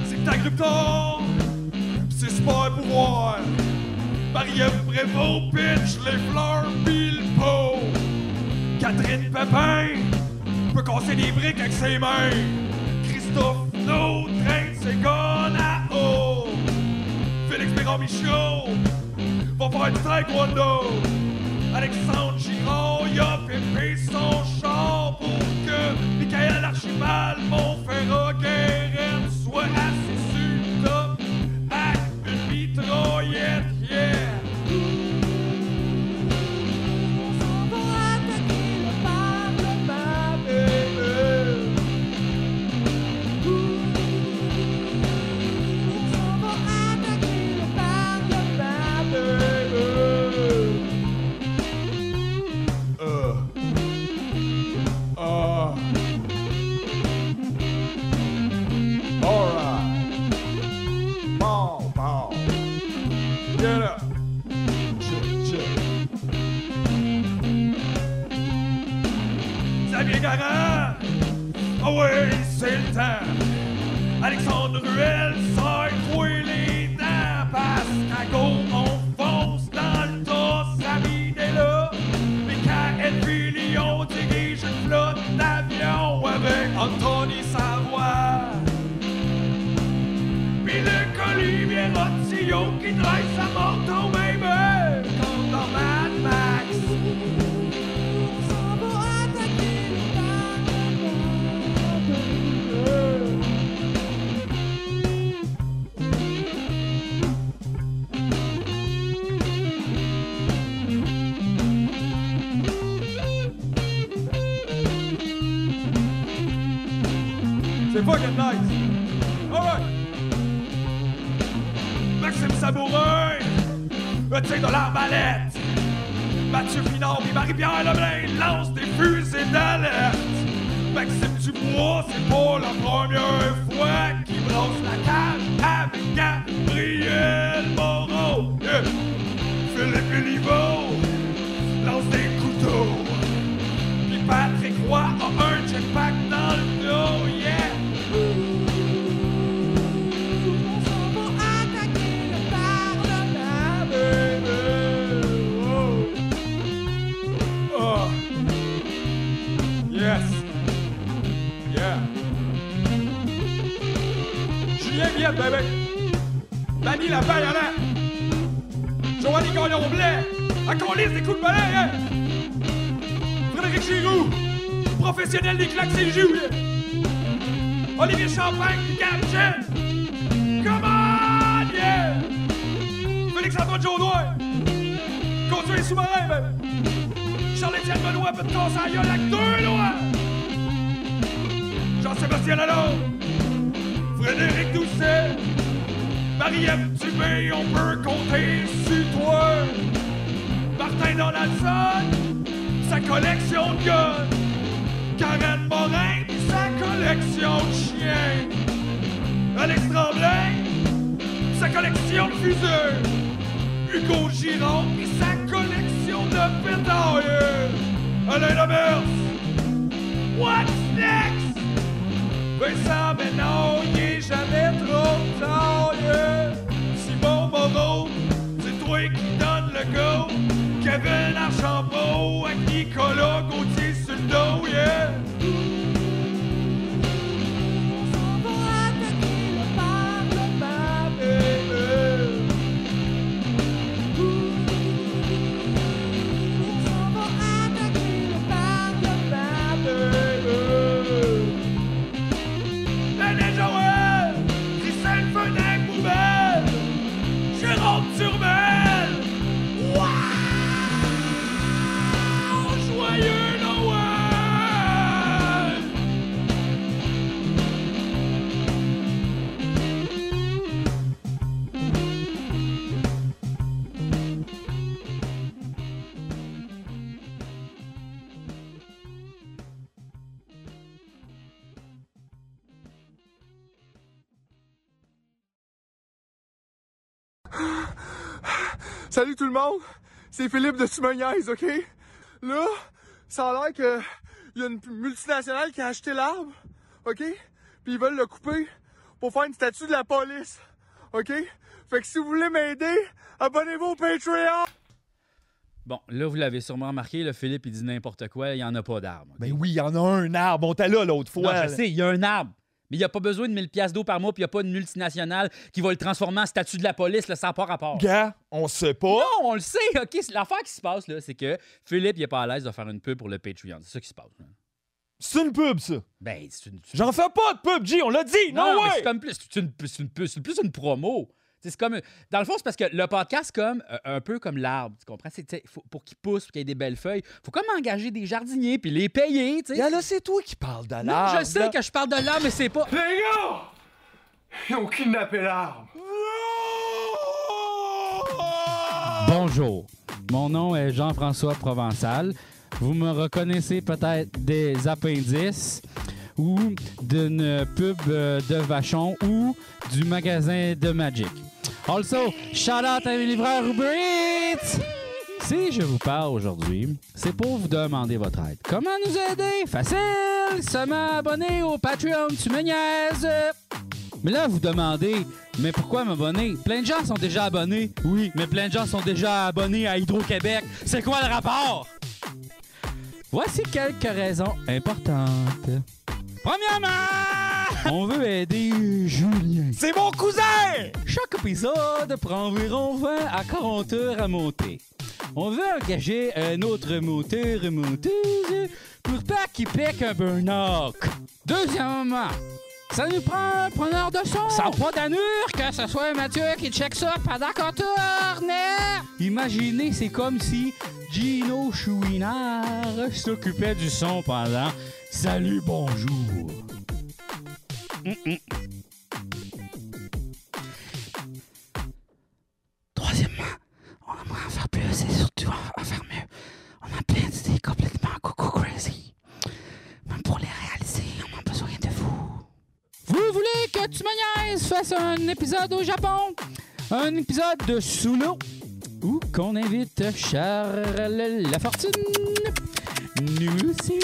Speaker 5: C'est ta grippe tombe, pis c'est super pouvoir. Marie-Ève Prévost pitch les fleurs pis le pot. Catherine Pépin peut casser des briques avec ses mains. Christophe Lautrain, c'est gone à eau. Félix Béran Michaud va faire du taekwondo. Alexandre Girard, il a pépé son char pour que Michael Archibald, Montferrat, Guérin soit assis sur le top avec une mitraillette, yeah! On s'en va attaquer le Parlement, baby. On s'en va attaquer le Parlement, baby. Euh. Ah. All right. Ball, ball. Get up. Chill, chill. Xavier Garand. Ah ouais, c'est le temps. Alexandre Ruel, sors-toi les dents. Passe à gauche, on fonce dans le tas. Samy est là. Mais quand Henry Lyon dirige une flotte d'avions avec Anthony Savoie. Puis le colibé rotillon qui traîne sa morte au baby Comme dans Mad Max On s'en va attaquer le Parlement, baby. C'est fucking nice Alright Maxime Sabourin, le tir de l'arbalète. Mathieu Pinard et Marie-Pierre Lebrun lancent des fusées d'alerte. Maxime Dubois, c'est pour la première fois qu'il brosse la cage avec Gabriel Moreau. Yeah. Philippe Eliveau lance des couteaux. Puis Patrick Roy a un jetpack dans le dos, yeah! On s'en va attaquer le Parlement, baby. Oh. Oh. Yes. Yeah. Julien Viette, baby. Dany Bah, la baïonnette. Joanny Gagnon au blé. À Colis des coups de balai, hein. Frédéric Giroux. Professionnel des claques, c'est le jus, yeah. Olivier Champagne, Captain. Come on, yeah! Félix-Antoine Jaudoin! Conduit sous-marin, baby! ben. Charles-Étienne Benoît, peut de à la gueule avec deux lois! Jean-Sébastien Lalonde! Frédéric Doucet! Marie-Ève Dubé, on peut compter sur toi! Martin Donaldson! Sa collection de guns! Karen Morin, pis sa collection de chiens! Alex Tremblay, sa collection de fuseurs. Hugo Giron et sa collection de pétards. Alain Lemers, what's next? Vincent Ménard, il est jamais trop tard. yeah. Simon Moreau, c'est toi qui donne le go. Kevin Archambault avec Nicolas Gauthier sur le dos, yeah. On s'en va attaquer le Parlement, baby. On s'en va attaquer le Parlement, baby. René Joël, Christelle Fenech-Boubel, Jérôme Turmel. Waouh!
Speaker 9: Salut tout le monde, c'est Philippe de Tumoniaise, OK? Là, ça a l'air que il y a une multinationale qui a acheté l'arbre, OK? Puis ils veulent le couper pour faire une statue de la police, OK? Fait que si vous voulez m'aider, abonnez-vous au Patreon!
Speaker 1: Bon, là, vous l'avez sûrement remarqué, le Philippe, il dit n'importe quoi, il n'y en a pas d'arbre.
Speaker 10: Ben oui, il y en a un arbre. On t'a là l'autre fois.
Speaker 1: Non,
Speaker 10: là.
Speaker 1: je sais, il y a un arbre. Mais il n'y a pas besoin de 1000 pièces d'eau par mois, puis il n'y a pas une multinationale qui va le transformer en statut de la police, là, ça part à part.
Speaker 10: Gars, on sait pas.
Speaker 1: Non, on le sait, OK? c'est- L'affaire qui se passe, là, c'est que Philippe, il n'est pas à l'aise de faire une pub pour le Patreon. C'est ça qui se passe. là.
Speaker 10: C'est une pub, ça.
Speaker 1: Ben, c'est une...
Speaker 10: J'en fais pas de pub, G, on l'a dit.
Speaker 1: Non,
Speaker 10: Non,
Speaker 1: mais
Speaker 10: way!
Speaker 1: c'est comme plus, c'est une, c'est une- c'est plus une promo. Tu sais, C'est comme, dans le fond, c'est parce que le podcast, comme euh, un peu comme l'arbre, tu comprends? C'est, tu sais, faut- pour qu'il pousse, pour qu'il y ait des belles feuilles, faut comme engager des jardiniers puis les payer. tu sais.
Speaker 10: Gars, là, c'est toi qui parles de
Speaker 1: Non,
Speaker 10: l'arbre.
Speaker 1: je sais
Speaker 10: là.
Speaker 1: que je parle de l'arbre, mais c'est pas.
Speaker 9: Les gars! Ils ont kidnappé l'arbre!
Speaker 1: Bonjour, mon nom est Jean-François Provençal. Vous me reconnaissez peut-être des appendices ou d'une pub euh, de Vachon ou du magasin de Magic. Also, shout out à mes livreurs Uber Eats! Si je vous parle aujourd'hui, c'est pour vous demander votre aide. Comment nous aider? Facile! Seulement abonner au Patreon, tu me niaises! Mais là, vous demandez, mais pourquoi m'abonner? Plein de gens sont déjà abonnés, oui, mais plein de gens sont déjà abonnés à Hydro-Québec. C'est quoi le rapport? Voici quelques raisons importantes. Premièrement, on veut aider Julien.
Speaker 10: C'est mon cousin!
Speaker 1: Chaque épisode prend environ 20 à 40 heures à monter. On veut engager un autre moteur monteuse pour pas qu'il pique un burn-out. Deuxièmement, ça nous prend un preneur de son. Ça n'a pas d'annure que ce soit Mathieu qui check ça pendant qu'on tourne. Imaginez, c'est comme si Gino Chouinard s'occupait du son pendant Salut, bonjour. Troisièmement, on aimerait en faire plus et surtout en, en faire mieux. On a plein d'idées complètement coco crazy. Même pour les réaliser, on a besoin de vous. Vous voulez que tu me niaises fasse un épisode au Japon? Un épisode de sous l'eau? Ou qu'on invite Charles Lafortune? Nous aussi.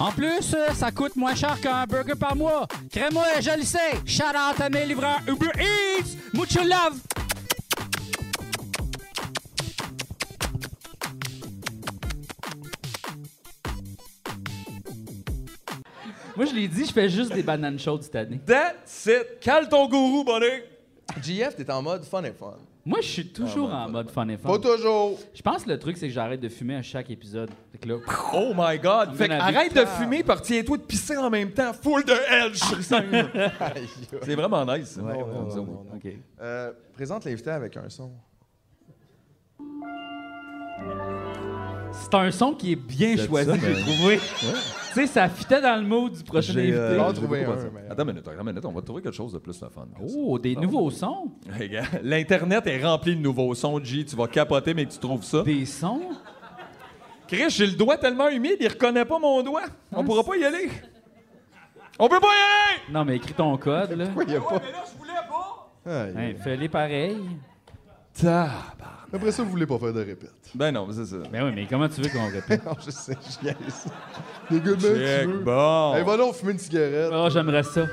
Speaker 1: En plus, euh, ça coûte moins cher qu'un burger par mois. Crée-moi, je le sais. Shout out à mes livreurs Uber Eats. Mucho love. Moi, je l'ai dit, je fais juste des bananes chaudes cette année.
Speaker 10: That's it. Cale ton gourou, bonnet.
Speaker 3: GF, t'es en mode fun et fun.
Speaker 1: Moi, je suis toujours en mode fun et fun.
Speaker 3: Pas toujours.
Speaker 1: Je pense que le truc, c'est que j'arrête de fumer à chaque épisode. Fait que là,
Speaker 10: Oh my God. Fait que
Speaker 1: Amène la
Speaker 10: arrête de fumer, par tiens-toi de pisser en même temps. Full de hell, je suis sûr.
Speaker 3: Aïe, aïe.
Speaker 10: C'est vraiment nice. ça.
Speaker 3: Non, non, non, non, non.
Speaker 1: OK.
Speaker 3: Euh, présente l'invité avec un son.
Speaker 1: C'est un son qui est bien choisi, j'ai trouvé. tu sais, ça fitait dans le mot du prochain
Speaker 4: J'ai,
Speaker 1: invité.
Speaker 4: euh,
Speaker 3: J'en ai
Speaker 4: j'ai
Speaker 3: trouvé
Speaker 4: beaucoup
Speaker 3: un,
Speaker 4: pensé.
Speaker 3: mais-
Speaker 4: Attends une minute, attends une minute, on va trouver quelque chose de plus le fun. que ça.
Speaker 1: Oh, des nouveaux sons?
Speaker 4: Hey, gars, L'Internet est rempli de nouveaux sons, G. Tu vas capoter, mais que tu trouves ça.
Speaker 1: Des sons?
Speaker 4: Chris, j'ai le doigt tellement humide, il reconnaît pas mon doigt. On pourra pas y aller. On peut pas y aller!
Speaker 1: Non, mais écris ton code, là.
Speaker 3: Pourquoi il y a pas. Aïe.
Speaker 1: Hein, Fais-les pareil.
Speaker 3: Après ça, vous voulez pas faire de répète.
Speaker 4: Ben non, c'est ça.
Speaker 1: Mais oui, mais comment tu veux qu'on répète?
Speaker 3: Non, je sais, je niaise. Les gars, ben,
Speaker 4: Check,
Speaker 3: tu veux.
Speaker 4: bon.
Speaker 3: Hey, va donc fumer une cigarette.
Speaker 1: Oh, j'aimerais ça.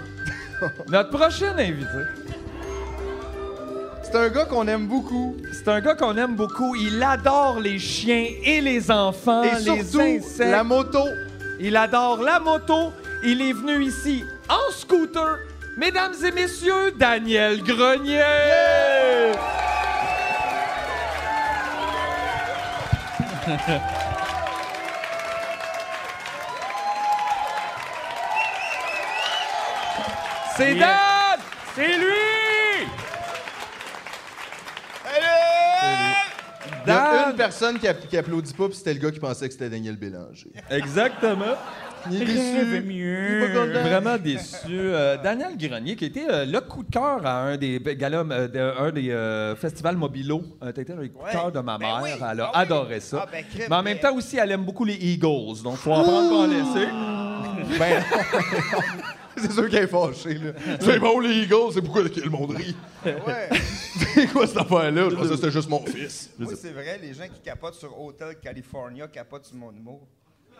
Speaker 4: Notre prochain invité,
Speaker 3: C'est un gars qu'on aime beaucoup.
Speaker 4: c'est un gars qu'on aime beaucoup. Il adore les chiens et les enfants,
Speaker 3: Et
Speaker 4: Ah, les
Speaker 3: surtout,
Speaker 4: insectes.
Speaker 3: la moto.
Speaker 4: Il adore la moto. Il est venu ici en scooter. Mesdames et messieurs, Daniel Grenier! C'est Dan! C'est lui!
Speaker 3: Il y a une personne qui, app- qui applaudit pas, puis c'était le gars qui pensait que c'était Daniel Bélanger.
Speaker 4: Exactement.
Speaker 3: Il est déçu. Il est pas content.
Speaker 4: Vraiment déçu. Euh, Daniel Grenier, qui était euh, le coup de cœur à un des galas, euh, de- un des euh, festivals Mobilo. Euh, T'as été le coup de cœur de ma mère. Elle a adoré ça. mais en même temps
Speaker 1: Ah.
Speaker 4: aussi, elle aime beaucoup les Eagles. Donc, faut en prendre pour en laisser.
Speaker 3: Ben, c'est sûr qu'elle est fâchée. là. C'est bon, les Eagles, c'est pourquoi le monde rit.
Speaker 7: Ouais.
Speaker 3: c'est quoi cette affaire-là? Je pensais que c'était juste mon fils.
Speaker 7: Oui, c'est vrai, les gens qui capotent sur Hotel California capotent sur mon humour.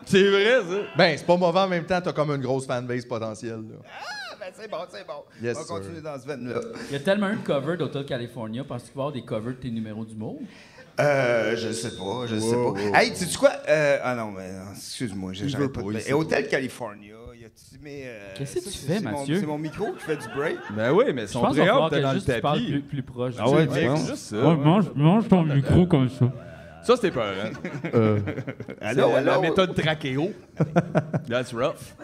Speaker 3: C'est vrai, ça? Ben, c'est pas mauvais en même temps, t'as comme une grosse fanbase potentielle. là.
Speaker 7: Ah, ben c'est bon, c'est bon.
Speaker 3: Yes,
Speaker 7: On
Speaker 3: sir.
Speaker 7: continue dans ce veine-là.
Speaker 1: Il y a tellement eu de covers d'Hotel California. Penses-tu qu'il va y avoir des covers de tes numéros d'humour?
Speaker 7: Euh, je sais pas, je sais pas.
Speaker 1: Wow, wow.
Speaker 7: Hey, tu sais quoi? Euh, ah non, mais non, excuse-moi, j'ai
Speaker 1: Il
Speaker 7: j'arrête
Speaker 1: veut
Speaker 7: pas
Speaker 1: pas,
Speaker 7: de...
Speaker 1: il sait
Speaker 7: Et Hotel
Speaker 1: pas.
Speaker 7: California, y a-tu mes... euh,
Speaker 1: Qu'est-ce que
Speaker 7: ça,
Speaker 1: tu
Speaker 7: c'est-
Speaker 1: fais,
Speaker 7: c'est mon-
Speaker 1: Mathieu?
Speaker 7: C'est mon micro qui fait du break.
Speaker 4: Ben oui, mais
Speaker 1: Je
Speaker 4: son
Speaker 1: pense qu'il va falloir
Speaker 4: préhomme
Speaker 1: que
Speaker 4: dans le
Speaker 1: juste tu parles
Speaker 4: tapis.
Speaker 1: plus, plus proche.
Speaker 4: Ah ouais,
Speaker 1: tu
Speaker 4: tu
Speaker 1: sais.
Speaker 4: penses? Juste ça,
Speaker 1: Ouais,
Speaker 4: ouais.
Speaker 1: mange, mange ton micro comme ça.
Speaker 4: Ça, c'était peur, hein?
Speaker 1: Euh.
Speaker 4: Allô,
Speaker 1: Allô,
Speaker 4: La
Speaker 1: allô?
Speaker 4: méthode trachéo. That's rough.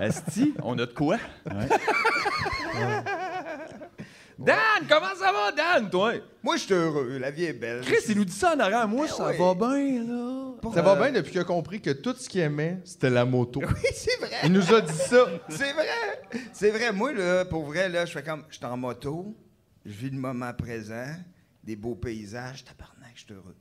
Speaker 4: Asti, on a de quoi? Dan, comment ça va, Dan, toi?
Speaker 7: Moi, je suis heureux, la vie est belle.
Speaker 4: Chris, il nous dit ça en arrière. Moi, ça
Speaker 7: Ben
Speaker 4: va bien, là.
Speaker 3: Ça va bien depuis qu'il a compris que tout ce qu'il aimait, c'était la moto.
Speaker 7: Euh, Oui, c'est vrai.
Speaker 3: Il nous a dit ça.
Speaker 7: C'est vrai. C'est vrai. Moi, là, pour vrai, là, je fais comme. Je suis en moto, je vis le moment présent, des beaux paysages, tabarnak, je suis heureux.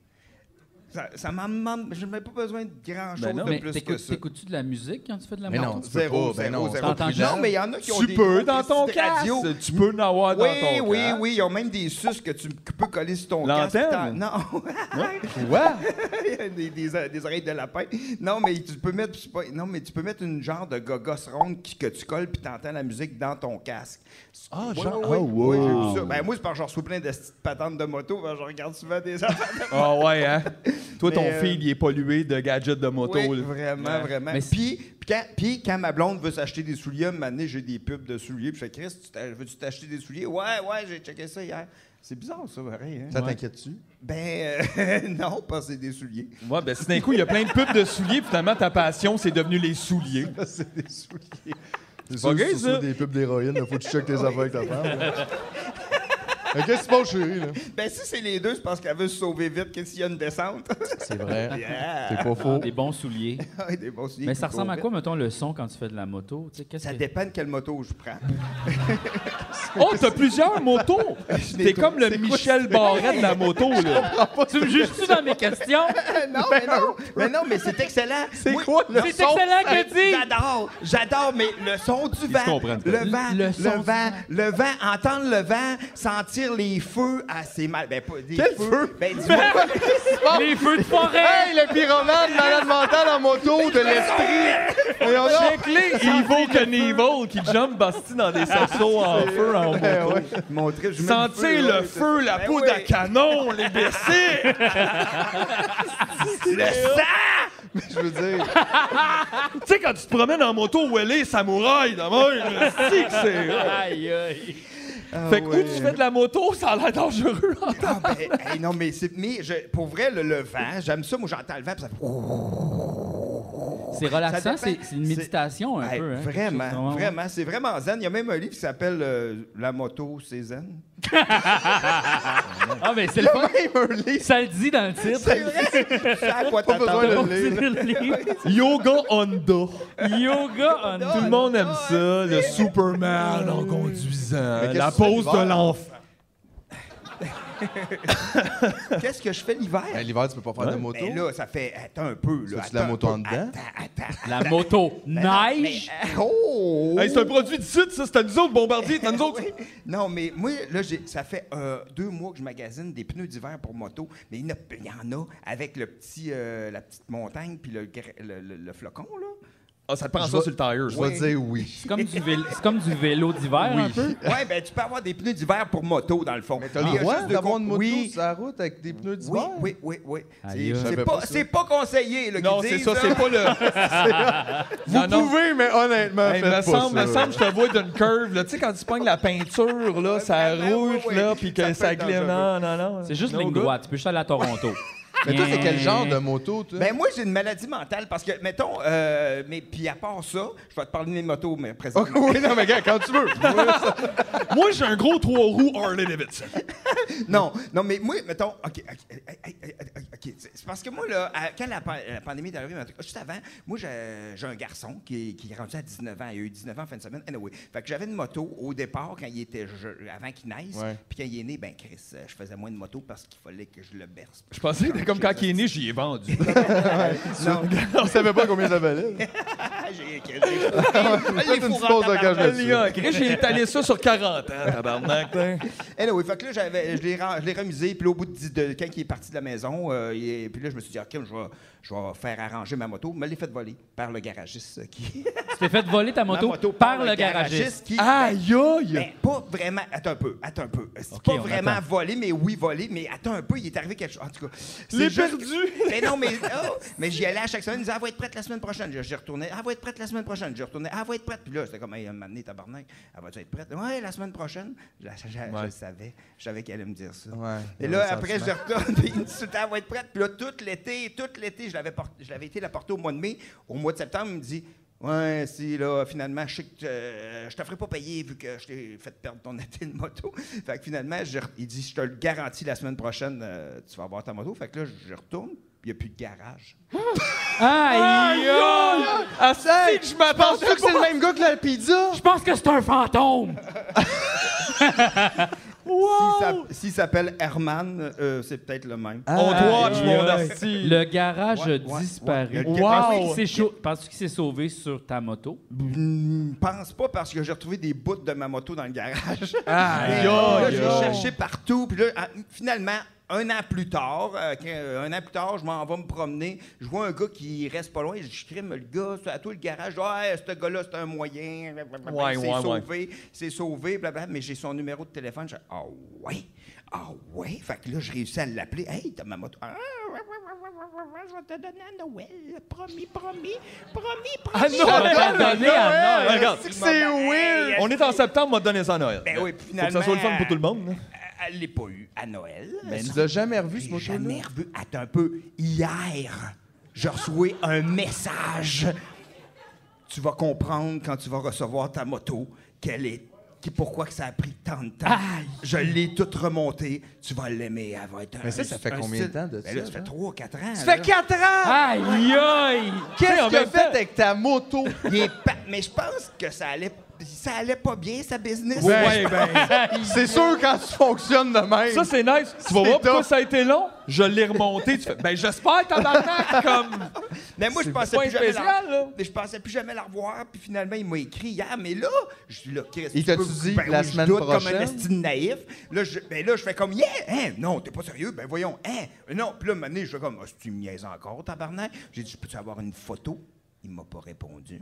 Speaker 7: Ça, ça m'en demande. Je n'ai pas besoin de grand-chose
Speaker 1: Ben non,
Speaker 7: de
Speaker 1: mais
Speaker 7: plus que
Speaker 1: t'écoutes-
Speaker 7: ça.
Speaker 1: t'écoutes-tu de la musique quand tu fais de la
Speaker 7: Mais
Speaker 1: moto?
Speaker 7: non, tu peux Zéro, pas, ben zéro, non. zéro.
Speaker 1: T'entends
Speaker 7: Non, mais il y en a qui ont des gros petits radios.
Speaker 4: Tu peux en avoir
Speaker 7: Oui,
Speaker 4: dans ton
Speaker 7: oui,
Speaker 4: casque.
Speaker 7: oui, ils ont même des suces que tu peux coller sur ton casque.
Speaker 4: L'antenne?
Speaker 7: t'en- Non.
Speaker 4: Quoi?
Speaker 7: Il y a des, des, euh, des oreilles de lapin. Non, mais tu peux mettre, c'est pas- non, mais tu peux mettre une genre de gogosse ronde qui- que tu colles puis t'entends la musique dans ton casque. Ah,
Speaker 4: genre-
Speaker 7: oui,
Speaker 4: ah,
Speaker 7: oui,
Speaker 4: wow.
Speaker 7: j'ai vu ça. Ben, moi, c'est parce que je reçois plein de petites patentes de moto. parce que je regarde souvent des affaires de
Speaker 4: Ah ouais, hein? Toi, ton
Speaker 7: Mais, euh,
Speaker 4: feed, il est pollué de gadgets de moto.
Speaker 7: oui,
Speaker 4: là.
Speaker 7: vraiment,
Speaker 4: Ouais.
Speaker 7: vraiment.
Speaker 4: Mais
Speaker 7: Puis, puis quand, puis quand ma blonde veut s'acheter des souliers, un moment donné, j'ai des pubs de souliers. Puis je fais, Chris, tu t'ach- veux-tu t'acheter des souliers? Ouais, ouais, j'ai checké ça hier. C'est bizarre, ça, pareil. hein?
Speaker 3: Ça t'inquiète-tu?
Speaker 7: Ben, euh, non, parce que c'est des souliers.
Speaker 4: Ouais, ben si d'un coup, il y a plein de pubs de souliers, puis finalement, ta passion, c'est devenu les souliers.
Speaker 3: c'est des souliers.
Speaker 4: C'est
Speaker 3: sûr
Speaker 4: pas
Speaker 3: que
Speaker 4: gay,
Speaker 3: tu reçois
Speaker 4: ça?
Speaker 3: des pubs d'héroïne, là, faut que tu checkes tes affaires avec ta femme. là. Mais Qu'est-ce qui se passe, chérie? là?
Speaker 7: Ben, si c'est les deux, c'est parce qu'elle veut se sauver vite que s'il y a une descente.
Speaker 3: C'est vrai.
Speaker 7: Yeah.
Speaker 3: C'est pas faux.
Speaker 1: Des bons souliers.
Speaker 7: Ouais, Ah des bons souliers
Speaker 1: Mais
Speaker 7: qui
Speaker 1: ça
Speaker 7: courent
Speaker 1: ressemble à
Speaker 7: vite.
Speaker 1: quoi, mettons, le son quand tu fais de la moto? Tu sais, qu'est-ce
Speaker 7: Ça
Speaker 1: que-
Speaker 7: Ah, dépend de quelle moto je prends.
Speaker 4: Oh, t'as plusieurs motos! T'es comme le Michel Barret de la moto, là.
Speaker 1: Tu me juges-tu dans mes questions?
Speaker 7: non, mais non, mais non, mais c'est excellent. C'est
Speaker 4: quoi
Speaker 1: le C'est son? excellent que dit.
Speaker 7: J'adore, j'adore, mais le son du vent,
Speaker 4: comprennent pas.
Speaker 7: le vent,
Speaker 4: Le
Speaker 7: le,
Speaker 4: son du
Speaker 7: vent, le vent, entendre le vent, sentir les feux, ah, c'est mal. Ben, pas des
Speaker 3: Quel
Speaker 7: feux.
Speaker 3: feu?
Speaker 7: Ben, dis-moi.
Speaker 1: Les feux de forêt!
Speaker 3: Hey, le pyromane, malade mental en moto, de l'esprit! Voyons donc.
Speaker 4: Check-les! Il vaut que Neville qui jump basti dans des cerceaux en feu en
Speaker 3: Ben
Speaker 4: moto.
Speaker 3: ouais.
Speaker 7: Mon trip, je mets du
Speaker 4: Sentir le
Speaker 7: ouais, c'est-
Speaker 4: feu, la
Speaker 7: Ben
Speaker 4: poudre
Speaker 7: oui.
Speaker 4: à canon, les blessés! le sang!
Speaker 3: Je veux dire,
Speaker 4: Tu sais, quand tu te promènes en moto, où elle est, samouraï, d'abord, je sais que c'est...
Speaker 1: Aïe, aïe.
Speaker 4: Fait que
Speaker 7: ouais.
Speaker 4: où tu fais de la moto, ça a l'air dangereux. en temps.
Speaker 7: Ah, ben, hey, non, mais c'est. Mais je- pour vrai, le, le vent, j'aime ça. Moi, j'entends le vent, puis ça.
Speaker 1: C'est
Speaker 7: Ça
Speaker 1: relaxant,
Speaker 7: dépend.
Speaker 1: c'est c'est une
Speaker 7: C'est-
Speaker 1: méditation un
Speaker 7: Hey,
Speaker 1: peu. hein, quelque
Speaker 7: vraiment,
Speaker 1: chose, ouais, ouais.
Speaker 7: vraiment. C'est vraiment zen. Il y a même un livre qui s'appelle euh, La moto, c'est zen.
Speaker 1: Ah, mais c'est le fun. Ça le dit dans le titre.
Speaker 7: C'est vrai. Ça à quoi
Speaker 3: pas besoin
Speaker 7: t'attends.
Speaker 3: de le lire.
Speaker 4: Yoga Honda.
Speaker 1: Yoga
Speaker 4: Tout
Speaker 1: on
Speaker 4: le monde aime ça, le Superman en conduisant,
Speaker 3: qu'est-ce
Speaker 4: la
Speaker 3: que tu fais
Speaker 4: pose de
Speaker 3: l'hiver?
Speaker 4: l'enfant.
Speaker 7: Qu'est-ce que je fais l'hiver?
Speaker 3: Ben, l'hiver, tu peux pas faire de moto.
Speaker 7: Ben là, ça fait. Attends un peu. Là,
Speaker 3: Fais-tu de la
Speaker 7: Attends
Speaker 3: moto
Speaker 7: un
Speaker 3: en
Speaker 7: peu.
Speaker 3: dedans?
Speaker 7: Attends, attends.
Speaker 1: La moto
Speaker 7: Mais-
Speaker 1: neige.
Speaker 7: Oh!
Speaker 4: Hey, c'est un produit du sud, ça. C'est à nous autres, Bombardier. C'est à nous autres.
Speaker 7: Oui. Non, mais moi, là, j'ai- ça fait euh, deux mois que je magasine des pneus d'hiver pour moto, mais il y en a, il y en a avec le petit, euh, la petite montagne puis le, gra- le, le- le flocon, là.
Speaker 4: Ah, ça te prend
Speaker 3: Je
Speaker 4: ça
Speaker 3: vais-
Speaker 4: sur le tire.
Speaker 3: Je
Speaker 4: là.
Speaker 3: vais dire oui.
Speaker 1: C'est comme du vélo, c'est comme du vélo d'hiver un peu.
Speaker 7: Ouais, ben tu peux avoir des pneus d'hiver pour moto, dans le fond.
Speaker 3: T'as
Speaker 7: Il y
Speaker 3: le
Speaker 7: a
Speaker 3: droit
Speaker 7: juste deux
Speaker 3: Ah d'avoir
Speaker 7: con-
Speaker 3: une moto
Speaker 7: Oui,
Speaker 3: sur la route avec des pneus
Speaker 7: oui,
Speaker 3: d'hiver?
Speaker 7: oui, oui, oui.
Speaker 1: Aïe,
Speaker 7: C'est-
Speaker 1: euh,
Speaker 3: je savais
Speaker 7: C'est
Speaker 3: pas
Speaker 7: pas,
Speaker 3: ça.
Speaker 7: c'est pas conseillé, là,
Speaker 4: Non,
Speaker 7: qu'ils
Speaker 4: c'est
Speaker 7: disent, hein.
Speaker 4: ça.
Speaker 7: là.
Speaker 4: C'est pas le.
Speaker 3: Vous
Speaker 4: hein? Non, non.
Speaker 3: pouvez, mais honnêtement,
Speaker 4: Hey,
Speaker 3: faites
Speaker 4: me
Speaker 3: pas
Speaker 4: semble,
Speaker 3: ça.
Speaker 4: me semble, je te vois d'une curve. là. Tu sais, quand tu pognes la peinture, là, ça
Speaker 7: ben, oui,
Speaker 4: rouge,
Speaker 7: oui.
Speaker 4: là, puis que
Speaker 7: Ça peut
Speaker 4: ça
Speaker 7: être
Speaker 4: glisse. Non, non, non.
Speaker 1: C'est juste
Speaker 4: No
Speaker 1: ligne
Speaker 4: good.
Speaker 1: droite. Tu peux juste aller à Toronto.
Speaker 3: Mais toi, c'est quel genre de moto, toi?
Speaker 7: Ben moi, j'ai une maladie mentale parce que, mettons, euh, mais puis à part ça, je vais te parler de mes motos, mais présentement.
Speaker 3: oh, Oui, non, mais gars, quand tu veux.
Speaker 4: Moi, j'ai un gros trois roues Harley Davidson.
Speaker 7: Non, non, mais moi, mettons, OK, OK, hey, hey, hey, hey, hey, OK, c'est c'est parce que moi, là, à- quand la, pan- la pandémie est arrivée, en tout cas, juste avant, moi, j'ai j'ai un garçon qui, est- qui est rendu à 19 ans. Il a eu 19 ans en fin de semaine. Anyway, fait que j'avais une moto au départ, quand il était je- avant qu'il naisse.
Speaker 4: Ouais.
Speaker 7: Puis quand il est né, ben Chris, euh, je faisais moins de moto parce qu'il fallait que je le berce.
Speaker 4: Ah, Je pensais que c'était comme quand il est né, j'y ai vendu.
Speaker 7: Non. Ah,
Speaker 4: On savait pas combien ça valait.
Speaker 7: J'ai écrit.
Speaker 4: Faites une petite pause de cage là-dessus. Chris, Ah, j'ai étalé ça sur 40 ans, tabarnak.
Speaker 7: Anyway, fait que là, j'avais, je l'ai, ra- je l'ai remisé. Puis là, au bout de, dix- de- quand il est parti de la maison, euh, il est- puis là, je me suis dit, OK, je vais, je vais faire arranger ma moto. Me l'ai fait voler par le garagiste
Speaker 1: Tu
Speaker 7: qui.
Speaker 1: t'es fait voler ta
Speaker 7: Ma
Speaker 1: moto, par, le garagiste.
Speaker 7: qui-
Speaker 1: Aïe, aïe!
Speaker 7: Ben, pas vraiment. Attends un peu, attends un peu. C'est
Speaker 1: on
Speaker 7: pas vraiment
Speaker 1: attend.
Speaker 7: volé, mais oui, volé. Mais attends un peu, il est arrivé quelque chose. En tout cas, c'est juste que- Mais non, mais, oh, mais j'y allais à chaque semaine. Il disait, ah, elle va être prête la semaine prochaine. Je- J'y retournais, ah, elle va être prête la semaine prochaine. J'y retournais, ah, elle va être prête. Puis là, c'était comme, hey, un moment donné, tabarnak, elle va être prête? Ouais, la semaine prochaine. Je, la- je- je- je le savais. Je savais qu'elle allait me dire ça. Et
Speaker 3: Ouais,
Speaker 7: là,
Speaker 3: ça,
Speaker 7: après,
Speaker 3: tu
Speaker 7: je retourne, puis il me dit tout le temps, elle va être prête. Puis là, tout l'été, tout l'été, je l'avais, porté- je l'avais été la porter au mois de mai. Au mois de septembre, il me dit, ouais, si, là, finalement, je sais que euh, je te ferai pas payer vu que je t'ai fait perdre ton été de moto. Fait que finalement, je- il dit, je te le garantis, la semaine prochaine, euh, tu vas avoir ta moto. Fait que là, je retourne, puis il n'y a plus de garage.
Speaker 1: Aïe, aïe!
Speaker 4: Assez! Je
Speaker 1: Penses-tu que c'est le
Speaker 4: même gars que la pizza?
Speaker 1: Je pense que c'est un fantôme!
Speaker 7: S'il s'app- S'il s'appelle Herman, euh, c'est peut-être le même.
Speaker 1: Le garage
Speaker 7: Ouais, ouais,
Speaker 1: disparu.
Speaker 7: ouais. Le- Penses-tu
Speaker 1: Penses-tu
Speaker 7: qu'il
Speaker 1: qu'il
Speaker 7: s'est
Speaker 1: s'est chau- Penses-tu qu'il s'est sauvé sur ta moto?
Speaker 7: Je Mm, pense pas parce que j'ai retrouvé des bouts de ma moto dans le garage.
Speaker 1: Aïe,
Speaker 7: Et là,
Speaker 1: aïe,
Speaker 7: je
Speaker 1: aïe.
Speaker 7: l'ai cherché partout. Puis là, ah, finalement, un an plus tard, euh, quand- euh, un an plus tard, je m'en vais me promener. Je vois un gars qui reste pas loin. Je crime le gars, c'est à tout le garage. Je dis, Ouais, ce gars-là, c'est un moyen.
Speaker 4: Ouais,
Speaker 7: il s'est
Speaker 4: ouais,
Speaker 7: sauvé. Il s'est sauvé, blablabla. Mais j'ai son numéro de téléphone. Je dis, ah ouais, ah ouais. Fait que là, je réussis à l'appeler. Hey, t'as ma moto. Ah, Je vais te donner à Noël. Promis, promis, promis, promis.
Speaker 4: Ah non,
Speaker 7: Noël, Noël.
Speaker 4: Regarde,
Speaker 7: C'est que c'est weird.
Speaker 4: On est en septembre, on va te donner ça à Noël.
Speaker 7: Ben oui, puis
Speaker 4: Faut que ça
Speaker 7: finalement,
Speaker 4: soit le fun pour tout le monde. hein. là.
Speaker 7: Elle l'a pas eu à Noël.
Speaker 3: Mais
Speaker 7: Elle
Speaker 3: tu l'as jamais revu, ce moto-là?
Speaker 7: jamais revu. Attends un peu. Hier, je reçois un message. Tu vas comprendre quand tu vas recevoir ta moto qu'elle est. qui- pourquoi que ça a pris tant de temps. Je l'ai toute remontée. Tu vas l'aimer. Elle va être
Speaker 3: Mais ça, ça fait combien de temps de
Speaker 7: Ben
Speaker 3: ça,
Speaker 7: là, ça fait
Speaker 3: là?
Speaker 7: 3 4 ans.
Speaker 3: Ça
Speaker 7: là.
Speaker 3: fait 4 ans!
Speaker 1: Aïe, aïe!
Speaker 3: Qu'est-ce
Speaker 7: en
Speaker 3: que
Speaker 7: même
Speaker 3: fait avec ta moto?
Speaker 7: Il est pa- Mais je pense que ça allait. Ça allait pas bien, sa business.
Speaker 3: Ouais,
Speaker 7: Je pense-
Speaker 3: ben, c'est sûr quand tu fonctionnes de même.
Speaker 4: Ça, c'est nice.
Speaker 3: C'est
Speaker 4: Tu vas voir pourquoi
Speaker 3: top.
Speaker 4: ça a été long. Je l'ai remonté. Tu fais, ben, j'espère, tabarnak, comme.
Speaker 7: Mais moi, je
Speaker 4: C'est
Speaker 7: pensais
Speaker 4: pas
Speaker 7: plus jamais
Speaker 4: spécial,
Speaker 7: la... mais je pensais plus jamais la revoir. Puis finalement, il m'a écrit hier. Mais là, je suis là, Chris.
Speaker 3: Il
Speaker 7: tu
Speaker 3: t'a-tu
Speaker 7: peux-
Speaker 3: dit
Speaker 7: ben
Speaker 3: la
Speaker 7: oui, je
Speaker 3: semaine
Speaker 7: doute comme
Speaker 3: prochaine?
Speaker 7: un esti de naïf. Là, je, ben là, je fais comme, yeah, hein, non, t'es pas sérieux. Ben voyons, hein, non. Puis là, un moment donné, je fais comme, Ah, si tu me niaises encore, tabarnak. J'ai dit, peux-tu avoir une photo? Il m'a pas répondu.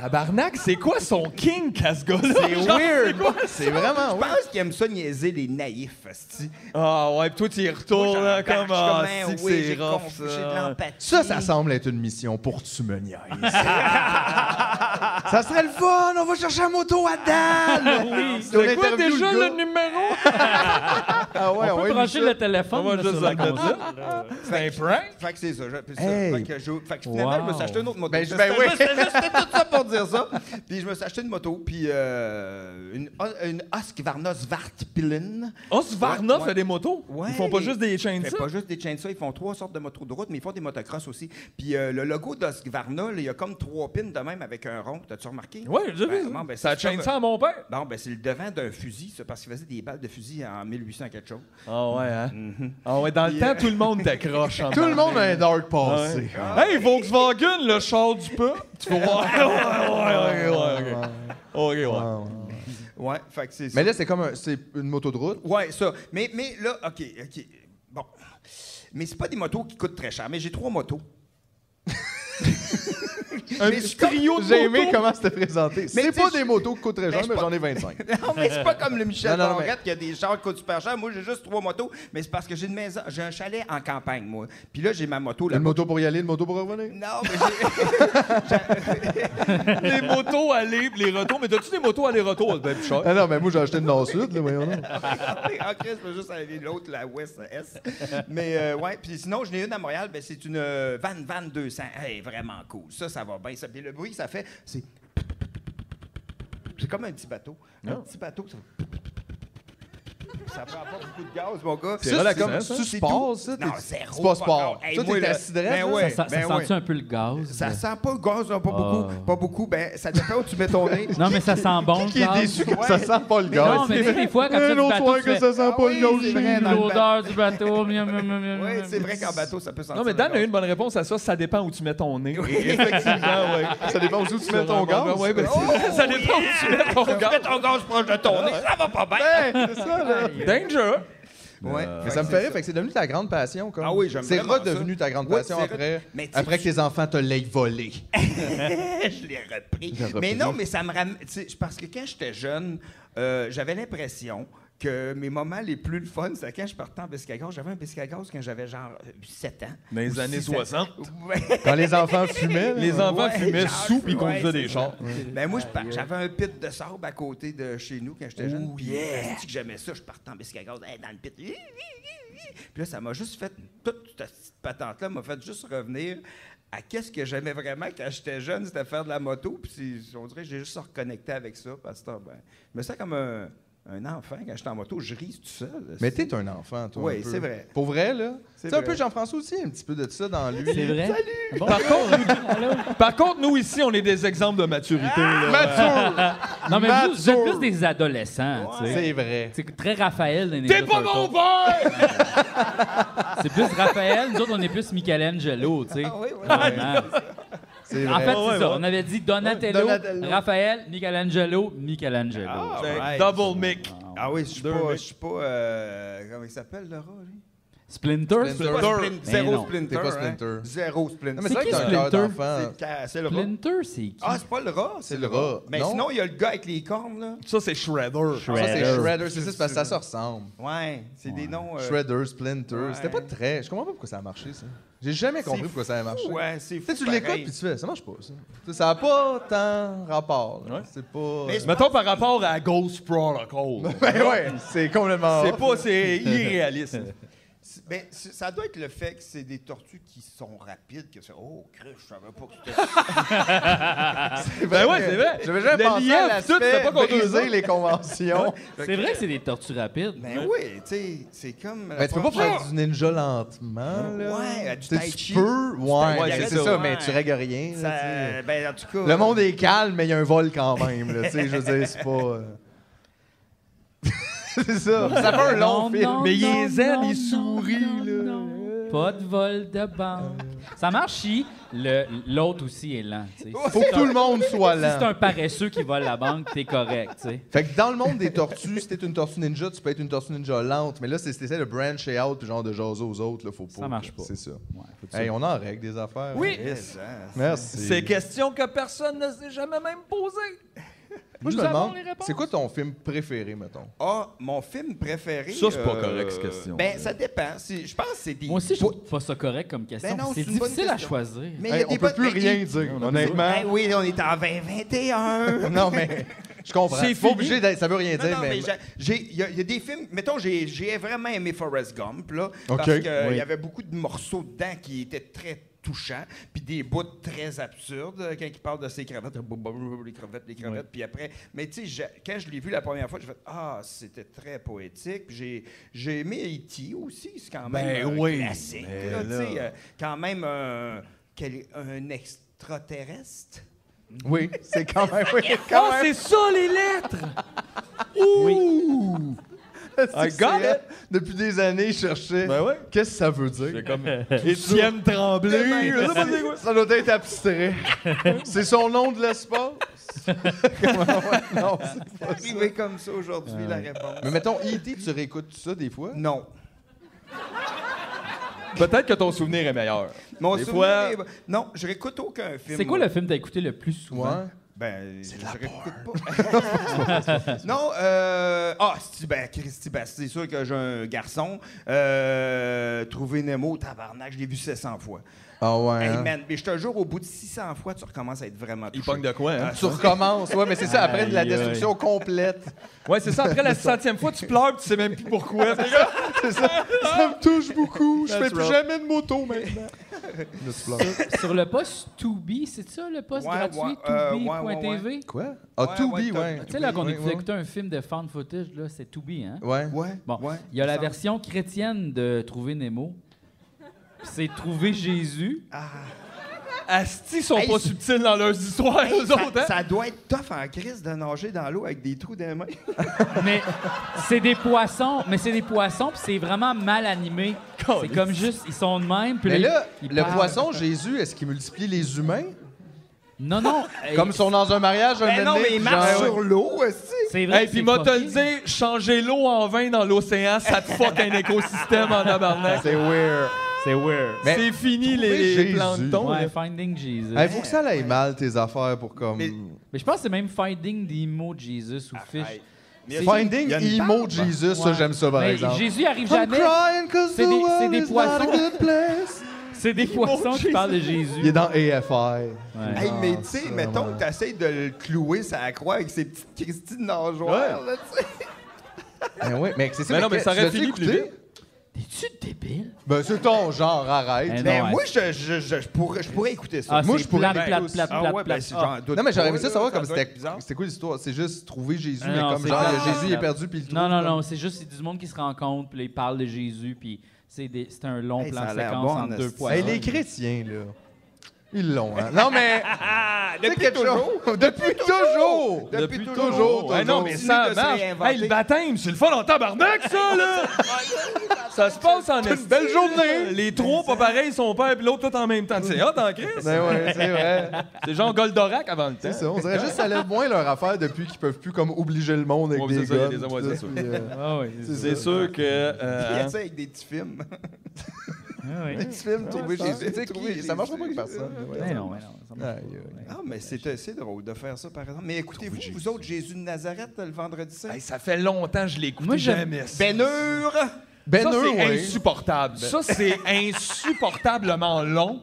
Speaker 4: Tabarnak, c'est quoi son kink à ce gars-là?
Speaker 3: C'est
Speaker 4: Genre,
Speaker 3: weird.
Speaker 4: quoi ça?
Speaker 3: C'est vraiment
Speaker 7: Je
Speaker 3: weird.
Speaker 7: pense qu'il aime ça niaiser les naïfs, esti.
Speaker 4: Ah ouais, puis toi, tu y
Speaker 7: Moi,
Speaker 4: retournes,
Speaker 7: j'en
Speaker 4: là,
Speaker 7: embarque,
Speaker 4: comme. Ah,
Speaker 7: je suis
Speaker 4: c'est
Speaker 7: comme, hein,
Speaker 4: que
Speaker 7: oui, j'ai
Speaker 4: c'est rough,
Speaker 7: conf-
Speaker 4: ça.
Speaker 7: j'ai de l'empathie.
Speaker 3: Ça, ça semble être une mission pour tu me niaises. ça serait le fun, on va chercher la moto à Dan!
Speaker 1: Oui.
Speaker 3: On
Speaker 4: C'est quoi
Speaker 3: interview
Speaker 4: déjà
Speaker 3: le
Speaker 4: le,
Speaker 3: gars.
Speaker 4: numéro?
Speaker 3: Ah ouais,
Speaker 1: On peut
Speaker 3: lui
Speaker 1: brancher
Speaker 3: ça.
Speaker 1: le téléphone.
Speaker 4: On va
Speaker 1: là,
Speaker 4: juste
Speaker 1: sur la
Speaker 4: la mettre
Speaker 1: console.
Speaker 4: C'est un prank?
Speaker 7: Fait que c'est ça. je- puis ça.
Speaker 3: Hey.
Speaker 7: Fait que, je- fait que finalement,
Speaker 1: Wow.
Speaker 7: je me suis acheté une autre moto.
Speaker 3: Ben, je-
Speaker 7: C'était
Speaker 3: ben oui.
Speaker 7: juste- C'était juste- c'était tout ça pour dire ça. Puis je me suis acheté une moto, puis euh, une, une Husqvarna Svartpillen.
Speaker 4: Oh, Varna
Speaker 7: Ouais, ouais.
Speaker 4: fait des motos.
Speaker 7: Ouais.
Speaker 4: Ils font pas juste des chains
Speaker 7: Ils font pas juste des chainsaws, ils font trois sortes de motos de route, mais ils font des motocross aussi. Puis euh, le logo d'Husqvarna, là, il y a comme trois pins de même avec un rond. T'as-tu remarqué?
Speaker 4: Ouais, j'ai vu.
Speaker 7: Ben, bon, ben,
Speaker 4: ça
Speaker 7: c'est
Speaker 4: chaîne
Speaker 7: comme-
Speaker 4: ça à mon père.
Speaker 7: Bon, ben c'est le devant d'un fusil, ça, parce qu'il faisait des balles de fusil en 1800 quelque chose.
Speaker 4: Ah ouais, hein? Ah ouais, dans le temps, tout le monde décroche. en
Speaker 3: Tout le
Speaker 4: bas.
Speaker 3: monde a un dark passé.
Speaker 4: Hey, Volkswagen, le char du peuple. Tu vas voir. ouais, ouais, ouais, ouais, ok. Ok, ouais.
Speaker 7: Ouais, fait que c'est ça.
Speaker 3: Mais là, c'est comme un- c'est une moto de route.
Speaker 7: Ouais, ça. Mais, mais là, OK, OK. Bon. Mais c'est pas des motos qui coûtent très cher, mais j'ai trois motos.
Speaker 3: Un
Speaker 7: Mais
Speaker 3: petit
Speaker 7: c'est comme-
Speaker 3: trio de J'ai aimé comment c'était présenté. C'est
Speaker 7: tu sais,
Speaker 3: pas
Speaker 7: je-
Speaker 3: des motos qui coûtent très cher,
Speaker 7: je
Speaker 3: mais
Speaker 7: pas-
Speaker 3: j'en ai 25.
Speaker 7: Non, mais c'est pas comme le Michel
Speaker 3: Non, non,
Speaker 7: Barrette qui a des chars qui coûtent super cher. Moi, j'ai juste trois motos, mais c'est parce que j'ai une maison, j'ai un chalet en campagne, moi. Puis là, j'ai ma moto là.
Speaker 3: Une moto pour y aller, une moto pour revenir.
Speaker 7: Non, mais j'ai-
Speaker 4: Les motos aller, les retours. Mais t'as-tu des motos aller-retour? Ben, plus cher.
Speaker 3: Ah non, mais moi, j'ai acheté une Nord-Sud, là, voyons donc.
Speaker 7: en Christ, je veux juste aller l'autre, la West S. Mais euh, ouais, puis sinon, j'en ai une à Montréal, ben, c'est une euh, Van Van 200. Hey, vraiment cool. Ça, ça va bien. Ça, puis le bruit que ça fait, c'est.
Speaker 3: Ah.
Speaker 7: C'est comme un petit bateau. Un petit bateau, ça fait- puis ça prend pas beaucoup de gaz, mon gars.
Speaker 3: C'est là, la com- tu
Speaker 7: c'est
Speaker 3: sport,
Speaker 7: tout.
Speaker 3: ça, t'es-
Speaker 7: Non, zéro.
Speaker 3: c'est pas sport.
Speaker 7: encore. Hey,
Speaker 3: Ça,
Speaker 7: moi,
Speaker 3: t'es
Speaker 7: là,
Speaker 3: assis direct,
Speaker 7: ben
Speaker 3: là.
Speaker 7: ouais,
Speaker 3: Ça- ça
Speaker 7: ben
Speaker 3: sent-tu
Speaker 7: ouais.
Speaker 1: un peu le gaz? Ben.
Speaker 7: Ça
Speaker 1: là?
Speaker 7: sent pas le gaz, non, pas
Speaker 1: Ah.
Speaker 7: beaucoup. Pas beaucoup, ben, ça dépend où tu mets ton nez.
Speaker 1: Non, mais ça sent bon.
Speaker 7: Qui est
Speaker 1: Charles.
Speaker 7: déçu que ça sent pas le
Speaker 1: Mais
Speaker 7: gaz?
Speaker 1: Non, mais tu sais, des fois, quand
Speaker 7: Un
Speaker 1: tu fais du
Speaker 7: autre
Speaker 1: bateau,
Speaker 7: soir
Speaker 1: tu
Speaker 7: que
Speaker 1: fais,
Speaker 7: ça sent pas le
Speaker 1: oui,
Speaker 7: gaz,
Speaker 1: c'est
Speaker 7: je
Speaker 1: vrai,
Speaker 7: suis dans le
Speaker 1: L'odeur du bateau. miam, miam, miam, miam,
Speaker 7: Oui,
Speaker 1: miam.
Speaker 7: c'est vrai qu'en bateau, ça peut sentir.
Speaker 4: Non, mais Dan a eu une bonne réponse à ça. Ça dépend où tu mets ton nez.
Speaker 7: Oui,
Speaker 4: effectivement, oui.
Speaker 7: Ça dépend où tu
Speaker 4: Sur
Speaker 7: mets ton
Speaker 4: un
Speaker 7: gaz.
Speaker 4: bon- ouais, ben, c'est-
Speaker 7: Oh,
Speaker 4: ça dépend où tu mets ton
Speaker 7: Tu
Speaker 4: gaz.
Speaker 7: mets ton gaz proche de ton nez, ça va pas bien.
Speaker 3: Ben, c'est ça, là.
Speaker 4: Danger.
Speaker 7: Ouais.
Speaker 4: Ah,
Speaker 3: Mais ça me fait rire, fait que c'est devenu ta grande passion. Comme.
Speaker 7: Ah oui, j'aime
Speaker 3: C'est
Speaker 7: vraiment
Speaker 3: redevenu
Speaker 7: ça.
Speaker 3: ta grande
Speaker 7: Oui,
Speaker 3: passion
Speaker 7: c'est
Speaker 3: après,
Speaker 7: re- Mais tu-
Speaker 3: après que tes enfants te l'aient volé.
Speaker 7: Eh, je l'ai repris.
Speaker 3: Je l'ai repris.
Speaker 7: Mais non, mais ça me ramène. tu sais, Parce que quand j'étais jeune, euh, j'avais l'impression que mes moments les plus le fun, c'était quand je partais en biscuit à gaz. J'avais un biscuit à gaz quand j'avais genre euh, 7 ans.
Speaker 4: Dans les
Speaker 7: Ou
Speaker 4: années
Speaker 7: six ans.
Speaker 4: 60.
Speaker 7: Ouais.
Speaker 3: Quand les enfants fumaient, là.
Speaker 4: Les enfants
Speaker 7: Ouais,
Speaker 4: fumaient
Speaker 7: genre,
Speaker 4: sous puis
Speaker 7: ouais,
Speaker 4: conduisaient
Speaker 7: c'est
Speaker 4: des
Speaker 7: ça.
Speaker 4: chars.
Speaker 7: Ben moi, je par- j'avais un pit de sable à côté de chez nous quand j'étais jeune.
Speaker 4: Ouh,
Speaker 7: Puis
Speaker 4: yeah.
Speaker 7: esti que j'aimais ça, je partais en biscuit à gaz hey, dans le pit. Hi, hi, hi, hi. Puis là, ça m'a juste fait toute cette petite patente-là m'a fait juste revenir à qu'est-ce que j'aimais vraiment quand j'étais jeune, c'était faire de la moto. Puis c'est- on dirait que j'ai juste reconnecté avec ça. Parce que ben, je me sens comme un, un enfant quand j'étais en moto, je ris tout seul.
Speaker 3: Mais t'es un enfant, toi.
Speaker 7: Oui,
Speaker 3: un peu.
Speaker 7: c'est vrai.
Speaker 3: Pour vrai, là.
Speaker 7: C'est
Speaker 3: C'est un peu
Speaker 7: vrai.
Speaker 3: Jean-François aussi, un petit peu de ça dans lui.
Speaker 1: C'est vrai?
Speaker 3: Salut!
Speaker 1: Bon,
Speaker 4: Par contre, par contre, nous ici, on est des exemples de maturité. là.
Speaker 1: non, mais vous, vous êtes plus
Speaker 4: Mature.
Speaker 1: des adolescents. tu sais.
Speaker 3: C'est vrai.
Speaker 1: C'est très Raphaël. dans les
Speaker 4: T'es
Speaker 1: Ninja
Speaker 4: pas
Speaker 1: Turtles.
Speaker 4: mon père!
Speaker 1: C'est plus Raphaël. Nous autres, on est plus Michelangelo, tu sais.
Speaker 7: Ah oui, Ah, oui.
Speaker 1: Vraiment.
Speaker 3: C'est
Speaker 1: En
Speaker 3: vrai.
Speaker 1: fait, c'est
Speaker 4: ouais,
Speaker 1: ça.
Speaker 4: ouais.
Speaker 1: On avait dit Donatello,
Speaker 7: Donatello. Ah,
Speaker 1: Raphaël, Michelangelo, Michelangelo.
Speaker 7: Alright.
Speaker 4: Double mic.
Speaker 7: Ah oui, je suis
Speaker 4: Deux
Speaker 7: pas.
Speaker 4: mecs.
Speaker 7: Je suis pas euh, comment il s'appelle, le rat, lui?
Speaker 1: Splinter?
Speaker 7: C'est pas Splin-
Speaker 1: Eh
Speaker 7: Zéro
Speaker 1: non.
Speaker 7: Splinter.
Speaker 3: T'es pas
Speaker 7: hein?
Speaker 3: Splinter.
Speaker 7: Zéro Splinter.
Speaker 3: Non, mais
Speaker 1: C'est
Speaker 3: c'est vrai que
Speaker 1: qui,
Speaker 3: t'as un cœur
Speaker 1: Splinter?
Speaker 3: d'enfant.
Speaker 7: C'est le- Ah, c'est le rat.
Speaker 1: Splinter, c'est qui?
Speaker 7: Ah, c'est pas le rat, c'est
Speaker 3: C'est
Speaker 7: le
Speaker 3: le
Speaker 7: rat.
Speaker 3: rat.
Speaker 7: Mais
Speaker 3: Non.
Speaker 7: sinon, il y a le gars avec les cornes, là.
Speaker 4: Ça, c'est Shredder.
Speaker 3: Ça, c'est
Speaker 1: Shredder.
Speaker 3: Shredder. C'est ça, c'est parce que ça se ressemble.
Speaker 7: Ouais, c'est des noms. euh,
Speaker 3: Shredder, Splinter.
Speaker 7: ouais.
Speaker 3: C'était pas très. Je comprends pas pourquoi ça a marché, ça. J'ai jamais compris
Speaker 7: C'est
Speaker 3: pourquoi ça a marché.
Speaker 7: fou, Ouais, c'est
Speaker 3: Tu
Speaker 7: fou.
Speaker 3: sais, tu l'écoutes
Speaker 7: pareil.
Speaker 3: puis tu fais, ça marche pas, ça. Tu sais, Ça a pas tant rapport. là.
Speaker 4: Ouais.
Speaker 3: C'est pas. euh,
Speaker 7: Mais-
Speaker 4: Mettons par rapport à Ghost Protocol.
Speaker 3: Ben ouais, c'est complètement.
Speaker 4: C'est pas, c'est irréaliste.
Speaker 7: C'est- ben, c'est- ça doit être le fait que c'est des tortues qui sont rapides, que c'est. Oh, crèche, je savais pas que c'était.
Speaker 4: Ben ouais, c'est vrai.
Speaker 3: J'avais jamais
Speaker 4: Le
Speaker 3: pensé
Speaker 4: lien,
Speaker 3: à
Speaker 4: puis tout, c'était
Speaker 3: l'aspect
Speaker 4: pas contre eux
Speaker 3: briser
Speaker 4: autres.
Speaker 3: les conventions.
Speaker 1: C'est vrai que c'est des tortues rapides.
Speaker 7: ben oui, tu sais, c'est comme.
Speaker 3: Ben, tu peux pas faire du ninja lentement, là.
Speaker 7: Ouais, du
Speaker 3: Tu sais,
Speaker 7: tai
Speaker 3: Tu
Speaker 7: chi.
Speaker 3: peux, ouais,
Speaker 7: ouais,
Speaker 3: mais
Speaker 7: c'est
Speaker 3: c'est
Speaker 7: ça,
Speaker 3: ça, euh, mais
Speaker 7: ouais.
Speaker 3: tu règles rien. là, tu
Speaker 7: Ça-
Speaker 3: sais.
Speaker 7: ben, en tout cas.
Speaker 3: Le monde est calme, mais il y a un vol quand même, là, tu sais, je veux dire, c'est pas... euh. c'est ça, ça fait un long
Speaker 1: Non,
Speaker 3: film.
Speaker 1: non,
Speaker 4: mais il
Speaker 1: non,
Speaker 4: est zen,
Speaker 1: non,
Speaker 4: il sourit,
Speaker 1: non,
Speaker 4: là.
Speaker 1: non. Pas de vol de banque. Ça marche si le- l'autre aussi est lent. tu sais. Si
Speaker 3: Faut
Speaker 1: c'est
Speaker 3: que tout
Speaker 1: un-
Speaker 3: le monde soit
Speaker 1: Si c'est
Speaker 3: là.
Speaker 1: un paresseux qui vole la banque, t'es correct, tu sais.
Speaker 3: Fait que dans le monde des tortues, si t'es une tortue ninja, tu peux être une tortue ninja lente, mais là, c'est t'essaies de brancher out, puis genre de jaser aux autres, là, faut pas.
Speaker 1: Ça marche
Speaker 3: là,
Speaker 1: pas.
Speaker 3: C'est ça.
Speaker 1: Ouais, faut que tu-
Speaker 3: Hey, on en règle des affaires.
Speaker 4: Oui.
Speaker 7: Yes, hein, c'est-
Speaker 3: Merci.
Speaker 4: C'est question que personne ne s'est jamais même posée.
Speaker 3: Moi, je
Speaker 4: Nous
Speaker 3: me
Speaker 4: avons
Speaker 3: demande,
Speaker 4: les réponses.
Speaker 3: c'est quoi ton film préféré, mettons?
Speaker 7: Ah, mon film préféré.
Speaker 4: Ça, c'est pas correct, cette question.
Speaker 7: Ben, ça dépend. C'est- Je pense que c'est des.
Speaker 1: Moi aussi, je trouve pas ça correct comme question.
Speaker 7: Ben non,
Speaker 1: c'est
Speaker 7: c'est une bonne
Speaker 1: difficile à
Speaker 7: question.
Speaker 1: choisir.
Speaker 7: Mais il y
Speaker 3: Hey,
Speaker 7: a des
Speaker 3: on peut
Speaker 7: bonnes-
Speaker 3: plus
Speaker 7: mais il-
Speaker 3: rien dire, honnêtement.
Speaker 7: Ben oui, on est en 2021.
Speaker 3: Non, mais je comprends.
Speaker 4: C'est
Speaker 3: Faut
Speaker 4: fini.
Speaker 3: obligé d'être- ça veut rien
Speaker 7: Non,
Speaker 3: dire,
Speaker 7: non,
Speaker 3: mais.
Speaker 7: mais j'a- j'ai- il y, a il y a des films, mettons, j'ai j'ai vraiment aimé Forrest Gump, là, parce
Speaker 3: OK,
Speaker 7: qu'il
Speaker 3: oui.
Speaker 7: y avait beaucoup de morceaux dedans qui étaient très touchants, puis des bouts très absurdes euh, quand il parle de ses crevettes, euh, boum, boum, boum, les crevettes, les crevettes, puis après, mais tu sais, j'ai- quand je l'ai vu la première fois, j'ai fait « Ah, c'était très poétique », puis j'ai j'ai aimé E.T. aussi, c'est quand même
Speaker 4: Ben
Speaker 7: un
Speaker 4: oui,
Speaker 7: classique,
Speaker 4: mais
Speaker 7: là, tu sais,
Speaker 4: là.
Speaker 7: euh, quand même un- quel- un extraterrestre.
Speaker 3: Oui, c'est quand même. Oui,
Speaker 4: Ah,
Speaker 3: quand même.
Speaker 4: c'est ça, les lettres! Ouh! I got
Speaker 3: C'est-
Speaker 4: it.
Speaker 3: Depuis des années, je cherchais.
Speaker 4: Ben ouais.
Speaker 3: Qu'est-ce que ça veut dire?
Speaker 4: comme Étienne Tremblay. je sais pas c'est quoi.
Speaker 3: Ça doit être abstrait. c'est son nom de l'espace? Comment- ouais, non, c'est pas ça.
Speaker 7: Arrivé comme ça aujourd'hui, la réponse.
Speaker 3: Mais mettons, E.T., tu réécoutes ça des fois?
Speaker 7: Non.
Speaker 4: Peut-être que ton souvenir est meilleur.
Speaker 7: Mon
Speaker 4: Des
Speaker 7: souvenir
Speaker 4: fois-
Speaker 7: est bon. Non, je réécoute aucun film.
Speaker 1: C'est quoi le film que t'as écouté le plus souvent?
Speaker 3: Ouais.
Speaker 7: Ben, je je réécoute pas. non, euh... Ah, c'est ben, Christy, ben, c'est sûr que j'ai un garçon. Euh... Trouver Nemo, tabarnak, je l'ai vu 700 fois.
Speaker 3: Ah ouais.
Speaker 7: Hey,
Speaker 3: hein?
Speaker 7: man, mais je te jure, au bout de 600 fois, tu recommences à être vraiment
Speaker 4: Il
Speaker 7: touché.
Speaker 4: pogne de quoi, hein?
Speaker 3: Tu recommences, ouais, mais c'est ça, après de la
Speaker 1: Aïe, aïe.
Speaker 3: destruction complète.
Speaker 4: Ouais, c'est ça. Après la 600e fois, tu pleures pis tu sais même plus pourquoi. C'est comme-
Speaker 3: C'est ça, ça me touche beaucoup. Je fais
Speaker 4: That's
Speaker 3: plus
Speaker 4: rough.
Speaker 3: jamais de moto maintenant.
Speaker 1: sur, sur le poste To Be, c'est ça le poste
Speaker 7: Ouais,
Speaker 1: gratuit?
Speaker 7: ouais, euh, ouais, ouais,
Speaker 1: ToBe.tv?
Speaker 7: ouais.
Speaker 3: Quoi? Ah, To Be, ouais.
Speaker 1: Tu sais, là, qu'on
Speaker 3: Ouais,
Speaker 1: écoutait
Speaker 3: ouais.
Speaker 1: écouter un film de fan footage, là, c'est To Be, hein?
Speaker 3: Ouais. Ouais,
Speaker 1: Bon,
Speaker 3: ouais.
Speaker 1: il y a la
Speaker 3: Ça-
Speaker 1: version chrétienne de Trouver Nemo. Puis C'est Trouver Jésus.
Speaker 4: Ah. Asti, ils sont
Speaker 7: Hey,
Speaker 4: pas
Speaker 7: c'est-
Speaker 4: subtils dans leurs histoires,
Speaker 7: Hey,
Speaker 4: eux
Speaker 7: ça,
Speaker 4: autres, hein?
Speaker 7: ça doit être tough en crise de nager dans l'eau avec des trous dans les mains.
Speaker 1: Mais c'est des poissons, mais c'est des poissons, puis c'est vraiment mal animé. C'est comme juste, ils sont de même. puis
Speaker 3: Mais là,
Speaker 1: ils
Speaker 3: le
Speaker 1: parlent.
Speaker 3: poisson, Jésus, est-ce qu'il multiplie les humains?
Speaker 1: Non, non.
Speaker 3: Comme ils sont dans un mariage, un
Speaker 7: Ben
Speaker 3: moment
Speaker 7: non,
Speaker 3: donné,
Speaker 7: mais il
Speaker 3: puis
Speaker 7: marche
Speaker 3: genre-
Speaker 7: sur l'eau aussi.
Speaker 1: C'est
Speaker 4: Hey, puis m'a te le dire, changer l'eau en vin dans l'océan, ça te fuck un écosystème en tabarnak.
Speaker 3: C'est weird.
Speaker 1: C'est weird.
Speaker 3: Mais
Speaker 4: C'est fini
Speaker 3: trouver
Speaker 4: les, les
Speaker 3: Jésus.
Speaker 4: planctons.
Speaker 1: Ouais,
Speaker 4: là.
Speaker 1: Finding Jesus.
Speaker 3: Il faut que ça aille mal, tes affaires, pour comme...
Speaker 1: Mais je pense que c'est même Finding the Emo Jesus ou Fish. C'est-
Speaker 3: Finding Emo Jesus, ça,
Speaker 1: Ouais.
Speaker 3: j'aime ça, par
Speaker 1: Mais
Speaker 3: exemple.
Speaker 1: Jésus arrive
Speaker 3: I'm
Speaker 1: jamais.
Speaker 3: crying 'cause
Speaker 1: C'est
Speaker 3: the
Speaker 1: des, c'est
Speaker 3: world
Speaker 1: des
Speaker 3: is not a
Speaker 1: poissons.
Speaker 3: good place.
Speaker 1: C'est des poissons qui parlent de Jésus.
Speaker 3: Il est dans AFI.
Speaker 1: Ouais.
Speaker 7: Hey, mais
Speaker 3: Ah,
Speaker 7: tu
Speaker 3: ça,
Speaker 7: sais, mettons que t'essayes de le clouer sur la croix avec ses petites Christine nageoires, là, tu sais.
Speaker 3: Ben oui, mais c'est ça.
Speaker 4: Mais non, mais ça aurait
Speaker 3: tu l'as-tu
Speaker 4: fini plus
Speaker 3: écouté?
Speaker 1: T'es-tu débile?
Speaker 3: Ben, c'est ton genre, arrête.
Speaker 1: Ben
Speaker 7: Mais
Speaker 1: non,
Speaker 7: moi,
Speaker 1: hein.
Speaker 7: je, je, je, je pourrais, je pourrais écouter ça.
Speaker 1: Ah,
Speaker 3: Moi,
Speaker 1: c'est
Speaker 3: je pourrais
Speaker 1: plate,
Speaker 3: bien
Speaker 1: plate,
Speaker 3: aussi.
Speaker 1: plate,
Speaker 7: Ah
Speaker 1: plate,
Speaker 7: ouais, ben,
Speaker 1: plate.
Speaker 7: si j'en doute
Speaker 3: Non, mais j'aurais aimé
Speaker 7: pas,
Speaker 3: ça
Speaker 7: là,
Speaker 3: savoir
Speaker 7: ça
Speaker 3: comme
Speaker 7: doit
Speaker 3: c'était.
Speaker 7: être bizarre.
Speaker 3: C'était quoi l'histoire? C'est juste trouver Jésus,
Speaker 1: Ah,
Speaker 3: mais
Speaker 1: non,
Speaker 3: comme
Speaker 1: c'est
Speaker 3: genre,
Speaker 1: plate,
Speaker 3: il y a
Speaker 1: plate,
Speaker 3: Jésus il est
Speaker 1: plate.
Speaker 3: perdu, puis il le
Speaker 1: Non,
Speaker 3: trouve,
Speaker 1: non,
Speaker 3: comme-
Speaker 1: non, c'est juste, c'est du monde qui se rencontre, puis là, ils parlent de Jésus, puis c'est des- c'est un long
Speaker 7: Hey,
Speaker 1: plan
Speaker 7: ça a l'air
Speaker 1: séquence
Speaker 7: bon,
Speaker 1: entre
Speaker 7: en
Speaker 1: deux
Speaker 7: esti.
Speaker 1: poissons.
Speaker 3: Hey, les chrétiens, là, ils l'ont, hein? Non, mais.
Speaker 7: Depuis
Speaker 3: quelque
Speaker 7: toujours.
Speaker 3: chose- Depuis toujours! Depuis toujours!
Speaker 4: Ouais, non, mais ça
Speaker 7: de se
Speaker 4: marche.
Speaker 7: réinventer.
Speaker 4: Hey, le baptême, c'est le fun en tabarnak, ça, là! ça se passe en Une
Speaker 3: belle journée.
Speaker 4: Les trois, pas pareil, son père et l'autre, tout en même temps. C'est hot en crise.
Speaker 3: Ben ouais, c'est vrai.
Speaker 4: C'est genre Goldorak avant le temps.
Speaker 3: C'est ça. On dirait juste que ça lève moins leur affaire depuis qu'ils peuvent plus comme obliger le monde avec
Speaker 4: Ouais,
Speaker 3: des
Speaker 4: c'est ça, il y a
Speaker 3: gars.
Speaker 4: des hommes, ouais, c'est sûr.
Speaker 3: euh,
Speaker 1: Ah oui, c'est
Speaker 4: C'est sûr que.
Speaker 7: Il
Speaker 4: euh,
Speaker 7: y a ça avec des petits films.
Speaker 1: Ah oui.
Speaker 7: Des petits films, trouver Jésus. trouver
Speaker 3: Ça marche pas
Speaker 7: Jésus.
Speaker 3: avec personne.
Speaker 1: Mais non, mais non, ça marche pas.
Speaker 7: Ah, mais c'est assez drôle de faire ça, par exemple. Mais écoutez-vous, vous autres, Jésus de Nazareth, le vendredi saint?
Speaker 4: hey, ça fait longtemps que je l'écoute.
Speaker 1: Moi, j'aime-
Speaker 4: jamais. ça.
Speaker 7: Ben hur!
Speaker 3: Ben
Speaker 4: ça,
Speaker 3: eux,
Speaker 4: c'est
Speaker 3: ouais.
Speaker 4: insupportable. Ça, c'est insupportablement long.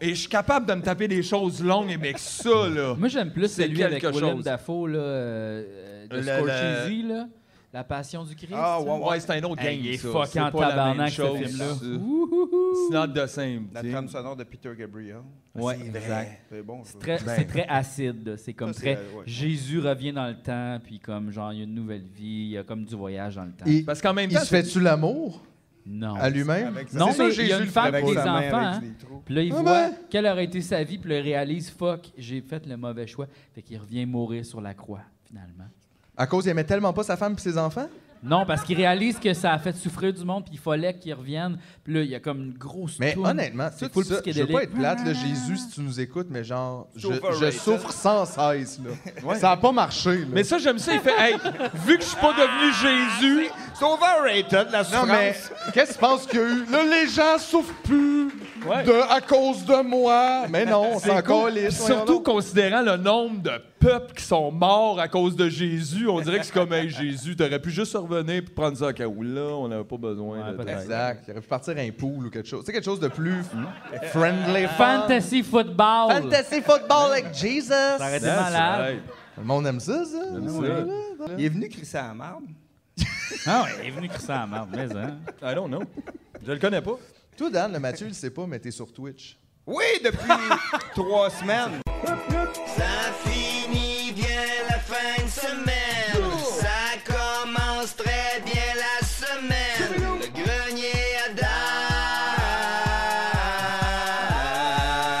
Speaker 4: Et je suis capable de me taper des choses longues, mais que ça, là.
Speaker 1: Moi, j'aime plus
Speaker 4: C'est
Speaker 1: celui avec
Speaker 4: quelque
Speaker 1: Willem
Speaker 4: chose.
Speaker 1: Dafoe, là, euh, de
Speaker 4: Le-
Speaker 1: Scorsese, là. La Passion du Christ.
Speaker 7: Ah, ouais,
Speaker 4: Ouais, c'est un autre
Speaker 1: Hey,
Speaker 4: game.
Speaker 1: il est
Speaker 4: ça.
Speaker 1: fucking
Speaker 4: C'est pas la
Speaker 1: tabarnak,
Speaker 4: même
Speaker 1: ce
Speaker 4: chose.
Speaker 1: film-là.
Speaker 4: Ça. It's not the same.
Speaker 7: La
Speaker 4: tu sais.
Speaker 7: trame sonore de Peter Gabriel.
Speaker 1: Ouais,
Speaker 7: C'est
Speaker 1: exact.
Speaker 7: vrai. C'est bon. ça.
Speaker 1: Très- c'est très acide. là. C'est comme
Speaker 7: ben. Ça,
Speaker 1: très.
Speaker 7: c'est, euh, ouais.
Speaker 1: Jésus revient dans le temps, puis comme genre, il y a une nouvelle vie, il y a comme du voyage dans le temps.
Speaker 3: Et
Speaker 4: Parce qu'en même
Speaker 3: il
Speaker 4: temps,
Speaker 3: se fait-tu l'amour
Speaker 1: Non.
Speaker 3: à lui-même?
Speaker 7: Avec-
Speaker 1: Non,
Speaker 7: C'est ça,
Speaker 1: mais
Speaker 7: Jésus
Speaker 1: il y a une
Speaker 7: le
Speaker 1: femme
Speaker 7: fait
Speaker 1: avec
Speaker 7: avec
Speaker 1: des
Speaker 7: sa
Speaker 1: enfants.
Speaker 7: mère, avec
Speaker 1: hein.
Speaker 7: des trous.
Speaker 1: Puis là, il
Speaker 3: Ah
Speaker 1: voit
Speaker 3: ben.
Speaker 1: quelle aurait été sa vie, puis là, il réalise fuck, j'ai fait le mauvais choix. Fait qu'il revient mourir sur la croix, finalement.
Speaker 3: À cause, il aimait tellement pas sa femme et ses enfants?
Speaker 1: Non, parce qu'il réalise que ça a fait souffrir du monde, puis il fallait qu'il revienne. Puis là, il y a comme une grosse.
Speaker 3: Mais
Speaker 1: toune.
Speaker 3: honnêtement,
Speaker 1: C'est
Speaker 3: tout
Speaker 1: full
Speaker 3: ça, je veux
Speaker 1: psychédélique.
Speaker 3: pas être plate, là, Jésus, si tu nous écoutes, mais genre, je, je
Speaker 7: Overrated.
Speaker 3: souffre sans cesse. Là. Ça a pas marché. Là.
Speaker 4: Mais ça, j'aime ça. Il fait, hey, vu que je suis pas devenu Jésus,
Speaker 7: C'est overrated, la
Speaker 3: non,
Speaker 7: souffrance.
Speaker 3: mais Eh, qu'est-ce que tu penses qu'il y a eu? Là, les gens souffrent plus
Speaker 4: Ouais.
Speaker 3: de, à cause de moi. Mais non, c'est encore
Speaker 4: Puis
Speaker 3: les
Speaker 4: surtout considérant le nombre de peuples qui sont morts à cause de Jésus, on dirait que c'est comme, hey, Jésus, t'aurais pu juste revenir puis prendre ça à Kaoula, on n'avait pas besoin
Speaker 1: Ouais,
Speaker 4: de
Speaker 1: peut-être.
Speaker 3: Exact. Il aurait pu partir un pool ou quelque chose. C'est quelque chose de plus friendly.
Speaker 7: Euh,
Speaker 1: Fantasy football.
Speaker 3: Fantasy football like Jesus.
Speaker 1: Ça aurait été
Speaker 4: That's
Speaker 1: malade.
Speaker 4: right.
Speaker 3: Le monde aime ça, ça.
Speaker 4: ça.
Speaker 3: Ouais, là.
Speaker 7: Il est venu crisser à la marde.
Speaker 1: Ah ouais, il est venu crisser à la marde, mais hein.
Speaker 4: I don't know. Je le connais pas.
Speaker 3: Toi, Dan, le Mathieu, il le sait pas, mais t'es sur Twitch.
Speaker 7: Oui, depuis trois semaines.
Speaker 11: Ça finit bien la fin de semaine. Ça commence très bien la semaine. Le grenier à Dan.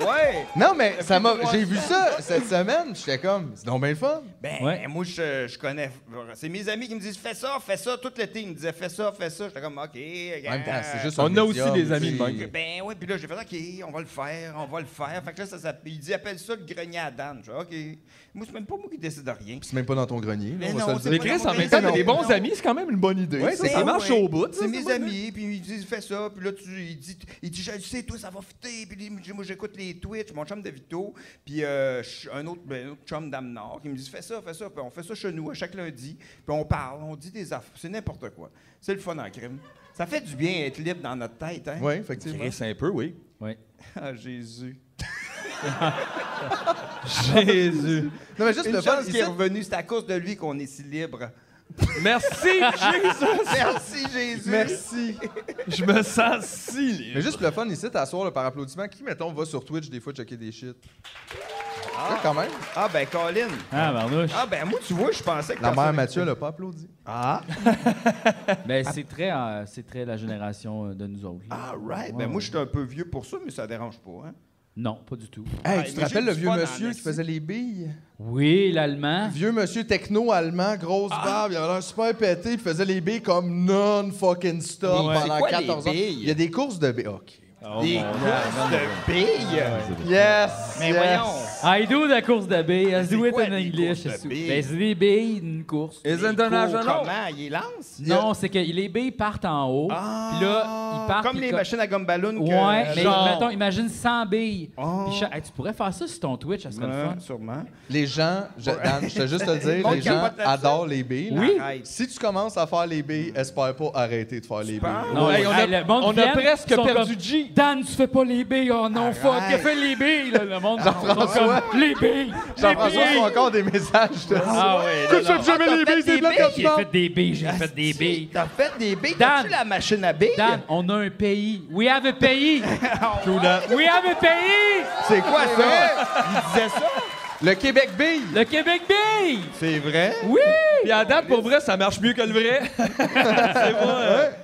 Speaker 7: Ouais.
Speaker 3: Non, mais ça m'a. J'ai vu ça cette semaine. J'étais comme, c'est donc bien le fun.
Speaker 7: Ben,
Speaker 1: Ouais.
Speaker 7: moi, je, je connais. C'est mes amis qui me disent fais ça, fais ça. Tout l'été, ils me disaient fais ça, fais ça. J'étais comme, OK.
Speaker 3: En même temps, c'est juste
Speaker 4: On
Speaker 3: un
Speaker 4: a aussi
Speaker 3: médium,
Speaker 4: des amis de
Speaker 3: tu sais.
Speaker 4: même.
Speaker 7: Ben oui, puis là, j'ai fait OK, on va le faire, on va le faire. Fait que là, ça, s'appelle- il dit appelle ça le grenier à Dan. Je fais OK. Moi, c'est même pas moi qui décide de rien.
Speaker 3: C'est même pas dans ton grenier.
Speaker 7: Mais
Speaker 3: on va
Speaker 7: non,
Speaker 3: se le dire.
Speaker 7: c'est
Speaker 4: Mais
Speaker 7: pas
Speaker 4: Chris,
Speaker 7: dans
Speaker 4: en
Speaker 7: mon
Speaker 4: même temps,
Speaker 7: grenier,
Speaker 4: t'as des bons
Speaker 7: non.
Speaker 4: amis, c'est quand même une bonne idée.
Speaker 3: Ouais,
Speaker 4: ça,
Speaker 3: c'est
Speaker 4: ça
Speaker 7: Ben
Speaker 4: marche
Speaker 7: ouais.
Speaker 4: au bout. ça,
Speaker 7: C'est mes
Speaker 4: pas mal.
Speaker 7: amis, puis ils disent fais ça, puis là tu il dit il dit je le sais toi ça va fitter, puis il dit, moi j'écoute les Twitch, mon chum de Vito, puis euh, ch- un autre ben, un autre chum d'Amnor qui me dit fais ça, fais ça, puis on fait ça chez nous à chaque lundi, puis on parle, on dit des affaires, c'est n'importe quoi. C'est le fun en crime. Ça fait du bien être libre dans notre tête, hein.
Speaker 3: Ouais, effectivement.
Speaker 4: Chris, un peu, oui.
Speaker 1: Ouais.
Speaker 7: Ah Jésus.
Speaker 4: Jésus.
Speaker 3: Non, mais juste
Speaker 7: Une
Speaker 3: le fun,
Speaker 7: chance
Speaker 3: il
Speaker 7: qui est
Speaker 3: sait-
Speaker 7: revenu, c'est à cause de lui qu'on est si libre.
Speaker 4: Merci, Jésus!
Speaker 7: Merci, Jésus!
Speaker 3: Merci.
Speaker 4: Je me sens si libre.
Speaker 3: Mais juste pour le fun, ici, t'asseoir par applaudissement, qui, mettons, va sur Twitch des fois checker des shit? Ah, quand même.
Speaker 7: Ah, ben, Colin.
Speaker 1: Ah, Barnouche.
Speaker 7: Ah, ben, moi, tu vois, je pensais que.
Speaker 3: La
Speaker 7: personne
Speaker 3: mère Mathieu
Speaker 7: écoutait.
Speaker 3: l'a pas applaudi.
Speaker 7: Ah!
Speaker 1: Mais c'est très, euh, c'est très la génération euh, de nous autres. là.
Speaker 7: Ah, right.
Speaker 1: Ouais,
Speaker 7: Ben, moi,
Speaker 1: ouais.
Speaker 7: je suis un peu vieux pour ça, mais ça dérange pas, hein?
Speaker 1: Non, pas du tout.
Speaker 3: Hey,
Speaker 7: Ouais,
Speaker 3: tu te
Speaker 7: mais j'ai
Speaker 3: rappelles
Speaker 7: eu
Speaker 3: le
Speaker 7: du
Speaker 3: vieux
Speaker 7: fun en
Speaker 3: monsieur qui
Speaker 7: esti.
Speaker 3: faisait les billes?
Speaker 1: Oui, l'allemand.
Speaker 3: Vieux monsieur techno-allemand, grosse barbe, il avait l'air super pété, il faisait les billes comme non-fucking stop
Speaker 7: Ouais.
Speaker 3: pendant
Speaker 7: C'est quoi,
Speaker 3: 14
Speaker 7: les
Speaker 3: ans.
Speaker 7: billes?
Speaker 3: Il y a des courses de billes. OK.
Speaker 7: Des courses de billes!
Speaker 3: Yes!
Speaker 7: Mais
Speaker 3: yes.
Speaker 7: voyons!
Speaker 1: I do the course de billes. I do it
Speaker 7: quoi
Speaker 1: in
Speaker 7: des
Speaker 1: English.
Speaker 7: courses de billes?
Speaker 1: Ben, c'est des billes, une course.
Speaker 4: Is
Speaker 7: Il court
Speaker 4: international.
Speaker 7: Comment? Il lance?
Speaker 1: Non, c'est que les billes partent en haut. Puis là, ils partent.
Speaker 7: Ah, Comme
Speaker 1: puis
Speaker 7: les
Speaker 1: co-
Speaker 7: machines à gomme ballon.
Speaker 1: Ouais, mais
Speaker 7: genre...
Speaker 1: mettons, imagine 100 billes.
Speaker 7: Oh.
Speaker 1: Puis cha- Hey, tu pourrais faire ça sur ton Twitch, ça serait le fun.
Speaker 7: Ouais, Hein, sûrement.
Speaker 3: Les gens, je, Dan, je te juste te le dire,
Speaker 7: Mon
Speaker 3: les gens
Speaker 7: capote là-dessus.
Speaker 3: adorent les billes. là.
Speaker 1: Oui.
Speaker 7: Arrête.
Speaker 3: Si tu commences à faire les billes, espère pas arrêter de faire les billes.
Speaker 1: Non,
Speaker 4: Hey, on a-
Speaker 1: hey, le monde
Speaker 4: on a
Speaker 1: vient,
Speaker 4: presque
Speaker 1: ils sont
Speaker 4: perdu
Speaker 1: comme,
Speaker 4: G.
Speaker 1: Dan, tu fais pas les billes. Oh non, fuck, il a fait les billes. là, le monde
Speaker 3: Jean-François.
Speaker 1: comme, les billes.
Speaker 3: Jean-François,
Speaker 1: les
Speaker 3: il y a
Speaker 1: billes.
Speaker 3: encore des messages de
Speaker 1: Ah ouais.
Speaker 3: Que tu fais jamais les billes, c'est blanc comme
Speaker 1: J'ai
Speaker 3: ça.
Speaker 1: fait des billes, j'ai fait des billes.
Speaker 7: T'as fait des billes?
Speaker 1: Dan.
Speaker 7: T'as-tu la machine à billes? Oh,
Speaker 1: Dan, on a un pays. We have a pays. We have a pays.
Speaker 3: C'est quoi ça?
Speaker 7: Il disait ça?
Speaker 3: Le Québec bille.
Speaker 1: Le Québec billes.
Speaker 7: C'est vrai?
Speaker 1: Oui.
Speaker 4: Puis à date, pour vrai, ça marche mieux que le vrai.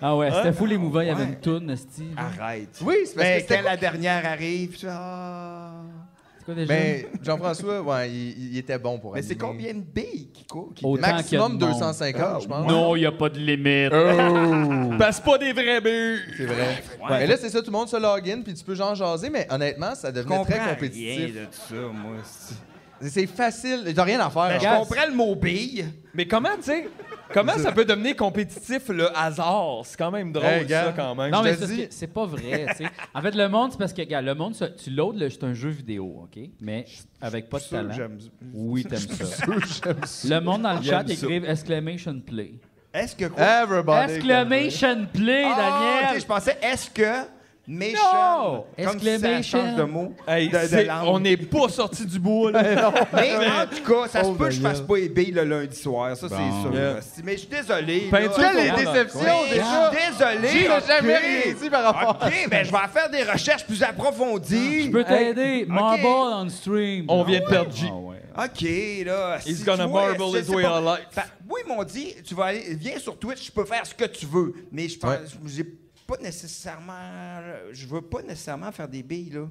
Speaker 1: Ah ouais, c'était fou les mouvements. Il y avait une toune, Steve.
Speaker 7: Arrête.
Speaker 3: Oui, c'est parce que
Speaker 7: Mais
Speaker 3: c'était
Speaker 7: quand la dernière arrive, tu fais, Ah.
Speaker 1: C'est quoi déjà?
Speaker 3: Ben, Jean-François, ouais, il, il était bon pour
Speaker 7: Mais c'est
Speaker 3: animer.
Speaker 7: combien de billes qui courent? qui-
Speaker 1: Autant
Speaker 3: Maximum
Speaker 1: qu'il y a de monde.
Speaker 3: 250, je pense.
Speaker 1: Non, il n'y a pas de limite.
Speaker 4: Passe pas des vrais buts.
Speaker 3: C'est vrai. Mais là, c'est ça, tout le monde se login, puis tu peux genre jaser, mais honnêtement, ça devenait très compétitif.
Speaker 7: rien de ça, moi. c'est-
Speaker 3: C'est facile, t'as rien à faire.
Speaker 7: Je
Speaker 3: hein.
Speaker 7: comprends le mot bille.
Speaker 4: Mais comment, tu sais, comment ça peut devenir compétitif le hasard? C'est quand même drôle,
Speaker 3: Hey, gars.
Speaker 4: ça, quand même.
Speaker 1: Non,
Speaker 3: Je
Speaker 1: mais
Speaker 3: te
Speaker 1: c'est parce
Speaker 3: dis-
Speaker 1: que c'est pas vrai. tu sais. En fait, le monde, c'est parce que, regarde, le monde, ça- tu loads, le- c'est un jeu vidéo, OK? Mais avec pas de
Speaker 7: sûr que
Speaker 1: talent.
Speaker 7: j'aime ça.
Speaker 1: Oui, t'aimes ça. Le monde dans le chat
Speaker 4: ça.
Speaker 1: écrive exclamation play.
Speaker 7: Est-ce que quoi?
Speaker 3: Everybody.
Speaker 1: Exclamation play,
Speaker 7: Ah,
Speaker 1: Daniel!
Speaker 7: ok, je pensais, est-ce que méchant?
Speaker 1: Non!
Speaker 7: Comme si ça
Speaker 1: Exclamation.
Speaker 7: change de mot.
Speaker 4: Hey,
Speaker 7: de- de
Speaker 4: c'est-
Speaker 7: langue.
Speaker 4: on n'est pas sorti du bois, là.
Speaker 7: Mais en tout cas, ça se peut que je fasse pas éveiller le lundi soir, ça c'est sûr.
Speaker 4: Yeah.
Speaker 7: Mais je suis désolé.
Speaker 4: Peinture
Speaker 7: là. Mais
Speaker 4: qu'on
Speaker 3: Quelle
Speaker 4: prend dans le
Speaker 3: déception,
Speaker 4: coin.
Speaker 7: Je
Speaker 3: déjà!
Speaker 7: suis désolé.
Speaker 3: J'ai jamais
Speaker 7: ok.
Speaker 3: rien dit par rapport Ah,
Speaker 7: OK, ben je vais en faire des recherches plus approfondies.
Speaker 1: Je peux t'aider. Marble
Speaker 7: OK.
Speaker 1: on stream.
Speaker 4: On vient de perdre G.
Speaker 1: Ah ouais.
Speaker 7: OK, là.
Speaker 4: He's
Speaker 7: si
Speaker 4: gonna
Speaker 7: tu vois,
Speaker 4: marble
Speaker 7: je
Speaker 4: his
Speaker 7: sais
Speaker 4: way
Speaker 7: pas.
Speaker 4: of life.
Speaker 7: Fa- oui, ils m'ont dit, tu vas aller, viens sur Twitch, tu peux faire ce que tu veux. Mais je pense, j'ai pas nécessairement, je veux pas nécessairement faire des billes, là.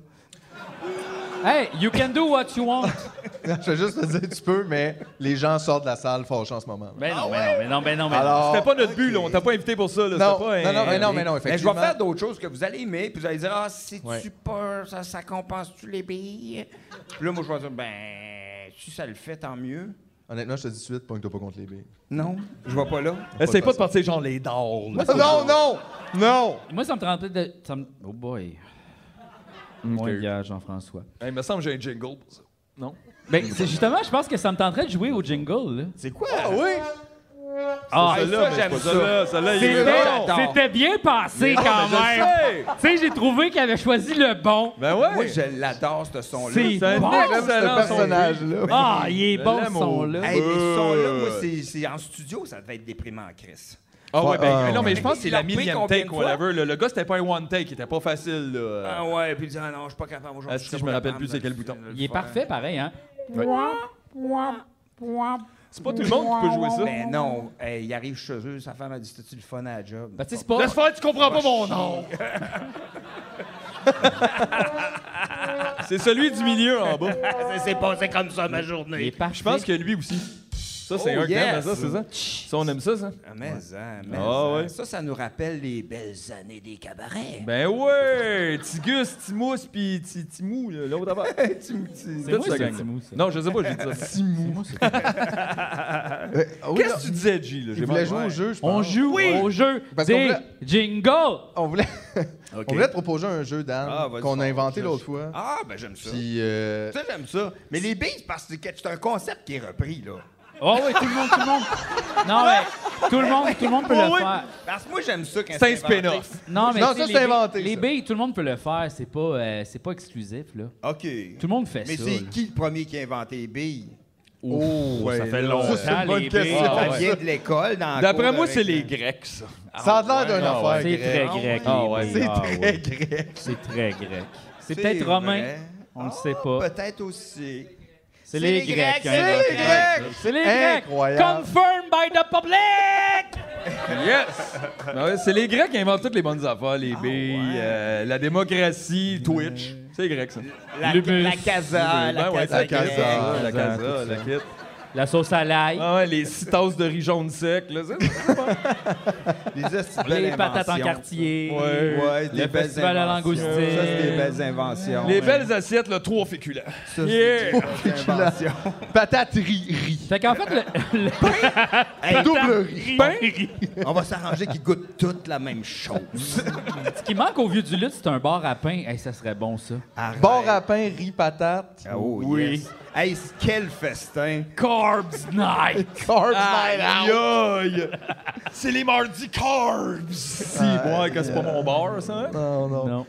Speaker 1: Hey, you can do what you want.
Speaker 3: Je vais juste te dire, tu peux, mais les gens sortent de la salle fâchés en ce moment.
Speaker 1: Ben non, ben non, ben non, ben non, ben non.
Speaker 3: Alors,
Speaker 4: C'était pas
Speaker 7: Ah,
Speaker 4: notre but, là. On t'a pas invité pour ça, là.
Speaker 3: non,
Speaker 4: C'était pas
Speaker 3: non,
Speaker 4: un-
Speaker 3: non, mais non, mais non,
Speaker 7: Mais je vais
Speaker 3: effectivement.
Speaker 7: faire d'autres choses que vous allez aimer, puis vous allez dire, ah, c'est-tu
Speaker 3: Ouais.
Speaker 7: pas, ça, ça compense-tu les billes? Puis là, moi, je vais dire, ben, si ça le fait, tant mieux.
Speaker 3: Honnêtement, je te dis tout de suite, pogne-toi pas contre les billes.
Speaker 7: Non, je vais pas là.
Speaker 4: Essaye pas de partir genre les dards, là.
Speaker 3: Non, non, non!
Speaker 1: Moi, ça me tentait de. ça me- Oh boy. Moi, il y a Jean-François.
Speaker 4: Hey, il me semble que j'ai un jingle pour ça. Non?
Speaker 1: Ben, c'est justement, je pense que ça me tenterait de jouer au jingle, là.
Speaker 7: C'est quoi?
Speaker 3: Oui!
Speaker 1: Ah,
Speaker 7: Hey, ça, j'aime ça.
Speaker 4: Celle-là, il est
Speaker 1: C'était
Speaker 7: bon.
Speaker 1: c'était bien passé quand même. Tu sais, j'ai trouvé qu'il avait choisi le bon.
Speaker 4: Ben ouais.
Speaker 7: Moi, je l'adore, ce son-là.
Speaker 1: C'est
Speaker 4: un
Speaker 1: bon.
Speaker 4: excellent
Speaker 3: Ce
Speaker 4: son.
Speaker 3: personnage-là.
Speaker 1: Ah, il est
Speaker 4: Je
Speaker 1: bon ce
Speaker 4: l'aime au-
Speaker 1: son-là.
Speaker 7: Hey, mais ce son-là, moi, c'est- c'est en studio, ça devait être déprimant, Chris.
Speaker 4: Ah ouais, ben,
Speaker 3: Ah,
Speaker 4: non, mais
Speaker 7: ouais.
Speaker 4: je pense que c'est
Speaker 7: Ils
Speaker 4: la
Speaker 7: l'ont pris
Speaker 4: millième
Speaker 7: combien de
Speaker 4: take,
Speaker 7: fois?
Speaker 4: whatever. là. Le gars, c'était pas un one take, il était pas facile, là.
Speaker 7: Ah ouais, puis il dit, ah non, je suis pas capable aujourd'hui.
Speaker 4: Ah, si, je me rappelle plus c'est
Speaker 7: c'est
Speaker 4: quel bouton.
Speaker 1: Il est parfait, pareil, hein?
Speaker 4: C'est pas tout le monde qui peut jouer ça.
Speaker 7: Mais Oh, ben non, hey, il arrive chez eux, sa femme a dit, t'as-tu le fun à la job?
Speaker 1: Ben, tu sais, c'est pas.
Speaker 4: Laisse faire, tu comprends pas mon nom. C'est celui du milieu en bas.
Speaker 1: Il est parfait.
Speaker 4: Je pense que lui aussi. Ça, c'est
Speaker 7: Oh,
Speaker 4: un qui
Speaker 7: yes.
Speaker 4: aime ça, c'est ça? Ça, on aime ça, ça?
Speaker 7: Ah, mais, hein, mais
Speaker 4: Ah
Speaker 7: hein.
Speaker 4: ouais.
Speaker 7: ça, ça nous rappelle les belles années des cabarets.
Speaker 4: Ben ouais! Tigus, Timous, pis Ti- Timou, là, l'autre avant.
Speaker 1: C'est moi,
Speaker 4: Toute la
Speaker 1: c'est
Speaker 4: gang.
Speaker 1: Timou, ça.
Speaker 4: Non, je sais pas, j'ai dit ça. Timou.
Speaker 3: Ah oui,
Speaker 4: Qu'est-ce
Speaker 3: non.
Speaker 4: que tu disais, G? Là? J'ai
Speaker 3: Il voulait
Speaker 4: mal.
Speaker 3: jouer au jeu, je pense.
Speaker 1: On joue au jeu
Speaker 3: Parce qu'on
Speaker 1: des
Speaker 3: voulait-
Speaker 1: jingle.
Speaker 3: On voulait, on voulait te proposer un jeu, Dan,
Speaker 7: Ah, vas-y,
Speaker 3: qu'on a
Speaker 7: fort,
Speaker 3: inventé
Speaker 7: je-
Speaker 3: l'autre fois.
Speaker 7: Ah, ben j'aime ça.
Speaker 3: Puis, euh,
Speaker 7: Ça, j'aime ça. Mais les billes, parce que c'est un concept qui est repris, là.
Speaker 1: Oh oui, tout le monde, tout le monde. Non, mais tout le monde, tout le monde peut le
Speaker 4: Oh, oui.
Speaker 1: faire.
Speaker 7: Parce que moi, j'aime ça quand
Speaker 4: C'est un
Speaker 7: inventé.
Speaker 4: spin-off.
Speaker 1: Non, mais
Speaker 3: Non,
Speaker 1: tu sais,
Speaker 3: ça,
Speaker 1: les
Speaker 3: c'est
Speaker 1: billes-
Speaker 3: inventé,
Speaker 1: Les
Speaker 3: ça.
Speaker 1: billes, tout le monde peut le faire. C'est pas, euh, c'est pas exclusif, là.
Speaker 7: OK.
Speaker 1: Tout le monde fait
Speaker 7: Mais
Speaker 1: ça.
Speaker 7: c'est
Speaker 1: là.
Speaker 7: qui le premier qui a inventé les billes? Oh,
Speaker 4: Ouf,
Speaker 7: ouais,
Speaker 4: ça fait
Speaker 7: là,
Speaker 4: longtemps.
Speaker 7: ça, c'est une bonne
Speaker 4: les Ah,
Speaker 7: question.
Speaker 4: Grecs.
Speaker 7: Ça vient de l'école, dans la
Speaker 4: D'après
Speaker 7: cour
Speaker 4: moi,
Speaker 7: avec
Speaker 4: c'est
Speaker 7: le-
Speaker 4: les Grecs, ça.
Speaker 7: Ça a l'air d'une
Speaker 4: Ah ouais.
Speaker 7: affaire
Speaker 4: C'est très
Speaker 7: grecque.
Speaker 4: grec.
Speaker 7: Ah
Speaker 4: les
Speaker 7: ouais.
Speaker 4: Grecs.
Speaker 7: C'est
Speaker 4: Ah
Speaker 7: très
Speaker 4: ouais.
Speaker 7: grec.
Speaker 1: C'est très grec. C'est
Speaker 7: C'est
Speaker 1: peut-être
Speaker 7: vrai.
Speaker 1: romain. On le sait pas.
Speaker 7: Peut-être aussi.
Speaker 1: C'est les, Grecs.
Speaker 7: C'est
Speaker 1: hein,
Speaker 7: les
Speaker 1: donc.
Speaker 7: Grecs!
Speaker 1: C'est les Grecs.
Speaker 4: Incroyable.
Speaker 1: Confirmed by the public.
Speaker 4: Yes! Ben ouais, c'est les Grecs qui inventent toutes les bonnes affaires, les billes, euh, la démocratie, Twitch. C'est grec, ça.
Speaker 7: La-
Speaker 4: L'Ubus.
Speaker 7: la casa, Ah, la
Speaker 4: Ben ouais,
Speaker 7: casa
Speaker 4: la casa,
Speaker 7: grecque.
Speaker 4: la
Speaker 7: La casa,
Speaker 4: casa, la
Speaker 7: tout ça.
Speaker 4: kit.
Speaker 1: La sauce à l'ail.
Speaker 4: Ah ouais, les six tasses de riz jaune sec. Là, ça, c'est pas-
Speaker 1: Les patates en quartier.
Speaker 4: Ouais.
Speaker 7: Ouais, des
Speaker 1: le
Speaker 7: belles
Speaker 1: festival à
Speaker 7: inventions.
Speaker 1: langoustine.
Speaker 7: Ça, c'est des belles inventions.
Speaker 4: les
Speaker 7: Ouais.
Speaker 4: belles assiettes, le trois féculents.
Speaker 7: Ça, c'est
Speaker 4: Yeah!
Speaker 7: des belles inventions.
Speaker 1: Patate riz riz. Fait qu'en fait, le, le-
Speaker 7: Hey, double
Speaker 1: riz.
Speaker 7: On va s'arranger qu'ils goûtent toutes la même chose.
Speaker 1: ce qui manque au vieux du lutte, c'est un bar à pain. Hey, ça serait bon ça.
Speaker 3: Bord à pain, riz, patate.
Speaker 7: Ah, oh,
Speaker 1: Oui.
Speaker 7: yes. Hey, c- quel festin!
Speaker 1: Carbs night.
Speaker 3: Carbs
Speaker 7: Ah,
Speaker 4: Aïe,
Speaker 3: night out.
Speaker 4: aïe. C'est les mardis carbs! Si, Ah, ouais, que c'est pas mon bar, ça. hein?
Speaker 3: euh, Non, non.
Speaker 1: Non.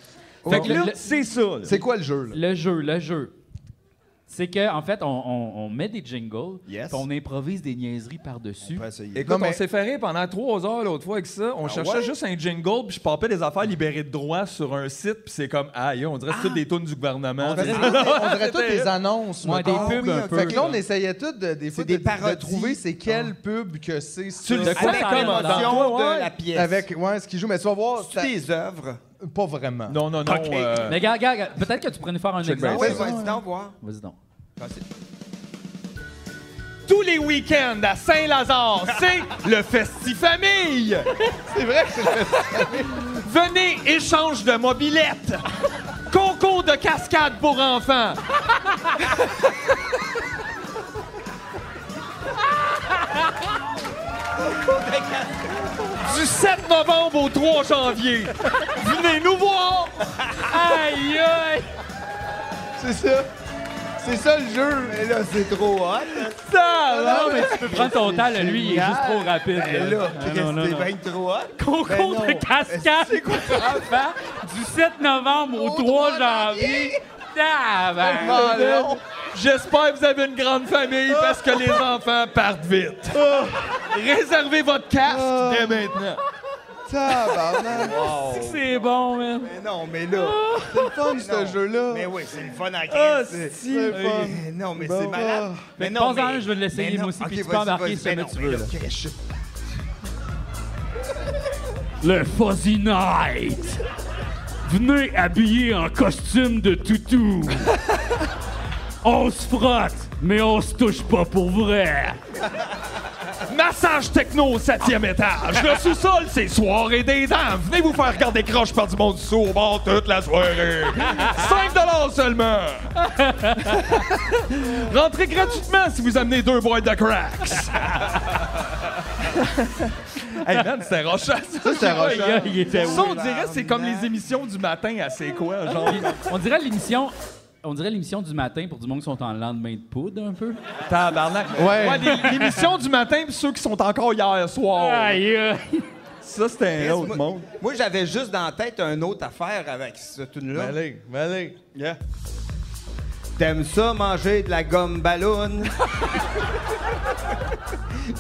Speaker 4: Fait
Speaker 1: Oh,
Speaker 4: que là,
Speaker 1: le-
Speaker 4: c'est ça. là.
Speaker 3: C'est quoi le jeu, là?
Speaker 1: Le jeu, le jeu. C'est que en fait, on, on- on met des jingles,
Speaker 7: Yes.
Speaker 1: puis on improvise des niaiseries par-dessus.
Speaker 7: Après ça, il-
Speaker 4: Écoute,
Speaker 3: Non, mais-
Speaker 4: on s'est ferré pendant trois heures l'autre fois avec ça. On cherchait
Speaker 7: ouais?
Speaker 4: juste un jingle, puis je papais des affaires libérées de droit sur un site, puis c'est comme, aïe, on dirait que c'est toutes des tunes du gouvernement.
Speaker 3: On dirait, on dirait toutes les annonces.
Speaker 1: Ouais,
Speaker 3: mettons.
Speaker 1: des pubs
Speaker 3: oui,
Speaker 1: un
Speaker 3: ok.
Speaker 1: peu.
Speaker 3: Fait que là, on essayait toutes de, des fois
Speaker 7: des
Speaker 3: de- de
Speaker 7: parodies.
Speaker 3: trouver c'est quel pub que c'est. ça.
Speaker 4: Tu le sais
Speaker 1: quoi ça
Speaker 4: comme
Speaker 1: a l'air?
Speaker 4: dans-
Speaker 7: Version
Speaker 4: Ouais,
Speaker 7: de
Speaker 4: ouais.
Speaker 7: la pièce.
Speaker 3: Avec ouais, ce qui joue. Mais tu vas voir,
Speaker 7: C'est-tu
Speaker 3: ça-
Speaker 7: des œuvres.
Speaker 3: pas vraiment.
Speaker 4: Non, non, non. euh,
Speaker 1: Mais regarde, regarde, regarde, peut-être que tu pourrais nous faire un
Speaker 7: Ah
Speaker 1: exemple.
Speaker 7: ouais, vas-y donc, voir.
Speaker 1: Vas-y donc.
Speaker 4: Tous les week-ends à Saint-Lazare, c'est le Festifamille!
Speaker 3: C'est vrai que c'est
Speaker 4: Venez, échange de mobilettes! Concours de cascade pour enfants! Du 7 novembre au 3 janvier, venez nous voir! Aïe aïe!
Speaker 3: c'est ça. C'est ça le jeu.
Speaker 7: Mais là, c'est trop hot.
Speaker 4: Ça va!
Speaker 1: Non, mais tu peux prendre ton temps, là, lui, il est juste trop rapide.
Speaker 7: Ben
Speaker 1: là.
Speaker 7: là,
Speaker 1: Ah,
Speaker 7: Chris,
Speaker 1: non, non,
Speaker 7: c'est
Speaker 1: non.
Speaker 4: ben
Speaker 7: bien trop hot.
Speaker 1: Concours
Speaker 7: Ben non.
Speaker 1: de cascade enfant du 7 novembre au 3 janvier. Tabarnak.
Speaker 4: Malade. Ben J'espère que vous avez une grande famille parce que les enfants partent vite. Réservez votre casque dès maintenant.
Speaker 3: Ah, Tabarnak.
Speaker 1: C'est bon, man.
Speaker 7: Mais non, mais là.
Speaker 3: C'est le fun, ce
Speaker 7: Non.
Speaker 3: jeu-là.
Speaker 7: Mais oui, c'est le fun à
Speaker 4: Ah,
Speaker 7: Chris.
Speaker 4: si.
Speaker 3: C'est le fun.
Speaker 7: Mais non, mais
Speaker 3: Bon.
Speaker 7: c'est malade. Mais
Speaker 1: que
Speaker 7: non,
Speaker 1: pense-en
Speaker 7: mais-
Speaker 1: un, je vais l'essayer,
Speaker 7: mais non.
Speaker 1: moi aussi,
Speaker 7: Ok,
Speaker 1: puis tu peux
Speaker 7: vas-y,
Speaker 1: embarquer
Speaker 7: vas-y.
Speaker 1: si jamais
Speaker 7: Mais non,
Speaker 1: tu
Speaker 7: mais
Speaker 1: veux,
Speaker 7: là,
Speaker 1: là.
Speaker 7: Chris,
Speaker 1: Le Fuzzy Night. Venez habillé en costume de toutou. On se frotte, mais on se touche pas pour vrai.
Speaker 4: Massage techno au septième étage. Le sous-sol, c'est soirée des dents. Venez vous faire garder croche par du monde du au bord toute la soirée. 5 dollars seulement. Rentrez gratuitement si vous amenez deux boîtes de cracks. hey man, c'était rochant. Ça,
Speaker 3: c'était rochant.
Speaker 1: Il était où?
Speaker 4: Ça, on dirait que c'est comme les émissions du matin à C'est quoi, genre.
Speaker 1: On dirait l'émission. On dirait l'émission du matin pour du monde qui sont en lendemain de poudre un peu.
Speaker 4: Tabarnak.
Speaker 3: Ouais.
Speaker 4: Ouais, les- l'émission du matin pis ceux qui sont encore hier soir. Ça, c'était
Speaker 7: Chris,
Speaker 4: un autre
Speaker 7: moi-
Speaker 4: monde.
Speaker 7: Moi, j'avais juste dans la tête une autre affaire avec cette tune-là.
Speaker 3: Allez, mais allez.
Speaker 7: T'aimes ça manger de la gomme ballon?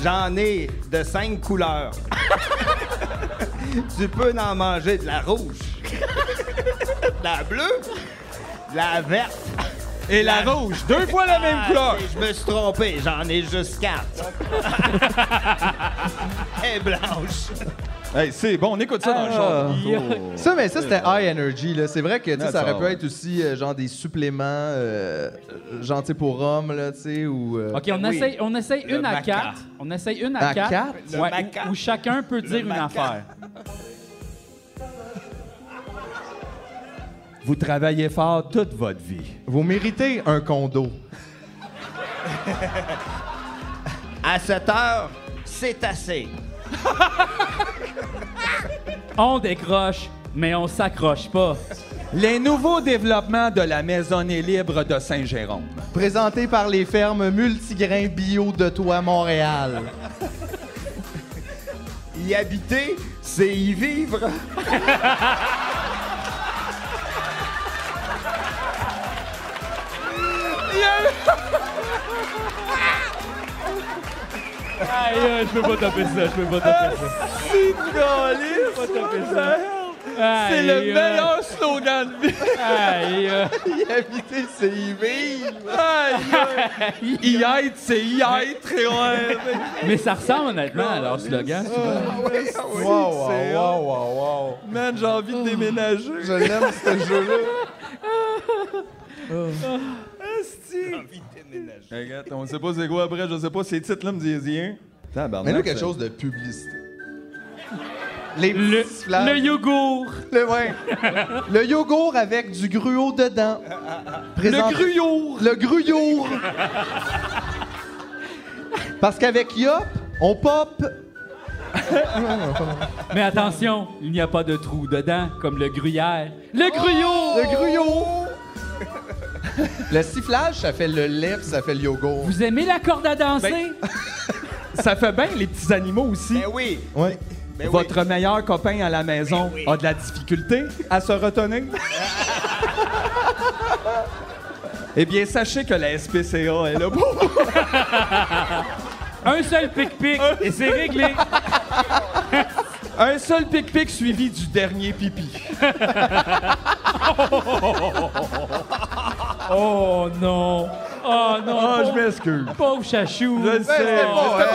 Speaker 7: J'en ai de cinq couleurs. tu peux en manger de la rouge, de la bleue, de la verte.
Speaker 4: Et la rouge, deux fois la même
Speaker 7: Ah,
Speaker 4: couleur.
Speaker 7: Je me suis trompé, j'en ai juste quatre. Et blanche.
Speaker 4: Hey, c'est bon, on écoute ça dans le genre.
Speaker 3: Ça, mais ça, c'était
Speaker 4: Euh,
Speaker 3: high energy. là. C'est vrai que tu sais, ça
Speaker 4: That's
Speaker 3: aurait pu
Speaker 4: all.
Speaker 3: être aussi euh, genre des suppléments, euh, euh, genre tu sais, pour hommes, là, tu sais, ou. euh,
Speaker 1: OK, on
Speaker 7: Oui.
Speaker 1: essaye, on essaye
Speaker 7: Le
Speaker 1: une à
Speaker 7: maca.
Speaker 1: quatre. On essaye une
Speaker 3: À
Speaker 1: à quatre.
Speaker 3: quatre?
Speaker 7: Le
Speaker 1: Ouais,
Speaker 7: maca.
Speaker 1: où, où chacun peut dire une
Speaker 7: maca.
Speaker 1: affaire.
Speaker 4: Vous travaillez fort toute votre vie.
Speaker 3: Vous méritez un condo.
Speaker 7: À cette heure, c'est assez.
Speaker 1: On décroche, mais on s'accroche pas.
Speaker 4: Les nouveaux développements de la Maisonnée libre de Saint-Jérôme.
Speaker 3: Présenté par les fermes multigrains bio de toi, Montréal.
Speaker 7: Y habiter, c'est y vivre.
Speaker 1: Aïe, aïe, je peux pas taper ça, je peux pas taper ça.
Speaker 4: C'est drôle,
Speaker 1: What the
Speaker 4: C'est
Speaker 1: Aïe,
Speaker 4: le
Speaker 1: aïe.
Speaker 4: meilleur slogan de vie.
Speaker 1: Aïe, euh. aïe.
Speaker 4: Il a habité le CIV. Aïe, aïe. Aïe, c'est aïe, très ouais.
Speaker 1: Mais ça ressemble honnêtement à leur slogan. tu vois.
Speaker 4: Ah ouais, ah ouais,
Speaker 3: Wow,
Speaker 4: c'est
Speaker 3: wow, wow, wow, wow.
Speaker 4: hot. Man, j'ai envie de déménager.
Speaker 3: Je l'aime, ce jeu-là.
Speaker 4: Regarde, on sait pas c'est quoi après, je sais pas, ces titres-là me disent rien.
Speaker 3: Mais nous, quelque chose de publicité. Les
Speaker 1: Le,
Speaker 3: petites flammes.
Speaker 1: le yogourt.
Speaker 3: Le, ouais. le yogourt avec du gruau dedans. Présente-
Speaker 4: Le gruyour.
Speaker 3: Le gruyour. Parce qu'avec Yop, on pop.
Speaker 1: Mais attention, il n'y a pas de trou dedans, comme le gruyère.
Speaker 4: Oh!
Speaker 1: Le gruyot!
Speaker 3: Le gruau. Le sifflage, ça fait le lait, puis ça fait le yogourt.
Speaker 1: Vous aimez la corde à
Speaker 4: Ben,
Speaker 1: danser?
Speaker 4: Ça fait bien les petits animaux aussi.
Speaker 7: Ben oui.
Speaker 3: Ouais.
Speaker 7: Ben oui.
Speaker 4: Votre meilleur copain à la maison a de la difficulté à se retenir. eh bien, sachez que la SPCA est là pour vous.
Speaker 1: Un seul pic-pic et c'est réglé.
Speaker 4: Un seul pic-pic suivi du dernier pipi.
Speaker 1: Oh non! Oh non!
Speaker 4: Ah,
Speaker 1: pauvre-
Speaker 4: je m'excuse.
Speaker 1: Pauvre chachou!
Speaker 4: Je le sais. C'était pas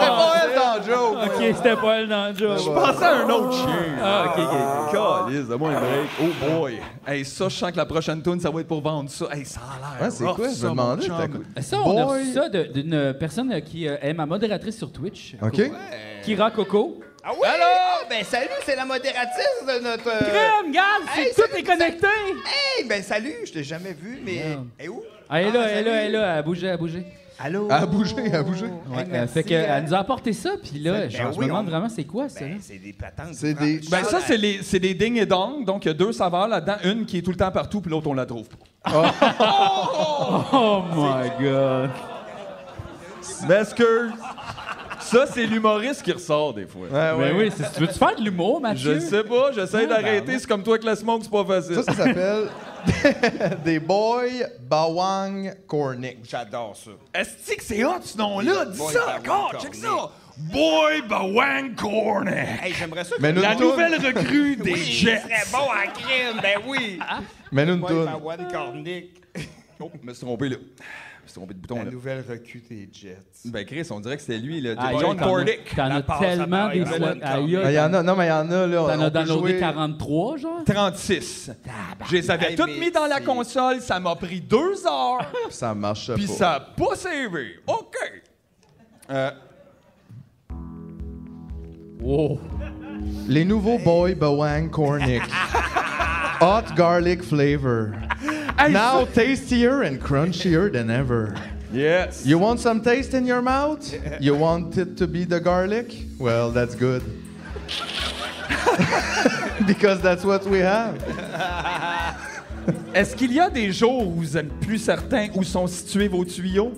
Speaker 3: C'était pas elle, c'était pas elle dans le joke.
Speaker 1: Ok, c'était pas elle dans le job.
Speaker 4: Je pensais à un autre chien.
Speaker 1: Ah, ok, ok.
Speaker 4: Calisse, donne-moi un break. Oh boy. Hey, ça, je sens que la prochaine tune, ça va être pour vendre ça. Hey, ça a l'air.
Speaker 3: Ouais, c'est
Speaker 4: rough,
Speaker 3: quoi? Je me
Speaker 4: ça, mon
Speaker 3: demandais,
Speaker 4: chum.
Speaker 3: c'était quoi?
Speaker 1: Ça, on a
Speaker 3: Boy.
Speaker 1: reçu ça de- d'une personne euh, qui euh, est ma modératrice sur Twitch,
Speaker 3: OK?
Speaker 1: Kira Coco.
Speaker 7: Ah oui? Alors? Ben salut, c'est la modératrice de notre... euh,
Speaker 1: Crème, garde,
Speaker 7: Hey,
Speaker 1: c'est
Speaker 7: ça-
Speaker 1: tout est connecté!
Speaker 7: Hey, ben salut, je t'ai jamais vu, mais...
Speaker 1: Merde.
Speaker 7: Et où?
Speaker 1: Ah, elle est
Speaker 7: Ah,
Speaker 1: là, elle est là,
Speaker 7: salut.
Speaker 1: elle est là, elle a bougé, elle a bougé.
Speaker 7: Allô?
Speaker 3: À bouger, à bouger.
Speaker 1: Ouais,
Speaker 7: Hey,
Speaker 1: euh, fait
Speaker 7: merci,
Speaker 1: que,
Speaker 7: hein.
Speaker 1: elle nous hein. a apporté ça, puis là,
Speaker 7: Ben
Speaker 1: genre, je me
Speaker 7: oui,
Speaker 1: demande
Speaker 7: on-
Speaker 1: vraiment c'est quoi ça. là?
Speaker 7: Ben, c'est des patentes.
Speaker 3: C'est des-
Speaker 4: Ben, ça, c'est les, c'est des ding et dong. Donc, il y a deux saveurs là-dedans. Une qui est tout le temps partout, puis l'autre, on la trouve pas.
Speaker 1: Oh my god!
Speaker 4: M'excuse. Ça, c'est l'humoriste qui ressort des fois.
Speaker 3: Ouais,
Speaker 1: Ben
Speaker 3: ouais.
Speaker 1: oui, c'est- tu veux-tu faire de l'humour, Mathieu?
Speaker 4: Je sais pas, j'essaie d'arrêter. C'est comme toi avec la smoke, c'est pas facile.
Speaker 3: Ça, ça s'appelle des Boy Bawang Cornick.
Speaker 7: J'adore ça.
Speaker 4: Est-ce que c'est hot ce nom-là? Dis
Speaker 7: Boy
Speaker 4: ça
Speaker 7: Bawang
Speaker 4: encore, check
Speaker 7: Cornet.
Speaker 4: ça! Boy Bawang Cornet!
Speaker 7: Hey, j'aimerais ça...
Speaker 3: Mais
Speaker 7: que-
Speaker 3: nous
Speaker 4: La
Speaker 3: une toune.
Speaker 4: nouvelle recrue des
Speaker 7: Oui,
Speaker 4: Jets!
Speaker 7: je serais bon en crime, ben oui.
Speaker 3: Mais nous une
Speaker 7: Moi,
Speaker 3: toune.
Speaker 7: ma one cornic.
Speaker 4: Oh, je me suis trompé là. Je me suis trompé de bouton
Speaker 7: La
Speaker 4: là.
Speaker 7: nouvelle recrue des Jets.
Speaker 4: Ben Chris, on dirait que c'était lui, là.
Speaker 1: Ah,
Speaker 4: John
Speaker 1: t'en as-
Speaker 4: Cordick.
Speaker 1: T'en as tellement des
Speaker 7: passe,
Speaker 1: fois.
Speaker 7: ça
Speaker 1: Aïe,
Speaker 3: Ah, y
Speaker 1: aïe,
Speaker 3: en a, non, mais il y en a, là.
Speaker 1: T'en
Speaker 3: on
Speaker 1: as
Speaker 3: peut
Speaker 1: downloadé
Speaker 3: jouer.
Speaker 1: 43, genre?
Speaker 4: 36. Je les avais
Speaker 7: Hey,
Speaker 4: toutes
Speaker 7: mais
Speaker 4: mis dans la
Speaker 7: c'est-
Speaker 4: console, ça m'a pris deux heures,
Speaker 3: Puis Ça marche pas.
Speaker 4: puis ça a pas servi. OK. Euh,
Speaker 1: Wow!
Speaker 3: Les nouveaux Boy Bawang Cornick. Hot garlic flavor.
Speaker 4: hey,
Speaker 3: Now tastier and crunchier than ever.
Speaker 4: ça- Yes.
Speaker 3: You want some taste in your mouth? You want it to be the garlic? Well, that's good. Because that's what we have.
Speaker 4: Est-ce qu'il y a des jours où vous êtes plus certain où sont situés vos tuyaux?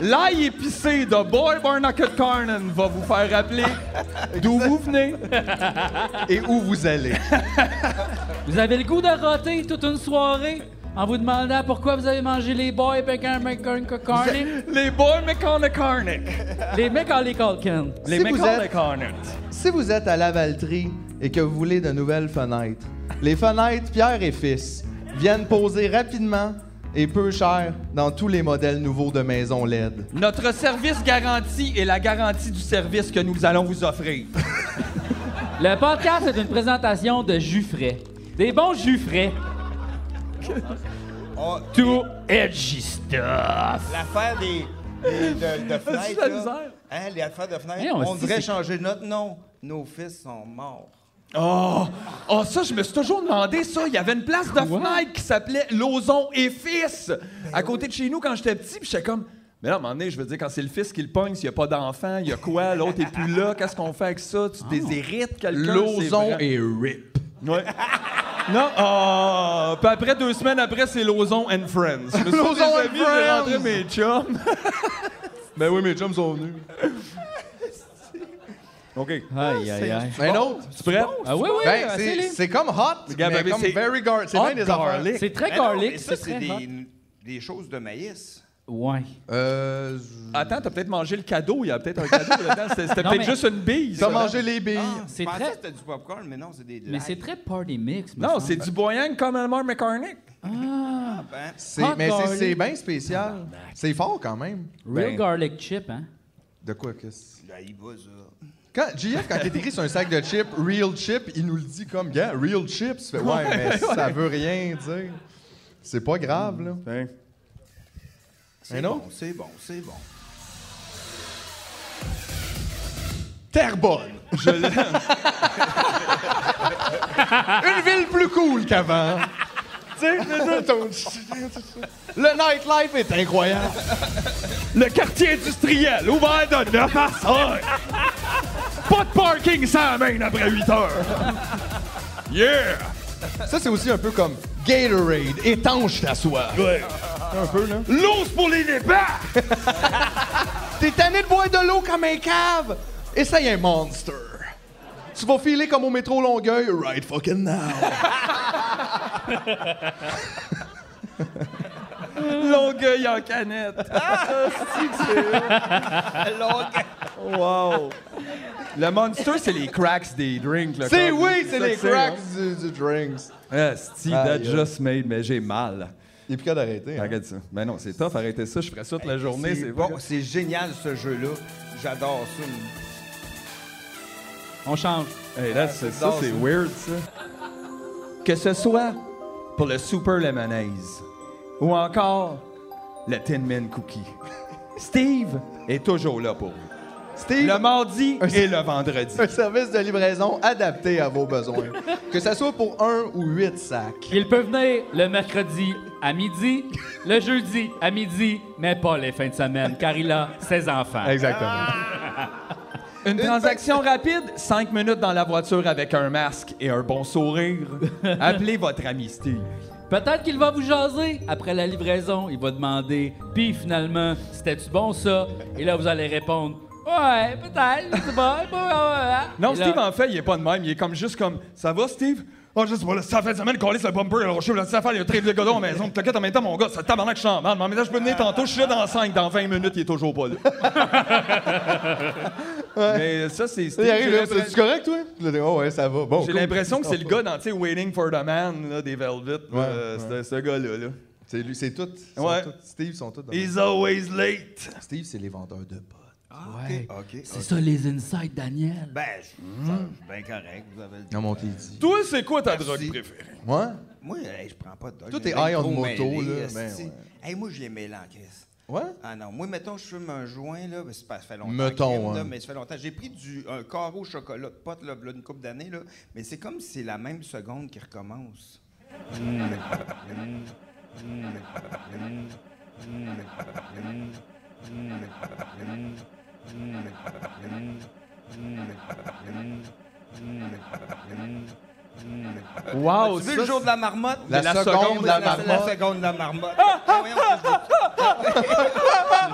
Speaker 4: L'ail épicé de Boy Barnacle Carnan va vous faire rappeler d'où vous venez.
Speaker 3: Et où vous allez?
Speaker 1: Vous avez le goût de roter toute une soirée en vous demandant pourquoi vous avez mangé les boys bacon bacon cocarnet,
Speaker 4: Les Boy McConnell Carnick.
Speaker 1: les mecs en les calcan.
Speaker 4: Les
Speaker 3: Si vous
Speaker 4: McConnell
Speaker 3: êtes-
Speaker 4: Carnick.
Speaker 3: Si vous êtes à Lavaltrie et que vous voulez de nouvelles fenêtres, les fenêtres Pierre et Fils viennent poser rapidement et peu cher dans tous les modèles nouveaux de maisons E LED.
Speaker 4: Notre service garanti est la garantie du service que nous allons vous offrir.
Speaker 1: Le podcast est une présentation de jus frais. Des bons jus frais.
Speaker 7: Oh,
Speaker 1: Tout edgy stuff.
Speaker 7: L'affaire des, des- de, de
Speaker 4: C'est la
Speaker 7: fenêtres. là.
Speaker 4: misère.
Speaker 7: Hein, les affaires de fenêtres.
Speaker 1: Hey, on
Speaker 7: on
Speaker 1: se dit,
Speaker 7: devrait
Speaker 1: c'est-
Speaker 7: changer notre nom. Nos fils sont morts.
Speaker 4: Oh, oh, ça, je me suis toujours demandé ça. Il y avait une place de
Speaker 1: Quoi?
Speaker 4: fenêtre qui s'appelait Lozon et Fils, à côté de chez nous quand j'étais petit. Puis j'étais comme, mais là, à un moment donné, je veux dire, quand c'est le fils qui le pogne, s'il n'y a pas d'enfant, il y a quoi? L'autre est plus là, qu'est-ce qu'on fait avec ça? Tu déshérites quelqu'un?
Speaker 3: Lozon
Speaker 4: et Rip. Ouais. Non, ah, puis après, deux semaines après, c'est Lozon and Friends. Je me suis
Speaker 3: Lauzon and
Speaker 4: fait des amis, j'ai rentré
Speaker 3: Friends!
Speaker 4: mes chums.
Speaker 3: Ben oui, mes chums sont venus.
Speaker 4: OK.
Speaker 1: Aïe, aïe, aïe.
Speaker 3: Un autre?
Speaker 4: Tu prêt?
Speaker 1: Ah oui, oui,
Speaker 3: Ben,
Speaker 1: euh,
Speaker 3: c'est-
Speaker 1: les-
Speaker 3: c'est comme hot,
Speaker 4: Regarde,
Speaker 3: mais
Speaker 4: ben,
Speaker 3: comme
Speaker 4: c'est
Speaker 3: very garlic. C'est
Speaker 4: hot
Speaker 3: bien des affaires.
Speaker 4: garlic.
Speaker 1: C'est très
Speaker 7: Ben non, mais
Speaker 1: garlic,
Speaker 7: ça,
Speaker 1: c'est
Speaker 7: c'est
Speaker 1: très hot.
Speaker 7: des, Des choses de maïs.
Speaker 1: Ouais.
Speaker 3: Euh,
Speaker 4: Attends, t'as peut-être mangé le cadeau. Il y a peut-être un cadeau là-dedans. C'était c'était
Speaker 1: Non,
Speaker 4: peut-être
Speaker 1: mais-
Speaker 4: juste une bille. ça.
Speaker 7: Ah,
Speaker 1: c'est
Speaker 7: je pensais
Speaker 1: très-
Speaker 7: que c'était du popcorn, mais non, c'est des
Speaker 1: Mais c'est très party mix. me
Speaker 4: Non,
Speaker 1: semble.
Speaker 4: c'est du boyang comme Elmer McCarnick.
Speaker 1: Ah,
Speaker 3: C'est-
Speaker 1: Hot
Speaker 3: mais c'est-
Speaker 1: garlic.
Speaker 3: c'est bien spécial. C'est fort quand même.
Speaker 1: Real
Speaker 3: Ben,
Speaker 1: garlic chip, hein?
Speaker 3: De quoi, Chris?
Speaker 7: Là, il va, ça.
Speaker 3: Quand JF, quand il est écrit sur un sac de chips, Real Chip, il nous le dit comme, gars, Real Chips. Tu fais, ouais, mais ça veut rien dire. C'est pas grave, là.
Speaker 4: Ben.
Speaker 7: C'est
Speaker 3: Un autre?
Speaker 7: bon, c'est bon, c'est bon.
Speaker 3: Terrebonne. Je l'aime. Une ville plus cool qu'avant. Tu sais, c'est ça, ton- Le nightlife est incroyable.
Speaker 10: Le quartier industriel, ouvert de 9 à 5. Pas de parking sans main après 8 heures. Yeah!
Speaker 3: Ça, c'est aussi un peu comme Gatorade, étanche ta soie.
Speaker 10: Ouais.
Speaker 3: Un peu, là.
Speaker 10: L'os pour les débats!
Speaker 3: T'es tanné de boire de l'eau comme un cave? Essaye un monster. Tu vas filer comme au métro Longueuil, right fucking now.
Speaker 4: Longueuil en canette. Ah, si que c'est Longueuil. Wow. Le Monster, c'est les cracks des drinks. là,
Speaker 3: c'est
Speaker 4: comme-
Speaker 3: oui, c'est
Speaker 4: ça
Speaker 3: les
Speaker 4: que
Speaker 3: cracks
Speaker 4: hein.
Speaker 3: du, du drinks.
Speaker 4: Ah, Steve,
Speaker 3: Aïe,
Speaker 4: that
Speaker 3: aïe.
Speaker 4: just made, mais j'ai mal.
Speaker 3: Il est plus qu'à d'arrêter. hein.
Speaker 4: Arrête ça. Ben non, c'est tough, arrêtez ça. Je ferais ça toute la journée, c'est bon.
Speaker 7: bon, c'est génial ce jeu-là. J'adore ça.
Speaker 1: On change.
Speaker 4: Hey, là, c'est- ça,
Speaker 7: bizarre,
Speaker 4: c'est
Speaker 7: ça.
Speaker 4: weird, ça. Que ce soit pour le Super Lemonade ou encore le Tin Man Cookie, Steve est toujours là pour vous.
Speaker 3: Steve,
Speaker 4: Le mardi et le vendredi.
Speaker 3: un service de livraison adapté à vos besoins. que ça soit pour un ou huit sacs.
Speaker 1: Il peut venir le mercredi à midi, le jeudi à midi, mais pas les fins de semaine, car il a ses enfants.
Speaker 3: Exactement.
Speaker 4: Une transaction rapide, 5 minutes dans la voiture avec un masque et un bon sourire. Appelez votre ami Steve.
Speaker 1: Peut-être qu'il va vous jaser. Après la livraison, il va demander Puis finalement, c'était-tu bon ça Et là, vous allez répondre Ouais, peut-être, c'est bon. ouais, ouais, ouais.
Speaker 4: Non,
Speaker 1: Et là-
Speaker 4: Steve, en fait, il est pas de même. Il est comme juste comme Ça va, Steve? Oh, juste voilà, ça fait une semaine qu'on laisse le bumper, alors je suis là, ça fait le trip de godon à la maison. T'inquiète, en même temps, mon gars, ça tabarnak, je suis en merde. Mais en même temps, je peux venir tantôt, je suis là dans 5, dans 20 minutes, il est toujours pas là. Mais ça, c'est Steve.
Speaker 3: Il arrive,
Speaker 4: J'ai
Speaker 3: là,
Speaker 4: l'impression-
Speaker 3: c'est correct, toi? Puis là, t'es, oh, ouais, ça va. Bon,
Speaker 4: J'ai
Speaker 3: cool.
Speaker 4: l'impression que c'est le gars dans, tu sais, Waiting for the Man, là, des Velvet. là,
Speaker 3: Ouais,
Speaker 4: euh,
Speaker 3: ouais.
Speaker 4: c'est- Ce gars-là, là.
Speaker 3: C'est lui, c'est tout. Ils sont
Speaker 4: Ouais.
Speaker 3: tous- Steve, sont tous dans
Speaker 4: He's always late.
Speaker 3: Steve, c'est les vendeurs de potes.
Speaker 1: Ouais.
Speaker 7: OK.
Speaker 1: C'est ça Mm. les insights, Daniel.
Speaker 7: Ben, je suis bien correct. Vous avez le
Speaker 3: Non, mon dit.
Speaker 4: Toi, c'est quoi ta drogue préférée?
Speaker 3: Ouais?
Speaker 7: Moi, hey, je prends pas de
Speaker 3: Toi,
Speaker 7: dog. J'ai
Speaker 3: t'es
Speaker 7: bien
Speaker 3: high on
Speaker 7: trop
Speaker 3: moto,
Speaker 7: mêlé,
Speaker 3: là,
Speaker 7: esti.
Speaker 3: ben ouais.
Speaker 7: Hey, moi, je les mêle en crise.
Speaker 3: Ouais?
Speaker 7: Ah non, moi, mettons, je fume un joint, là, ben, c'est pas- ça fait longtemps.
Speaker 3: Mettons,
Speaker 7: crime, là,
Speaker 3: hein.
Speaker 7: mais ça fait longtemps. J'ai pris du, un carreau au chocolat de pote, là, v'là une couple d'années, là, mais c'est comme si c'est la même seconde qui recommence.
Speaker 4: Wow,
Speaker 7: tu veux le jour de la marmotte?
Speaker 3: La
Speaker 7: Mais
Speaker 3: seconde de la
Speaker 7: c'est
Speaker 3: marmotte.
Speaker 7: La seconde de la marmotte. Ah, voyons, qu'est-ce que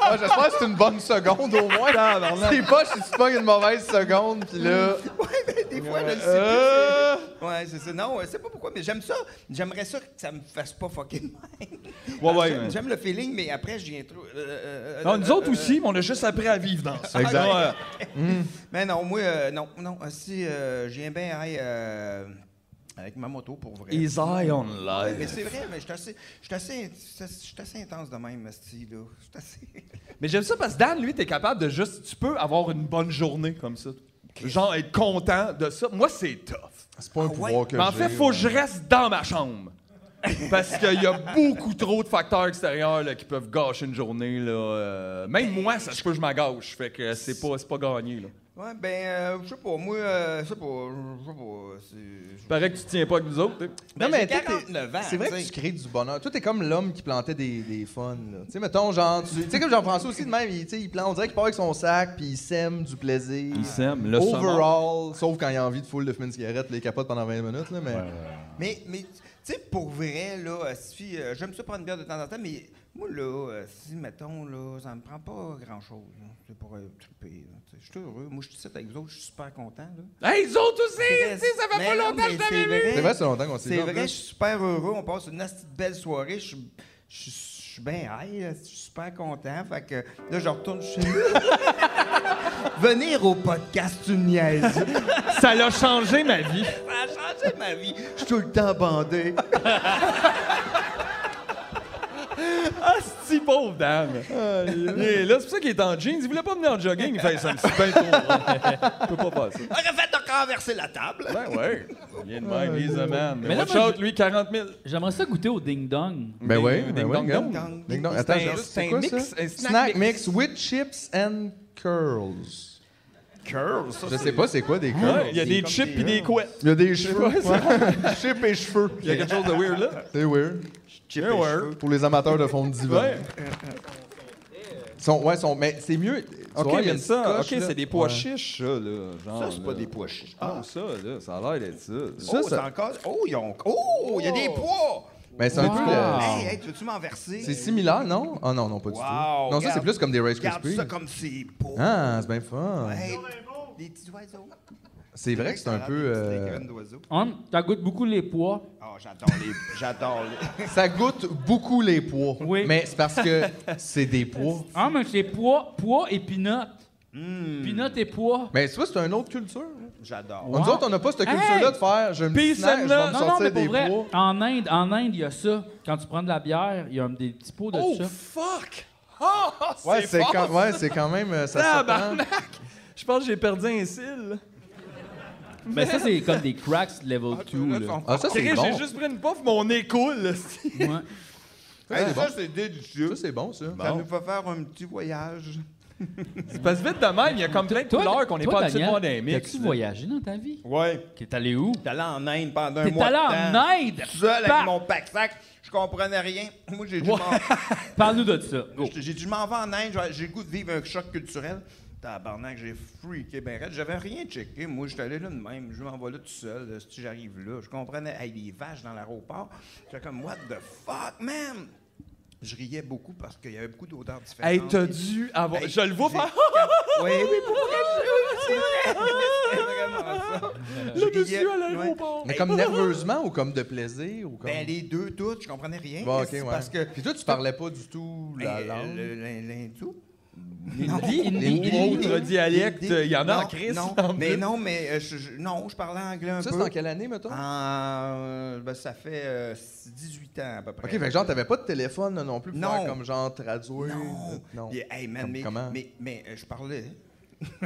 Speaker 3: Ah, J'espère que c'est une bonne seconde au moins. C'est pas si tu pognes une mauvaise seconde, puis là.
Speaker 7: je- Des fois, je le sais
Speaker 3: Euh,
Speaker 7: plus. Ouais, c'est ça. Non, je sais pas pourquoi, mais j'aime ça. J'aimerais ça que ça me fasse pas fucking mal.
Speaker 4: Ouais, ouais,
Speaker 7: J'aime-
Speaker 4: ouais.
Speaker 7: J'aime le feeling, mais après, j'y intro. euh, euh,
Speaker 4: Non,
Speaker 7: euh,
Speaker 4: nous autres
Speaker 7: euh,
Speaker 4: aussi, mais on a juste appris à vivre dans ça.
Speaker 3: Exact.
Speaker 4: Ouais.
Speaker 7: Mais non, moi, euh, non, non. euh, Si euh, j'ai un bien high euh, avec ma moto pour vrai.
Speaker 4: Is I on
Speaker 7: Mais
Speaker 4: live?
Speaker 7: c'est vrai, mais je suis assez, je suis assez, je suis assez intense de même, esti, là. Je suis assez.
Speaker 4: Mais j'aime ça parce que Dan, lui, t'es capable de juste. Tu peux avoir une bonne journée comme ça. Genre être content de ça. Moi, c'est tough.
Speaker 3: C'est pas un
Speaker 7: Ah ouais?
Speaker 3: pouvoir que
Speaker 4: Mais en fait,
Speaker 3: j'ai,
Speaker 4: faut
Speaker 3: ouais.
Speaker 4: que je reste dans ma chambre. Parce qu'il y a beaucoup trop de facteurs extérieurs là, qui peuvent gâcher une journée. Là. Euh, même moi, ça se peut que je m'agâche. Fait que c'est pas, c'est pas gagné. Là.
Speaker 7: Ouais, ben, euh, je sais pas, moi, euh, je sais pas, je sais pas. c'est- je-
Speaker 4: Paraît que tu tiens pas avec nous autres. t'sais.
Speaker 7: Ben,
Speaker 3: non, mais
Speaker 7: j'ai
Speaker 3: toi, t'es-
Speaker 7: 49 ans,
Speaker 3: C'est vrai que
Speaker 7: t'sais.
Speaker 3: tu crées du bonheur. Toi, t'es comme l'homme qui plantait des, des fun. là. Tu sais, mettons, genre, tu tu sais, comme Jean-François aussi, de même, il, tu sais, il plante. On dirait qu'il part avec son sac, puis il sème du plaisir.
Speaker 4: Il sème, le
Speaker 3: Overall, sauf quand il a envie de full de fumer une cigarette, les capote pendant 20 minutes, là, mais.
Speaker 7: Mais, mais tu sais, pour vrai, là, si, euh, j'aime ça prendre une bière de temps en temps, mais moi, là, euh, si, mettons, là, ça me prend pas grand-chose. là. C'est pour euh, triper. là, tu sais. Je suis heureux. Moi, je suis ici avec vous autres, je suis super content, là.
Speaker 4: Hey, les autres aussi! t'sais, Ça fait
Speaker 7: Mais
Speaker 4: pas
Speaker 7: non,
Speaker 4: longtemps que
Speaker 7: mais
Speaker 4: je t'avais
Speaker 7: Ah, c'est
Speaker 4: vu!
Speaker 7: vrai.
Speaker 3: C'est vrai, c'est longtemps qu'on s'est
Speaker 7: C'est
Speaker 3: dit, en
Speaker 7: vrai,
Speaker 3: plus.
Speaker 7: je suis super heureux. On passe une nasty de belle soirée. Je suis- Je suis je suis bien high, là, je suis super content. Fait que là, je retourne chez nous. Venir au podcast, tu me niaises.
Speaker 4: Ça l'a changé ma vie.
Speaker 7: Ça a changé ma vie. Je suis tout le temps bandé.
Speaker 4: Ah, si pauvre dame! Il est là, c'est pour ça qu'il est en jeans. Il voulait pas venir en jogging. Il fait ça me suit bien trop. Je peux pas passer.
Speaker 7: Aurait fait de renverser la table.
Speaker 4: Ben ouais. Bien de même, he's a man. Mais
Speaker 1: là,
Speaker 4: watch
Speaker 1: moi,
Speaker 4: out, lui, 40 000.
Speaker 1: J'aimerais ça goûter au ding-dong.
Speaker 3: Ben oui, ben oui,
Speaker 4: dong
Speaker 3: regarde.
Speaker 4: dong.
Speaker 3: Ding dong.
Speaker 4: C'est
Speaker 3: Attends, je-
Speaker 4: un- c'est un
Speaker 3: quoi
Speaker 4: mix,
Speaker 3: ça?
Speaker 4: un snack
Speaker 3: snack
Speaker 4: mix.
Speaker 3: mix with chips and curls.
Speaker 7: Curls, ça,
Speaker 3: Je
Speaker 7: c'est-
Speaker 3: sais pas c'est quoi des curls.
Speaker 4: Ouais, Ah, il y a des chips pis des couettes.
Speaker 3: Il y a des cheveux.
Speaker 4: quoi, ça?
Speaker 3: ouais. Chips et cheveux.
Speaker 4: Il y a quelque chose de weird là.
Speaker 3: C'est weird.
Speaker 7: Chip
Speaker 4: Yeah,
Speaker 7: et
Speaker 4: ouais.
Speaker 7: cheveux.
Speaker 3: Pour les amateurs de fond de divan.
Speaker 4: Ouais.
Speaker 3: Sont, ouais, sont, mais c'est mieux. Tu
Speaker 4: Ok,
Speaker 3: vois, il y a
Speaker 4: mais
Speaker 3: une
Speaker 4: ça, ok,
Speaker 3: coche, là.
Speaker 4: c'est des pois
Speaker 3: Ouais.
Speaker 4: chiches, ça, là. Genre,
Speaker 7: Ça, c'est pas
Speaker 4: là. Ah.
Speaker 7: des pois chiches.
Speaker 4: Non, ça, là, ça a l'air d'être ça. là.
Speaker 3: Ça,
Speaker 7: oh,
Speaker 3: ça-
Speaker 7: c'est encore. Oh, ils ont- Oh, Ah. il y a des pois.
Speaker 3: Mais c'est un peu.
Speaker 1: Wow.
Speaker 3: le-
Speaker 7: Hey, hey, tu veux-tu m'en verser?
Speaker 3: C'est similaire, non? Ah non, non, pas du tout.
Speaker 7: Wow,
Speaker 3: Non, ça, c'est
Speaker 7: regarde.
Speaker 3: plus comme des Rice
Speaker 7: Regarde
Speaker 3: Krispies.
Speaker 7: ça comme c'est beau.
Speaker 3: Ah, c'est bien fun.
Speaker 7: Hey, des petits oiseaux.
Speaker 3: C'est vrai que c'est un
Speaker 7: Ça a
Speaker 3: peu.
Speaker 7: l'air des petites
Speaker 3: euh,
Speaker 7: graines d'oiseaux.
Speaker 1: Hum, ça goûte beaucoup les pois.
Speaker 7: Oh, j'adore les. J'adore les.
Speaker 3: Ça goûte beaucoup les pois.
Speaker 1: Oui.
Speaker 3: Mais c'est parce que c'est des pois.
Speaker 1: Ah, mais c'est pois, pois et peanuts. Peanuts et pois.
Speaker 3: Mais tu vois, c'est une autre culture.
Speaker 7: J'adore.
Speaker 3: On Nous autres, on n'a pas cette culture-là de faire. Je me
Speaker 4: Peace
Speaker 3: snack,
Speaker 4: and
Speaker 3: je vais me
Speaker 4: love.
Speaker 1: Non, non, mais
Speaker 3: sortir
Speaker 1: pour
Speaker 3: des
Speaker 1: vrai,
Speaker 3: pois.
Speaker 1: en Inde, en Inde, il y a ça. Quand tu prends de la bière, il y a un- des petits pots de
Speaker 4: Oh,
Speaker 1: ça.
Speaker 4: fuck! Oh,
Speaker 3: Ouais, c'est
Speaker 4: fort.
Speaker 3: quand, ouais, c'est quand même. euh, Ça s'entend.
Speaker 4: Tabarnak! Je pense que j'ai perdu un cil.
Speaker 1: Mais ça, c'est comme des cracks level 2. Là.
Speaker 3: Ah, ça, c'est
Speaker 4: Sérieux,
Speaker 3: bon.
Speaker 4: j'ai juste pris une pof, mon nez coule. là, c'est-
Speaker 1: Ouais.
Speaker 3: Ça, c'est bon.
Speaker 7: Ça, c'est délicieux.
Speaker 3: Ça, c'est bon, ça.
Speaker 7: Ça nous fait faire un petit voyage.
Speaker 4: C'est parce que vite de même, il y a comme plein de couleurs qu'on n'est
Speaker 1: toi,
Speaker 4: pas habitué
Speaker 1: Daniel,
Speaker 4: de voir dans les mix.
Speaker 1: T'as-tu
Speaker 4: là.
Speaker 1: voyagé dans ta vie?
Speaker 7: Ouais.
Speaker 1: T'es allé où?
Speaker 7: T'es allé en Inde pendant un
Speaker 1: T'es
Speaker 7: mois.
Speaker 1: allé
Speaker 7: de temps.
Speaker 1: en Inde? Bah!
Speaker 7: Tout seul
Speaker 1: Par-
Speaker 7: avec mon pack-sac. Je comprenais rien. Moi, j'ai dû m'en-
Speaker 1: Parle-nous de ça. Go.
Speaker 7: J'ai dit, je m'en vais en Inde, j'ai- j'ai le goût de vivre un choc culturel. Tabarnak, j'ai freaké ben raide. J'avais rien checké. Moi, j'étais allé là de même. Je m'en vais là tout seul. là, Si j'arrive là, je comprenais. Hey, les vaches dans l'aéroport. J'étais comme, what the fuck, man? Je riais beaucoup parce qu'il y avait beaucoup d'odeurs différentes.
Speaker 4: Hey, t'as dû avoir.
Speaker 7: Hey,
Speaker 4: je le vois
Speaker 7: j'ai-
Speaker 4: faire.
Speaker 7: Oui, oui, pour vrai, je- c'est vraiment ça. Je
Speaker 4: Le monsieur
Speaker 7: riais-
Speaker 4: à
Speaker 7: ouais.
Speaker 4: l'aéroport.
Speaker 3: Mais comme nerveusement ou comme de plaisir ou comme.
Speaker 7: Ben, les deux, toutes, je comprenais rien.
Speaker 3: Bon, ok,
Speaker 7: C'est
Speaker 3: ouais.
Speaker 7: Parce que.
Speaker 3: Puis toi, tu parlais pas du tout la
Speaker 7: Hey,
Speaker 3: langue.
Speaker 7: le- le- l'hindou?
Speaker 1: Hindi, hindi,
Speaker 4: Les
Speaker 1: hindi.
Speaker 4: autres dialectes,
Speaker 7: Des- des-
Speaker 4: il y en a
Speaker 7: non,
Speaker 4: en crise.
Speaker 7: Non,
Speaker 4: en
Speaker 7: mais
Speaker 4: plus.
Speaker 7: non, mais euh, je, je- non, je parlais anglais un
Speaker 3: Ça, c'est
Speaker 7: peu. Ah,
Speaker 3: en quelle année, mettons?
Speaker 7: Euh, ben, ça fait euh, 18 ans à peu près.
Speaker 3: Ok, fait que genre, t'avais pas de téléphone là, non plus pour
Speaker 7: Non.
Speaker 3: faire comme genre traduire.
Speaker 7: Non.
Speaker 3: non.
Speaker 7: Yeah, hey, man,
Speaker 3: Comme
Speaker 7: mais,
Speaker 3: comment?
Speaker 7: mais, mais, euh, je parlais.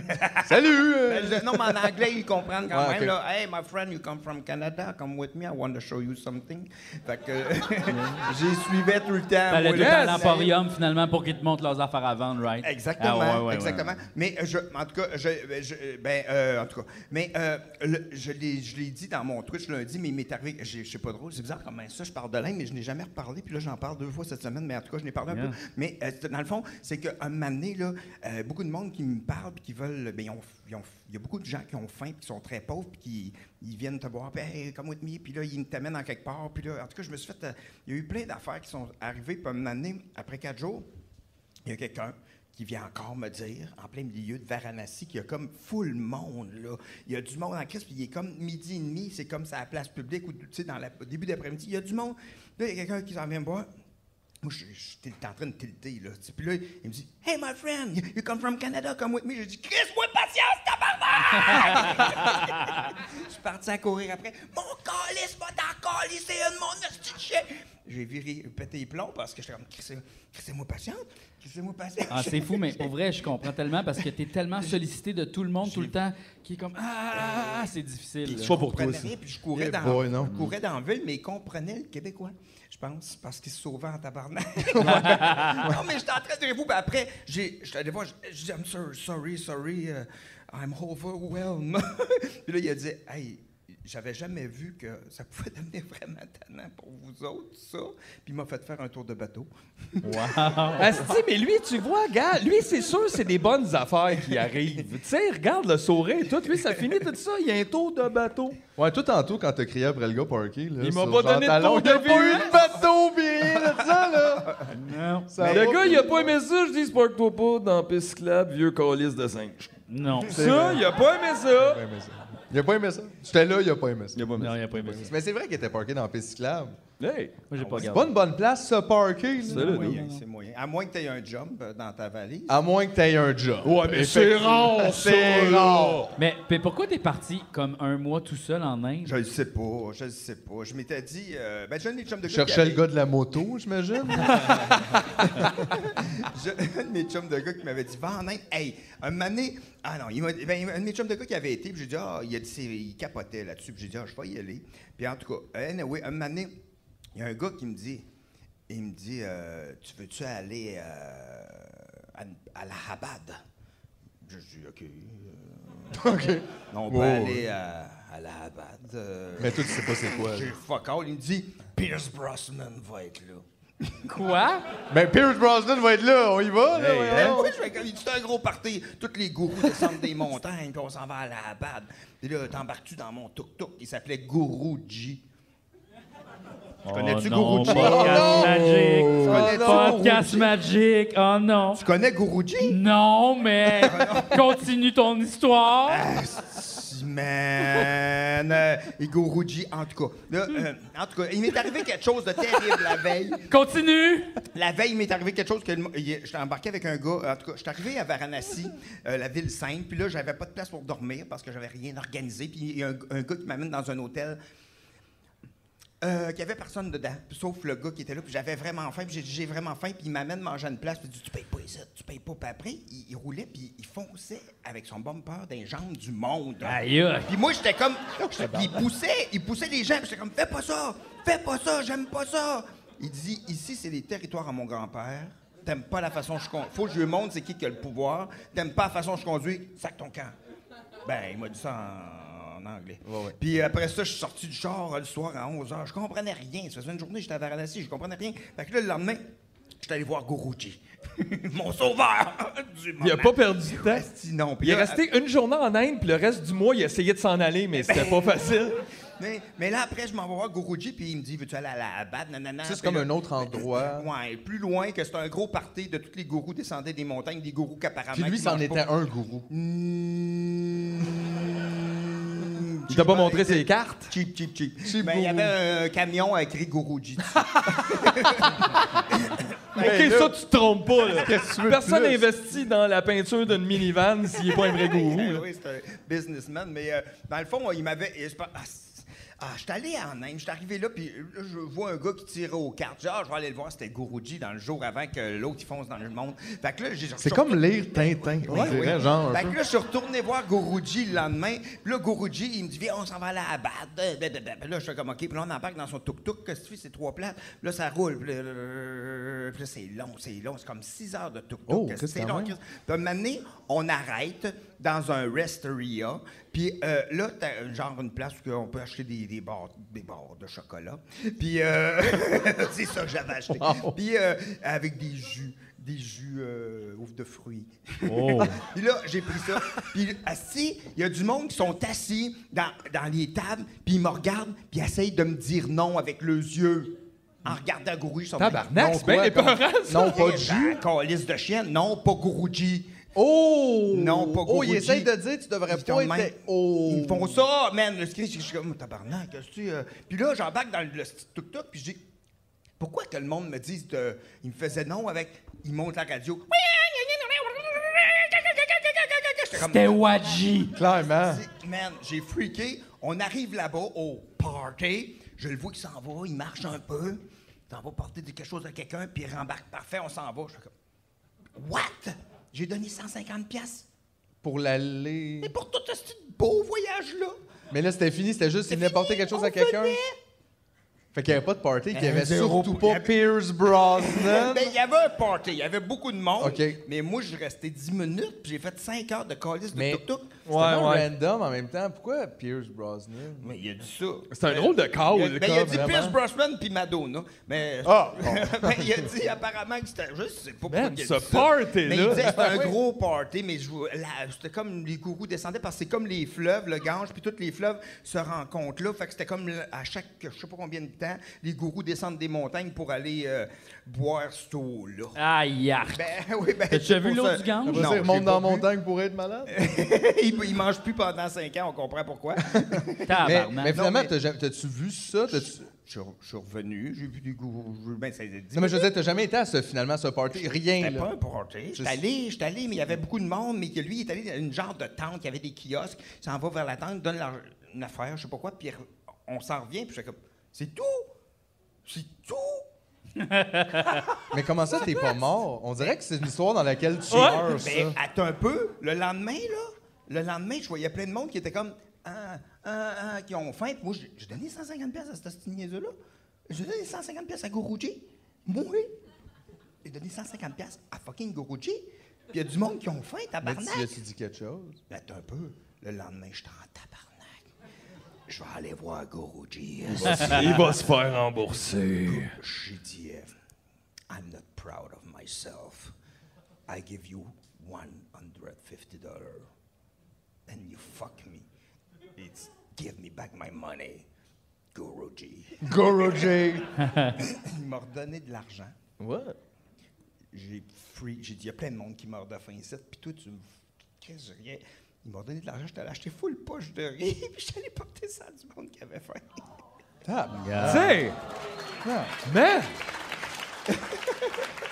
Speaker 3: Salut! euh!
Speaker 7: Ben, je- non, mais en anglais, ils comprennent quand
Speaker 3: Ouais,
Speaker 7: même.
Speaker 3: ok.
Speaker 7: Là. Hey, my friend, you come from Canada, come with me, I want to show you something. Fait que j'y suivais tout le temps.
Speaker 1: T'allais
Speaker 7: moi,
Speaker 1: tout
Speaker 7: là.
Speaker 1: à l'emporium, finalement, pour qu'ils te montrent leurs affaires à vendre, right?
Speaker 7: Exactement,
Speaker 1: Ah, ouais, ouais,
Speaker 7: exactement.
Speaker 1: ouais.
Speaker 7: Mais euh, je, en tout cas, je, je- ben, euh, en tout cas, mais euh, le- je l'ai, je l'ai dit dans mon Twitch lundi, mais il m'est arrivé, j'ai- je sais pas drôle, c'est bizarre comment ça, je parle de l'Inde, mais je n'ai jamais reparlé, puis là j'en parle deux fois cette semaine, mais en tout cas, je n'ai parlé un
Speaker 1: Yeah.
Speaker 7: peu. Mais euh, c'est- dans le fond, c'est qu'à un moment donné, là, euh, beaucoup de monde qui me parle, puis qui veulent, ben, ils ont- ils ont- il y a beaucoup de gens qui ont faim, puis qui sont très pauvres, puis qui ils viennent te voir, puis hey, come with me, puis là, ils me t'amènent en quelque part, puis là, en tout cas, je me suis fait, euh, il y a eu plein d'affaires qui sont arrivées, puis à un moment donné, après quatre jours, il y a quelqu'un qui vient encore me dire, en plein milieu de Varanasi, qu'il y a comme full monde, là. Il y a du monde en crise, puis il est comme midi et demi, c'est comme ça à la place publique, ou tu sais, dans la- au début d'après-midi, il y a du monde. Là, il y a quelqu'un qui s'en vient me voir. Moi, je- j'étais en train de tilter, là. tu sais. Puis là, il me dit, « Hey, my friend, you- you come from Canada, come with me. » J'ai dit, « Chris, moi, patience, tabarnak! » Je suis parti à courir après. « Mon calice va t'en calisser une, mon hostie de chien! » J'ai viré, pété les plombs parce que j'étais comme, « Chris, Chris, moi patience, Chris, moi patience. »
Speaker 1: Ah, c'est fou, mais pour vrai, je comprends tellement parce que t'es tellement sollicité de tout le monde tout le temps qui est comme Ah, ah, ah, ah, c'est difficile.
Speaker 7: Puis
Speaker 1: là.
Speaker 7: je comprenais rien, Puis je courais,
Speaker 3: Eh
Speaker 7: dans,
Speaker 3: boy, non.
Speaker 7: je courais dans la ville, mais ils comprenaient le Québécois, je pense, parce qu'ils se sauvaient en tabarnak. non, mais j'étais en train de vous, puis après, j'ai- j'étais allé voir, je je dis, I'm sorry, sorry, sorry, euh, I'm overwhelmed. puis là, il a dit, hey, j'avais jamais vu que ça pouvait devenir vraiment tannant pour vous autres, ça. Puis il m'a fait faire un tour de bateau.
Speaker 4: Asti, Ah, mais lui, tu vois, gars, lui, c'est sûr, c'est des bonnes affaires qui arrivent. tu sais, regarde le sourire et tout. Lui, ça finit tout ça. Il y a un tour de bateau.
Speaker 3: Ouais, tout tantôt, quand t'as crié après le gars parké, là.
Speaker 4: Il m'a
Speaker 3: sur genre
Speaker 4: pas donné de
Speaker 3: talon,
Speaker 4: tour
Speaker 3: Il a
Speaker 4: de
Speaker 3: pas eu
Speaker 4: vue.
Speaker 3: de bateau, pis rien de ça, là!
Speaker 1: Non.
Speaker 3: Ça va
Speaker 4: le gars, il a pas aimé ça. Je dis, Spark-toi pas dans la piste cyclable, vieux colis de singe.
Speaker 1: Non.
Speaker 4: Ça, il a pas aimé ça.
Speaker 3: Ouais, mais ça- Il a pas aimé ça. J'étais là, il a pas aimé ça.
Speaker 4: Il a pas aimé
Speaker 1: Non,
Speaker 4: ça.
Speaker 1: il a pas aimé ça.
Speaker 3: Mais c'est vrai qu'il était parké dans la piste cyclable.
Speaker 4: Hey!
Speaker 1: Moi, j'ai pas
Speaker 3: C'est
Speaker 1: regardé.
Speaker 3: pas une bonne place, se parker. là.
Speaker 4: C'est là, nous.
Speaker 7: moyen, c'est moyen. À moins que tu aies un jump euh, dans ta valise.
Speaker 3: À moins que t'aies un job. Ouais,
Speaker 10: mais c'est rare, ça,
Speaker 3: C'est
Speaker 10: là.
Speaker 3: rare.
Speaker 1: Mais, mais pourquoi t'es parti comme un mois tout seul en Inde?
Speaker 7: Je le sais pas, je le sais pas. Je m'étais dit, euh, ben, j'ai un de mes chums de
Speaker 3: Je
Speaker 7: gars.
Speaker 3: cherchais le
Speaker 7: qui
Speaker 3: gars de la moto, j'imagine.
Speaker 7: avait- J'ai un de mes chums de gars qui m'avait dit, va en Inde. Hey, un moment donné, ah non, il m'a- ben, il m'a- un de mes chums de gars qui avait été, puis j'ai dit, ah, il, a dit, c'est- il capotait là-dessus, puis j'ai dit, ah, je vais y aller. Puis en tout cas, anyway, un moment donné, il y a un gars qui me dit, il me dit, euh, tu veux-tu aller euh, à, à la Habad? Je dis, OK. euh, Non, on peut
Speaker 3: Ouais, ouais.
Speaker 7: aller à, à la Habad. euh,
Speaker 3: mais toi, tu sais pas c'est quoi. là.
Speaker 7: J'ai fuck all. Il me dit Pierce Brosnan va être là.
Speaker 1: Quoi?
Speaker 3: Ben, Pierce Brosnan va être là, on y va, là. voyons.
Speaker 7: Ben oui, je fais comme il dit, c'est un gros party. Tous les gourous descendent des montagnes, puis on s'en va à la Habad. Puis là, t'embarques-tu dans mon tuk-tuk? Il s'appelait Guruji. Tu connais-tu
Speaker 1: Oh non,
Speaker 7: Guruji?
Speaker 1: Podcast Magic!
Speaker 7: connais-tu
Speaker 1: Podcast
Speaker 7: Guruji?
Speaker 1: Magic! Oh non!
Speaker 7: Tu connais Guruji?
Speaker 1: Non, mais continue ton histoire!
Speaker 7: Ah, Man, euh, et Guruji, en tout cas. Là, euh, en tout cas, il m'est arrivé quelque chose de terrible la veille.
Speaker 1: Continue!
Speaker 7: La veille, il m'est arrivé quelque chose que le- il- j'étais embarqué avec un gars. En tout cas, j'étais arrivé à Varanasi, euh, la ville sainte, puis là, j'avais pas de place pour dormir parce que j'avais rien organisé. Puis il y a un, un gars qui m'amène dans un hôtel euh, qu'il y avait personne dedans, sauf le gars qui était là. Puis j'avais vraiment faim, puis j'ai dit, j'ai vraiment faim. Puis il m'amène manger à une place, puis il dit, tu payes pas ici, tu payes pas. Puis après, il, il roulait, puis il fonçait avec son bumper des jambes du monde.
Speaker 1: Aïe, aïe.
Speaker 7: Puis moi, j'étais comme. Puis il poussait, il poussait les gens. puis J'étais comme, fais pas ça, fais pas ça, j'aime pas ça. Il dit, ici, c'est les territoires à mon grand-père. T'aimes pas la façon que je conduis. Faut que je lui montre c'est qui qui a le pouvoir. T'aimes pas la façon que je conduis, sac ton camp. Ben, il m'a dit ça en, en anglais. Puis après ça, je suis sorti du char euh, le soir à 11h. Je comprenais rien. Ça faisait une journée, j'étais à Varanasi, je comprenais rien. Fait que là, le lendemain, j'étais allé voir Guruji. mon sauveur du moment.
Speaker 4: Il a pas perdu de temps.
Speaker 7: Asti, non. Puis
Speaker 4: Il est
Speaker 7: là,
Speaker 4: resté une journée en Inde, puis le reste du mois, il a essayé de s'en aller, mais c'était pas facile.
Speaker 7: Mais, mais là, après, je m'en vais voir Guruji, puis il me dit Veux-tu aller à la Habad Nanana.
Speaker 3: Ça, c'est
Speaker 7: Puis
Speaker 3: comme
Speaker 7: là-
Speaker 3: un autre endroit.
Speaker 7: Ouais, plus loin que c'était un gros party de tous les gourous descendaient des montagnes, des gourous qu'apparemment.
Speaker 3: Puis lui,
Speaker 7: qui
Speaker 3: c'en
Speaker 7: mangent
Speaker 3: était
Speaker 7: pas.
Speaker 3: un gourou.
Speaker 4: Il t'a pas montré ses cartes?
Speaker 7: Cheap, cheap, cheap.
Speaker 3: Cheap
Speaker 7: Ben, il y
Speaker 3: gourou.
Speaker 7: avait un camion avec écrit Guruji dessus.
Speaker 3: Ben,
Speaker 7: Ben
Speaker 4: Ok, ça, tu te trompes pas, là.
Speaker 7: Ah,
Speaker 4: Personne
Speaker 3: plus?
Speaker 4: n'investit dans la peinture d'une minivan s'il est pas un vrai gourou.
Speaker 7: Ben
Speaker 4: là.
Speaker 7: oui, c'est un businessman. Mais euh, dans le fond, il m'avait. et je pas- Ah, c'est- ah, j'étais allé en Inde, j'étais arrivé là, puis là, je vois un gars qui tirait aux cartes. J'ai dit, Ah, je vais aller le voir, c'était Guruji dans le jour avant que l'autre il fonce dans le monde. Fait que là, j'ai
Speaker 3: C'est comme lire Tintin, on
Speaker 7: Ouais, Ben,
Speaker 3: dirait,
Speaker 7: oui.
Speaker 3: genre. un
Speaker 7: Fait
Speaker 3: peu.
Speaker 7: que là, je suis retourné voir Guruji le lendemain. Puis là, Guruji, il me dit, viens, on s'en va à la Habad. Euh, ben, ben, ben. Puis là, je fais comme, OK. Puis là, on embarque dans son tuk-tuk. Qu'est-ce que tu fais? C'est trois plates. Puis là, ça roule. Puis là, euh, puis là, c'est long, c'est long. C'est comme six heures de tuk-tuk.
Speaker 3: Oh,
Speaker 7: Qu'est-ce que
Speaker 3: qu'est-ce
Speaker 7: c'est
Speaker 3: quand
Speaker 7: long.
Speaker 3: même?
Speaker 7: qu'est-ce- Puis à un moment donné, on arrête dans un rest area. Puis euh, là, t'as euh, genre une place où on peut acheter des, des, barres, des barres de chocolat. Puis euh, c'est ça que j'avais acheté. Puis euh, avec des jus, des jus euh, ouf de fruits. Puis là, j'ai pris ça. Puis assis, il y a du monde qui sont assis dans, dans les tables, puis ils me regardent, puis ils essayent de me dire non avec leurs yeux. En regardant Guruji, ils sont
Speaker 4: Tabarnak,
Speaker 3: Non,
Speaker 4: c'est
Speaker 3: quoi,
Speaker 4: bien
Speaker 3: comme-
Speaker 4: épeurant, ça.
Speaker 3: Non, pas de jus.
Speaker 7: Jus? Calice de chienne. Non, pas Guruji.
Speaker 3: Oh!
Speaker 7: Non, pas
Speaker 3: Oh, il
Speaker 7: Guruji.
Speaker 3: essaye de dire, tu devrais
Speaker 7: Ils
Speaker 3: pas
Speaker 7: font même-
Speaker 3: être. Oh!
Speaker 7: Ils font ça, man. Le script, je suis comme, tabarnak, qu'est-ce que tu. euh? Puis là, j'embarque dans le le petit tuk-tuk, puis j'ai. Pourquoi que le monde me dise de. Il me faisait non avec. Il monte la radio. J'étais comme,
Speaker 1: C'était Wadji!
Speaker 3: Clairement.
Speaker 7: Dit, Man, j'ai freaké. On arrive là-bas au party. Je le vois qu'il s'en va, il marche un peu. Il s'en va porter des- quelque chose à quelqu'un, puis il rembarque. Parfait, on s'en va. Je fais comme, What? J'ai donné 150 piastres.
Speaker 3: Pour l'aller.
Speaker 7: Mais pour tout ce petit beau voyage-là.
Speaker 3: Mais là, c'était fini, c'était juste, il venait porter quelque chose
Speaker 7: on
Speaker 3: à quelqu'un.
Speaker 7: venait.
Speaker 3: Fait qu'il n'y avait pas de party, qu'il n'y avait
Speaker 7: zéro
Speaker 3: surtout
Speaker 7: pour-
Speaker 3: pas Pierce Brosnan.
Speaker 7: Ben, il y avait un party, il y avait beaucoup de monde.
Speaker 3: Ah. OK.
Speaker 7: Mais moi, je restais 10 minutes, puis j'ai fait 5 heures de calice de
Speaker 3: Mais-
Speaker 7: tuk-tuk.
Speaker 3: C'était pas random en même temps. Pourquoi Pierce Brosnan?
Speaker 7: Mais il a dit ça.
Speaker 4: C'est un drôle de call,
Speaker 7: Il a,
Speaker 4: Ah le
Speaker 7: ben, il a
Speaker 4: cas,
Speaker 7: dit
Speaker 4: vraiment.
Speaker 7: Pierce Brosnan puis Madonna. Mais
Speaker 3: Ah,
Speaker 7: Ben, il a dit apparemment que c'était juste, c'est pas
Speaker 4: Man,
Speaker 7: pourquoi il a
Speaker 4: ce
Speaker 7: dit ça.
Speaker 4: party-là.
Speaker 7: Mais il disait que c'était un
Speaker 3: Ouais.
Speaker 7: gros party, mais je vois- là, c'était comme les gourous descendaient parce que c'est comme les fleuves, le Gange, puis tous les fleuves se rencontrent là. Fait que c'était comme le- à chaque, je sais pas combien de temps. Les gourous descendent des montagnes pour aller euh, boire ce eau-là.
Speaker 1: Aïe, yark.
Speaker 7: Ben oui, ben.
Speaker 1: Ah. T'as-tu
Speaker 7: c'est
Speaker 1: vu
Speaker 7: pour
Speaker 1: l'eau
Speaker 7: ça-
Speaker 1: du Gange?
Speaker 7: Non,
Speaker 3: Après ça,
Speaker 7: j'ai
Speaker 3: ils remontent dans la
Speaker 7: pas vu. Eh,
Speaker 3: montagne pour être malade.
Speaker 7: ils, ils mangent plus pendant 5 ans, on comprend pourquoi.
Speaker 3: mais,
Speaker 7: Tabarnak.
Speaker 3: mais
Speaker 7: Non,
Speaker 3: finalement,
Speaker 7: mais-
Speaker 3: t'as jamais- t'as-tu vu ça? T'as-tu-
Speaker 7: Je, suis re- je suis revenu, j'ai vu des gourous. je- Ben, ça les a dit.
Speaker 3: Non, mais je veux dire, t'as jamais été à ce, finalement, ce party. Rien,
Speaker 7: C'était
Speaker 3: là.
Speaker 7: pas un party. J'étais
Speaker 3: Je-
Speaker 7: allé, j'étais allé, mais il y avait beaucoup de monde, mais que lui, il est allé dans une genre de tente, il y avait des kiosques, il s'en va vers la tente, donne l'arg- une affaire, je sais pas quoi, puis re- on s'en revient, puis j'étais comme, c'est tout! C'est tout!
Speaker 3: Mais comment ça, t'es pas mort? On dirait que c'est une histoire dans laquelle tu meurs, ça.
Speaker 7: Mais attends un peu, le lendemain, là, le lendemain, je voyais plein de monde qui était comme, ah, ah, ah, qui ont faim, puis moi, j'ai j'ai donné 150 pièces à cette petite niaiseuse-là. J'ai donné 150 pièces à Guruji. Moi, j'ai donné 150 pièces à fucking Guruji. Puis il y a du monde qui ont faim,
Speaker 3: Mais tu
Speaker 7: tabarnak.
Speaker 3: as-tu dit quelque chose?
Speaker 7: Mais Attends Ben, un peu. Le lendemain, je suis en tabarnak. Je vais aller voir Guruji.
Speaker 10: Il va se faire rembourser.
Speaker 7: J'ai dit, euh, I'm not proud of myself. I give you $150 and you fuck me. It's give me back my money, Guruji.
Speaker 3: Guruji.
Speaker 7: Il m'a redonné de l'argent.
Speaker 3: What?
Speaker 7: J'ai free, j'ai dit, il y a plein de monde qui meurt de faim ici, puis toi, tu me... Qu'est-ce que j'ai rien? Ils m'ont donné de l'argent, j'étais allé acheter full poche de riz, puis j'allais porter ça à du monde qui avait faim.
Speaker 4: Tu sais, mais.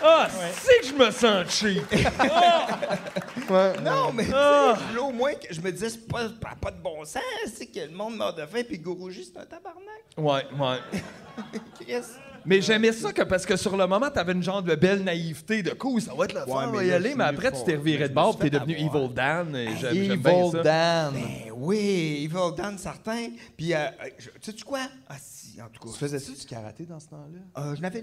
Speaker 4: Ah, c'est que je me sens cheap!
Speaker 3: Ben
Speaker 7: Non, mais tu
Speaker 3: ah!
Speaker 7: sais, là, au moins, que je me disais, c'est pas, pas, pas de bon sens, c'est que le monde meurt de faim, puis Guruji, c'est un tabarnak.
Speaker 4: Ouais, ouais.
Speaker 7: Chris.
Speaker 4: Mais j'aimais ça que parce que sur le moment, t'avais une genre de belle naïveté de coup, ça va être le fun, on va
Speaker 3: mais
Speaker 4: y
Speaker 3: là,
Speaker 4: aller,
Speaker 3: je
Speaker 4: mais
Speaker 3: l'ai
Speaker 4: après
Speaker 3: pas.
Speaker 4: tu t'es
Speaker 3: Mais
Speaker 4: reviré de
Speaker 3: je
Speaker 4: bord
Speaker 3: me
Speaker 4: puis t'es
Speaker 3: suis fait
Speaker 4: devenu
Speaker 3: avoir.
Speaker 4: Evil Dan et j'aime j'aime bien
Speaker 3: Evil
Speaker 4: ça.
Speaker 3: Dan.
Speaker 7: Ben oui, Evil Dan, certain. Puis, euh, euh, je- tu sais quoi? Ah si, en tout
Speaker 3: Tu
Speaker 7: cas.
Speaker 3: faisais-tu du karaté dans ce temps-là?
Speaker 7: Euh, je l'avais...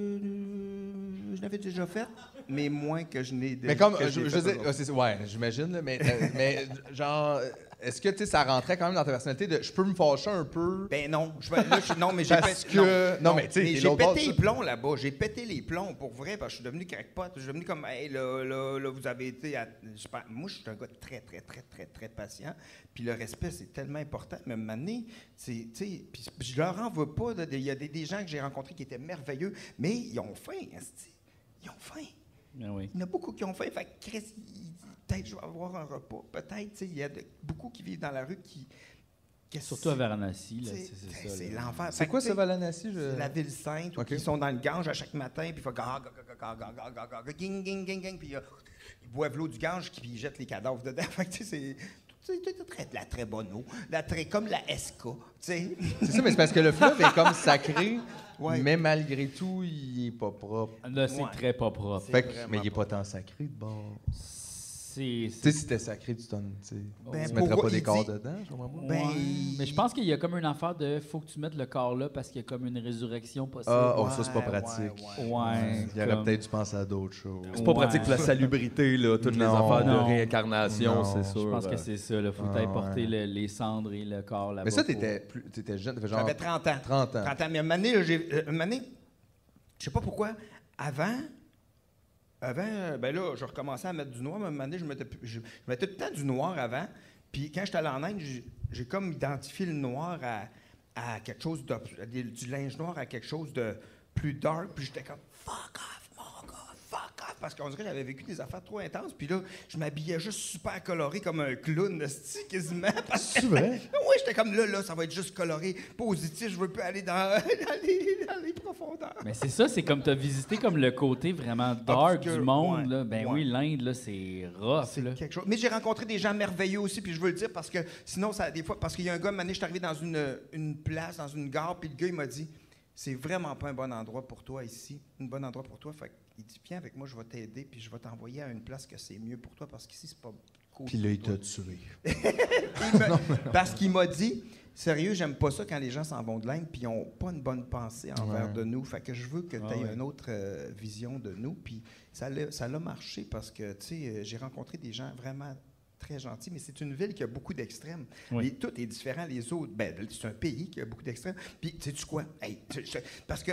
Speaker 7: euh, je l'avais déjà fait, mais moins que je n'ai...
Speaker 3: Mais comme,
Speaker 7: que
Speaker 3: euh,
Speaker 7: j'ai
Speaker 3: je, je
Speaker 7: fait
Speaker 3: veux dire,
Speaker 7: aujourd'hui.
Speaker 3: euh, c'est- ouais, j'imagine, là, mais, euh, mais genre, euh, est-ce que, tu sais, ça rentrait quand même dans ta personnalité de « je peux me fâcher un peu
Speaker 7: Ben non, je, vais- là, je- non, mais j'ai
Speaker 3: Parce
Speaker 7: pété-
Speaker 3: que- non, mais tu sais, t'es
Speaker 7: j'ai
Speaker 3: l'autre bord,
Speaker 7: pété
Speaker 3: ça.
Speaker 7: les plombs là-bas. J'ai pété les plombs pour vrai parce que je suis devenu crackpot. Je suis devenu comme, hey, là, là, là, vous avez été. à- je sais pas- moi, je suis un gars très, très, très, très, très patient. Puis le respect, c'est tellement important. Même année, c'est, tu sais, puis je leur en veux pas. là, des- Il y a des, des gens que j'ai rencontrés qui étaient merveilleux, mais ils ont faim, esti. Ils ont faim.
Speaker 1: Ben oui.
Speaker 7: Il y en a beaucoup qui ont faim. Fait que Chris, il- il- peut-être je vais avoir un repas. Peut-être, tu sais, il y a de- beaucoup qui vivent dans la rue qui. qu'est-ce
Speaker 1: Surtout à Varanasi, là,
Speaker 7: c'est-
Speaker 1: c'est- c'est
Speaker 7: c'est-
Speaker 1: ça.
Speaker 7: C'est
Speaker 1: là.
Speaker 7: l'enfer. Fait
Speaker 3: C'est
Speaker 7: que,
Speaker 3: quoi
Speaker 7: tu
Speaker 3: ça,
Speaker 7: sais,
Speaker 3: Valanassi?
Speaker 7: c'est la ville sainte où
Speaker 3: Ok.
Speaker 7: ils sont dans le gange à chaque matin, puis ils font ga, ga, ga, ga, ga, ga, ga, ga, ga, ging, ging, ging, ging, puis euh, ils boivent l'eau du gange, puis ils jettent les cadavres dedans. Fait que, tu sais, c'est c'est- c'est très- la très bonne eau, la très, comme la SK, tu sais.
Speaker 3: C'est ça, mais c'est parce que le fleuve est comme sacré,
Speaker 7: Ouais.
Speaker 3: mais malgré tout, il est pas propre.
Speaker 1: Là, c'est
Speaker 7: Ouais.
Speaker 1: très pas propre.
Speaker 3: Fait que- mais il est pas tant sacré de bord.
Speaker 1: C'est.
Speaker 3: Tu sais, si c'était sacré, tu t'en. Tu sais,
Speaker 7: Ben,
Speaker 3: tu mettrais
Speaker 7: pour-
Speaker 3: pas des
Speaker 7: il
Speaker 3: corps
Speaker 7: dit-
Speaker 3: dedans, je comprends pas.
Speaker 7: Ben,
Speaker 1: Mais je pense qu'il y a comme une affaire de faut que tu mettes le corps là parce qu'il y a comme une résurrection possible.
Speaker 3: Ah, oh, ça, c'est pas
Speaker 7: Ouais, ouais,
Speaker 3: pratique.
Speaker 7: ouais.
Speaker 1: ouais.
Speaker 3: Il y aurait
Speaker 1: comme-
Speaker 3: peut-être dû penser à d'autres choses.
Speaker 4: C'est pas
Speaker 1: Ouais.
Speaker 4: pratique pour la salubrité, là, toutes les
Speaker 3: Non.
Speaker 4: affaires
Speaker 1: Non.
Speaker 4: de réincarnation,
Speaker 3: Non.
Speaker 4: c'est sûr.
Speaker 1: Je pense que
Speaker 4: euh.
Speaker 1: c'est ça, là. Faut
Speaker 3: Ah,
Speaker 1: t'apporter porter
Speaker 3: ouais.
Speaker 1: le- les cendres et le corps là-bas.
Speaker 3: Mais ça,
Speaker 1: pour-
Speaker 3: t'étais plus- t'étais jeune, t'avais genre.
Speaker 7: J'avais 30 ans.
Speaker 3: 30 ans.
Speaker 7: 30 ans. Mais une année, là, j'ai- euh, une année, je sais pas pourquoi, avant, avant, euh, ben là, je recommençais à mettre du noir, mais une année, je mettais, plus- je, je mettais tout le temps du noir avant. Puis quand j'étais allé en Inde, j'ai- j'ai comme identifié le noir à, à quelque chose, de, à des- du linge noir à quelque chose de plus dark. Puis j'étais comme, fuck off, mon gars, fuck off. Parce qu'on dirait que j'avais vécu des affaires trop intenses. Puis là, je m'habillais juste super coloré comme un clown, de style quasiment. Parce que-
Speaker 3: C'est vrai?
Speaker 7: oui, j'étais comme là, là, ça va être juste coloré, positif, je veux plus aller dans, dans les, dans les profondeurs.
Speaker 1: Mais c'est ça, c'est comme t'as visité comme le côté vraiment dark
Speaker 7: Obscur,
Speaker 1: du monde,
Speaker 7: ouais,
Speaker 1: là. Ben
Speaker 7: ouais.
Speaker 1: oui, l'Inde, là, c'est rough, là.
Speaker 7: Quelque chose. Mais j'ai rencontré des gens merveilleux aussi, puis je veux le dire parce que sinon, ça, des fois, parce qu'il y a un gars, un moment donné, je suis arrivé dans une, une place, dans une gare, puis le gars, il m'a dit C'est vraiment pas un bon endroit pour toi ici, un bon endroit pour toi. Fait que, il dit Viens avec moi, je vais t'aider, puis je vais t'envoyer à une place que c'est mieux pour toi parce qu'ici, c'est pas cool.
Speaker 3: Puis là, il
Speaker 7: pour toi.
Speaker 3: t'a tué.
Speaker 7: Il me- parce qu'il m'a dit, sérieux, j'aime pas ça quand les gens s'en vont de l'Inde puis ils ont pas une bonne pensée envers
Speaker 3: Ouais.
Speaker 7: de nous. Fait que je veux que tu aies
Speaker 1: Ah ouais.
Speaker 7: une autre euh, vision de nous. Puis ça l'a ça l'a marché parce que, tu sais, euh, j'ai rencontré des gens vraiment très gentils, mais c'est une ville qui a beaucoup d'extrêmes.
Speaker 1: Oui.
Speaker 7: Les- Tout est différent les autres. Ben, c'est un pays qui a beaucoup d'extrêmes. Puis, sais-tu quoi? Hey, tu- je- parce que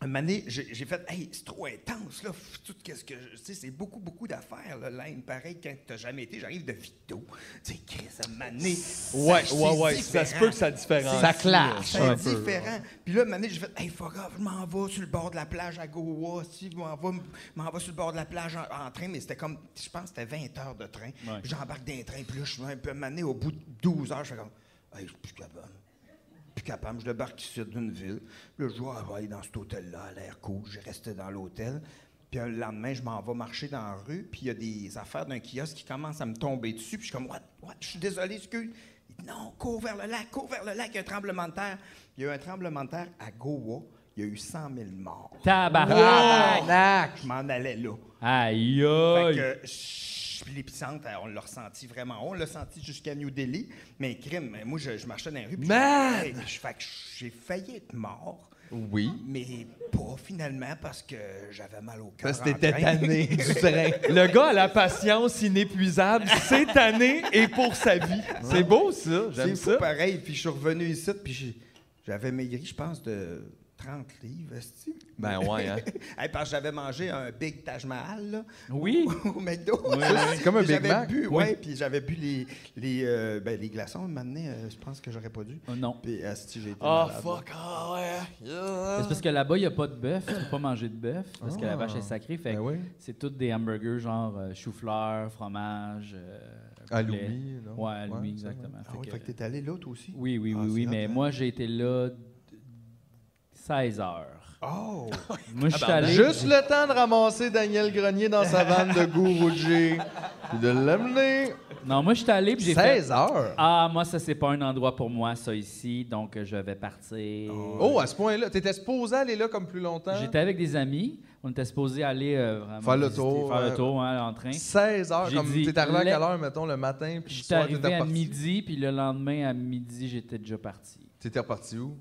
Speaker 7: un moment donné, j'ai j'ai fait, hey, c'est trop intense, là. Pff, Tout ce que je. Tu sais, c'est beaucoup, beaucoup d'affaires, là. L'Inde, pareil, quand t'as jamais été, j'arrive de Vito. Tu sais, Chris, à un moment donné,
Speaker 4: Ouais,
Speaker 7: ça-
Speaker 4: ouais,
Speaker 7: c'est
Speaker 4: ouais, ça se
Speaker 7: différent.
Speaker 4: peut que ça différencie,
Speaker 7: C'est-
Speaker 4: Ça clash
Speaker 7: C'est
Speaker 4: un peu,
Speaker 7: différent. Puis là, un moment donné, j'ai fait, hey, fuck off, je m'en vais sur le bord de la plage à Goa. Si, je m'en vais, je m'en vais sur le bord de la plage en, en train, mais c'était comme, je pense que c'était 20 heures de train. Puis J'embarque d'un train, puis là, je suis un peu un moment donné, au bout de 12 heures, je fais comme, hey, je suis plus capable plus capable. Je débarque ici d'une ville. Puis là, je vois, ah, ouais, dans cet hôtel-là, à l'air cool. Je restais dans l'hôtel. Puis euh, le lendemain, je m'en vais marcher dans la rue. Puis il y a des affaires d'un kiosque qui commencent à me tomber dessus. Puis je suis comme, what, what, je suis désolé, excuse. Il dit, non, cours vers le lac, cours vers le lac, il y a un tremblement de terre. Il y a eu un tremblement de terre à Goa. Il y a eu 100 000 morts.
Speaker 1: Tabarnak!
Speaker 7: Je m'en allais là.
Speaker 1: Aïe,
Speaker 7: Fait
Speaker 1: aïe.
Speaker 7: que, chut, puis l'épicentre, on l'a ressenti vraiment. On l'a senti jusqu'à New Delhi. Mais crime, mais moi, je, je marchais dans la rue. puis je-
Speaker 4: Man!
Speaker 7: Hey, puis je- fait que j'ai failli être mort.
Speaker 4: Oui.
Speaker 7: Mais pas finalement parce que j'avais mal au cœur.
Speaker 4: Parce que
Speaker 7: en
Speaker 4: t'étais
Speaker 7: train.
Speaker 4: tanné du train. Le gars a la patience inépuisable, c'est tanné et pour sa vie. C'est beau, ça. J'aime
Speaker 7: C'est fou
Speaker 4: ça.
Speaker 7: pareil. Puis je suis revenu ici, puis j'ai- j'avais maigri, je pense, de 30 livres, est
Speaker 4: Ben ouais, hein.
Speaker 7: parce que j'avais mangé un Big Taj Mahal, là.
Speaker 1: Oui.
Speaker 7: au McDo.
Speaker 4: oui. C'est comme un
Speaker 7: Puis
Speaker 4: Big
Speaker 7: J'avais
Speaker 4: Mac.
Speaker 7: bu,
Speaker 4: Oui.
Speaker 7: ouais, puis j'avais bu les, les, euh, ben, les glaçons. Maintenant, euh, je pense que j'aurais pas dû.
Speaker 1: Oh, non.
Speaker 7: Puis, asti, j'ai été
Speaker 4: Ah,
Speaker 7: malade,
Speaker 4: fuck, ah ouais.
Speaker 1: Mais
Speaker 4: yeah.
Speaker 1: C'est parce que là-bas, il n'y a pas de bœuf. Tu peux pas manger de bœuf parce que la
Speaker 4: Ah.
Speaker 1: vache est sacrée. Fait que
Speaker 4: Ben oui.
Speaker 1: c'est toutes des hamburgers genre euh, chou-fleur, fromage. euh,
Speaker 3: À
Speaker 1: poulet.
Speaker 3: Louis, non?
Speaker 1: Ouais, à Louis,
Speaker 3: Ouais, ça, ouais.
Speaker 1: exactement.
Speaker 7: Ah oui,
Speaker 1: que-
Speaker 7: fait que t'es allé là, toi aussi?
Speaker 1: oui, oui,
Speaker 7: Ah,
Speaker 1: oui, oui.
Speaker 7: c'est
Speaker 1: Mais
Speaker 7: hot, hein?
Speaker 1: moi, j'ai été là d- 16 heures.
Speaker 7: Oh! ben,
Speaker 1: Moi, je suis
Speaker 4: Tabarnak.
Speaker 1: allé.
Speaker 3: Juste le temps de ramasser Daniel Grenier dans sa vanne de Guruji, puis de l'amener.
Speaker 1: Non, moi, je suis allé. puis j'ai fait-
Speaker 3: 16 heures.
Speaker 1: Ah, moi, ça, c'est pas un endroit pour moi, ça ici. Donc, euh, je vais partir.
Speaker 3: Oh, à ce point-là, t'étais supposé aller là comme plus longtemps?
Speaker 1: J'étais avec des amis. On était supposé aller euh, vraiment
Speaker 3: Faire le
Speaker 1: visiter,
Speaker 3: tour,
Speaker 1: Faire le
Speaker 3: ouais.
Speaker 1: tour hein, en train.
Speaker 3: 16 heures,
Speaker 1: J'ai
Speaker 3: comme
Speaker 1: dit,
Speaker 3: t'es arrivé à
Speaker 1: let-
Speaker 3: quelle heure, mettons, le matin, puis le
Speaker 1: J'étais
Speaker 3: soir,
Speaker 1: arrivé
Speaker 3: t'étais
Speaker 1: à
Speaker 3: reparti?
Speaker 1: midi, puis le lendemain, à midi, j'étais déjà parti.
Speaker 3: T'étais reparti où?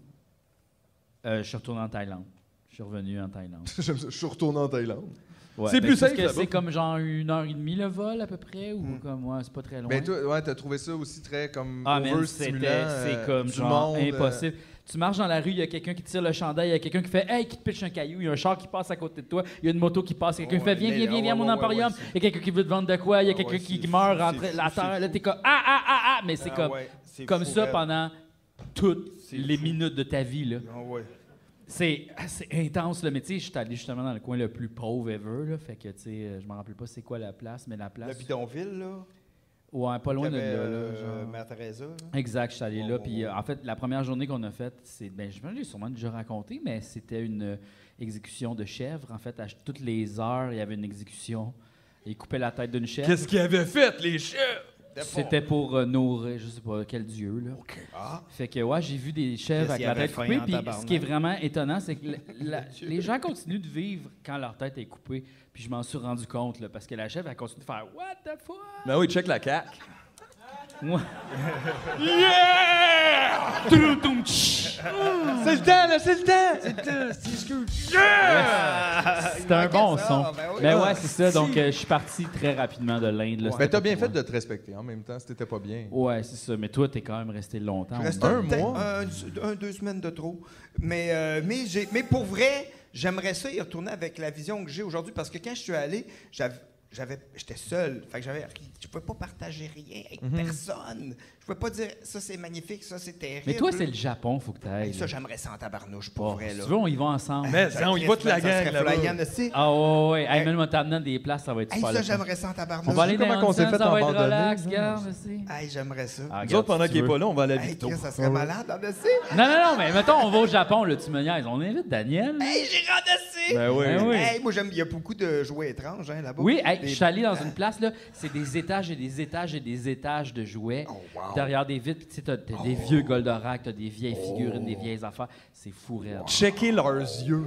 Speaker 1: Euh, je suis retourné en Thaïlande. Je suis revenu en Thaïlande.
Speaker 3: J'aime ça, Je suis retourné en Thaïlande.
Speaker 1: Ouais.
Speaker 4: C'est plus
Speaker 1: parce
Speaker 4: safe,
Speaker 1: que
Speaker 4: là-bas.
Speaker 1: C'est comme genre une heure et demie le vol, à peu près, ou comme, ouais, c'est pas très loin.
Speaker 3: Hmm. Ben toi, ouais, t'as trouvé ça aussi très comme
Speaker 1: Ah, mais
Speaker 3: overstimulant,
Speaker 1: c'était, c'est
Speaker 3: euh,
Speaker 1: comme
Speaker 3: du
Speaker 1: genre
Speaker 3: monde, euh,
Speaker 1: impossible. Tu marches dans la rue, il y a quelqu'un qui tire le chandail, il y a quelqu'un qui fait Hey, qui te pitche un caillou, il y a un char qui passe à côté de toi, il y a une moto qui passe, quelqu'un qui fait
Speaker 7: ouais,
Speaker 1: Viens,
Speaker 7: Oh, mais
Speaker 1: viens,
Speaker 7: là,
Speaker 1: viens, viens à
Speaker 7: ouais,
Speaker 1: mon
Speaker 7: ouais,
Speaker 1: emporium,
Speaker 7: ouais,
Speaker 1: il y a quelqu'un qui veut te vendre de quoi, il y a
Speaker 7: Ah,
Speaker 1: quelqu'un
Speaker 7: ouais,
Speaker 1: qui
Speaker 7: c'est
Speaker 1: meurt
Speaker 7: fou,
Speaker 1: entre
Speaker 7: c'est
Speaker 1: la
Speaker 7: fou, c'est
Speaker 1: terre, là,
Speaker 7: fou.
Speaker 1: t'es comme Ah, ah, ah, ah, mais c'est
Speaker 7: Ah,
Speaker 1: comme,
Speaker 7: ouais, c'est
Speaker 1: comme
Speaker 7: fou,
Speaker 1: ça
Speaker 7: raide.
Speaker 1: pendant toutes les minutes de ta vie, là.
Speaker 7: Ah ouais.
Speaker 1: C'est ah, c'est intense le métier. Je suis allé justement dans le coin le plus pauvre ever. Là, fait que, tu sais, euh, je me rappelle pas c'est quoi la place, mais la
Speaker 7: Le
Speaker 1: place.
Speaker 7: bidonville, là.
Speaker 1: Ouais, pas loin de
Speaker 7: T'avais,
Speaker 1: là. là,
Speaker 7: euh,
Speaker 1: genre.
Speaker 7: Mère Teresa, là.
Speaker 1: Exact, je suis allé
Speaker 7: Bon,
Speaker 1: là.
Speaker 7: bon,
Speaker 1: Puis
Speaker 7: bon.
Speaker 1: euh, en fait, la première journée qu'on a faite, c'est. Ben, je me l'ai sûrement déjà raconté, mais c'était une euh, exécution de chèvre. En fait, à ch- toutes les heures, il y avait une exécution. Ils coupaient la tête d'une chèvre.
Speaker 4: Qu'est-ce qu'ils avaient fait, les chefs?
Speaker 1: C'était pour euh, nourrir, je sais pas quel dieu, là.
Speaker 7: Ah.
Speaker 1: Fait que, ouais, j'ai vu des chèvres
Speaker 7: Qu'est-ce
Speaker 1: avec
Speaker 7: qu'il
Speaker 1: la
Speaker 7: avait
Speaker 1: tête
Speaker 7: faim
Speaker 1: coupée.
Speaker 7: en
Speaker 1: Puis ce
Speaker 7: tabarnak?
Speaker 1: qui est vraiment étonnant, c'est que la- la- les gens continuent de vivre quand leur tête est coupée. Puis je m'en suis rendu compte, là, parce que la chèvre, elle continue de faire What the fuck?
Speaker 4: Ben oui, check la cac.
Speaker 1: Moi,
Speaker 10: Yeah! Touloutoum, tch.
Speaker 3: C'est le temps, là, c'est le Ah, temps!
Speaker 1: c'était un bon
Speaker 7: ça,
Speaker 1: son.
Speaker 7: ben oui.
Speaker 1: Mais ouais, c'est ça. Donc, euh, je suis parti très rapidement de l'Inde. là, c'était
Speaker 3: Mais Ben, t'as
Speaker 1: pas
Speaker 3: bien
Speaker 1: pour
Speaker 3: fait de te respecter en même temps, si t'étais pas bien.
Speaker 1: moi. Ouais, c'est ça. Mais toi, t'es quand même resté longtemps.
Speaker 7: Il reste
Speaker 1: au
Speaker 3: un
Speaker 1: moins.
Speaker 7: peut-être
Speaker 3: mois.
Speaker 7: Un, un, deux semaines de trop. Mais, euh, mais, j'ai- mais pour vrai, j'aimerais ça y retourner avec la vision que j'ai aujourd'hui parce que quand je suis allé, j'avais. J'avais, j'étais seul, fait que j'avais, je pouvais pas partager rien avec
Speaker 1: Mhm.
Speaker 7: personne. Je pouvais pas dire ça c'est magnifique, ça c'est terrible.
Speaker 1: Mais toi, c'est le Japon, faut que t'ailles.
Speaker 7: Et ça j'aimerais ça en tabarnouche pour
Speaker 1: Bon,
Speaker 7: vrai
Speaker 1: si
Speaker 7: là.
Speaker 1: tu veux, on y va ensemble.
Speaker 4: Mais
Speaker 7: Ça,
Speaker 4: Eh, on y va toute la
Speaker 7: Chris, man, ça
Speaker 4: gang,
Speaker 7: serait
Speaker 4: là-bas.
Speaker 7: flyant, mais si-
Speaker 1: Ah, ouais, ouais. Hey,
Speaker 7: Hey.
Speaker 1: même, on va t'amener dans des places, ça va être
Speaker 7: Hey,
Speaker 1: super.
Speaker 7: ça
Speaker 1: le fun.
Speaker 7: j'aimerais ça en tabarnouche.
Speaker 1: On va aller dans
Speaker 3: Comment
Speaker 1: les
Speaker 3: qu'on s'est
Speaker 1: Hansons,
Speaker 3: fait
Speaker 1: ça va être
Speaker 3: abandonner,
Speaker 1: relax,
Speaker 3: là?
Speaker 1: regarde, aussi.
Speaker 7: Hey, j'aimerais ça.
Speaker 1: Ah,
Speaker 4: Nous autres,
Speaker 1: regarde,
Speaker 4: pendant
Speaker 1: si tu
Speaker 4: qu'il est
Speaker 1: veux.
Speaker 4: pas là, on va aller à la
Speaker 7: Hey,
Speaker 4: Vito.
Speaker 7: Chris, ça serait malade, hein, mais si.
Speaker 1: Non, non, non, mais mettons, on va au Japon, là, tu me niaises. On invite Daniel.
Speaker 7: Hey, j'ai rendassé!
Speaker 4: Ben oui.
Speaker 1: Ben oui.
Speaker 7: Hey, moi, j'aime. Il y a beaucoup de jouets étranges hein, là-bas.
Speaker 1: Oui, hey,
Speaker 7: Des-
Speaker 1: je suis allé dans une place, là, c'est des étages et des étages et des étages de jouets.
Speaker 3: Oh,
Speaker 7: wow.
Speaker 1: Derrière des vitres, puis tu sais, t'as t'as des vieux Goldorak, t'as des vieilles figurines,
Speaker 3: Oh.
Speaker 1: des vieilles affaires. C'est fou, raide.
Speaker 4: Checker leurs yeux.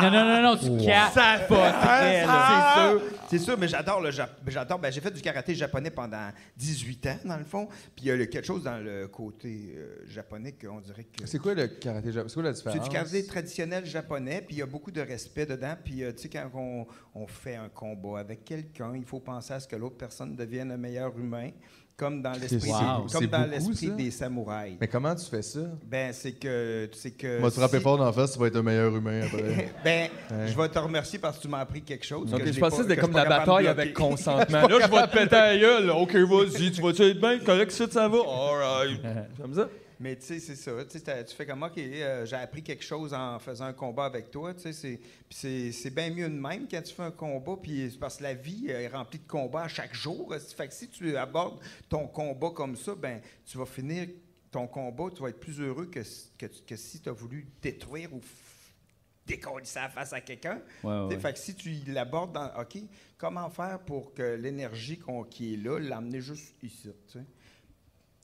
Speaker 1: Non, non, non, non, tu casses.
Speaker 7: Ah, ça, c'est sûr. C'est sûr, mais j'adore le Japon. J'adore. Ben, j'ai fait du karaté japonais pendant 18 ans, dans le fond. Puis il y a le- quelque chose dans le côté euh, japonais qu'on dirait que.
Speaker 3: C'est quoi le karaté japonais? C'est quoi la différence?
Speaker 7: C'est du karaté traditionnel japonais, puis il y a beaucoup de respect dedans. Puis, euh, tu sais, quand on, on fait un combat avec quelqu'un, il faut penser à ce que l'autre personne devienne un meilleur humain. comme dans l'esprit
Speaker 3: Wow.
Speaker 7: comme
Speaker 3: C'est
Speaker 7: dans
Speaker 3: beaucoup,
Speaker 7: l'esprit
Speaker 3: ça.
Speaker 7: des samouraïs.
Speaker 3: Mais comment tu fais ça?
Speaker 7: Ben c'est que tu sais que
Speaker 3: Moi, te frapper
Speaker 7: si-
Speaker 3: fort dans la face, tu vas être un meilleur humain après.
Speaker 7: ben,
Speaker 3: Ouais.
Speaker 7: je vais te remercier parce que tu m'as appris quelque chose.
Speaker 4: Ok,
Speaker 7: que
Speaker 4: je
Speaker 7: j'ai
Speaker 4: pensais
Speaker 7: pas-
Speaker 4: que c'était
Speaker 7: que
Speaker 4: comme
Speaker 7: je suis
Speaker 4: la
Speaker 7: pas capable
Speaker 4: bataille
Speaker 7: de
Speaker 4: avec
Speaker 7: bloquer.
Speaker 4: consentement. Là, je vais te péter à gueule. OK, vas-y, tu vas-tu être bien correct, ça, ça va? All right. Comme ça?
Speaker 7: Mais tu sais, c'est ça. Tu sais, t'as- tu fais comme, OK, euh, j'ai appris quelque chose en faisant un combat avec toi. Tu sais, c'est- puis c'est- c'est bien mieux de même quand tu fais un combat. Puis c'est parce que la vie euh, est remplie de combats à chaque jour. euh, Fait que si tu abordes ton combat comme ça, ben tu vas finir ton combat, tu vas être plus heureux que, si- que, tu- que si tu as voulu détruire ou f- décoller ça face à quelqu'un.
Speaker 1: Ouais, ouais,
Speaker 7: Tu sais,
Speaker 1: Ah ouais.
Speaker 7: Fait que si tu l'abordes dans, OK, comment faire pour que l'énergie qu'on- qui est là, l'amener juste ici, tu sais?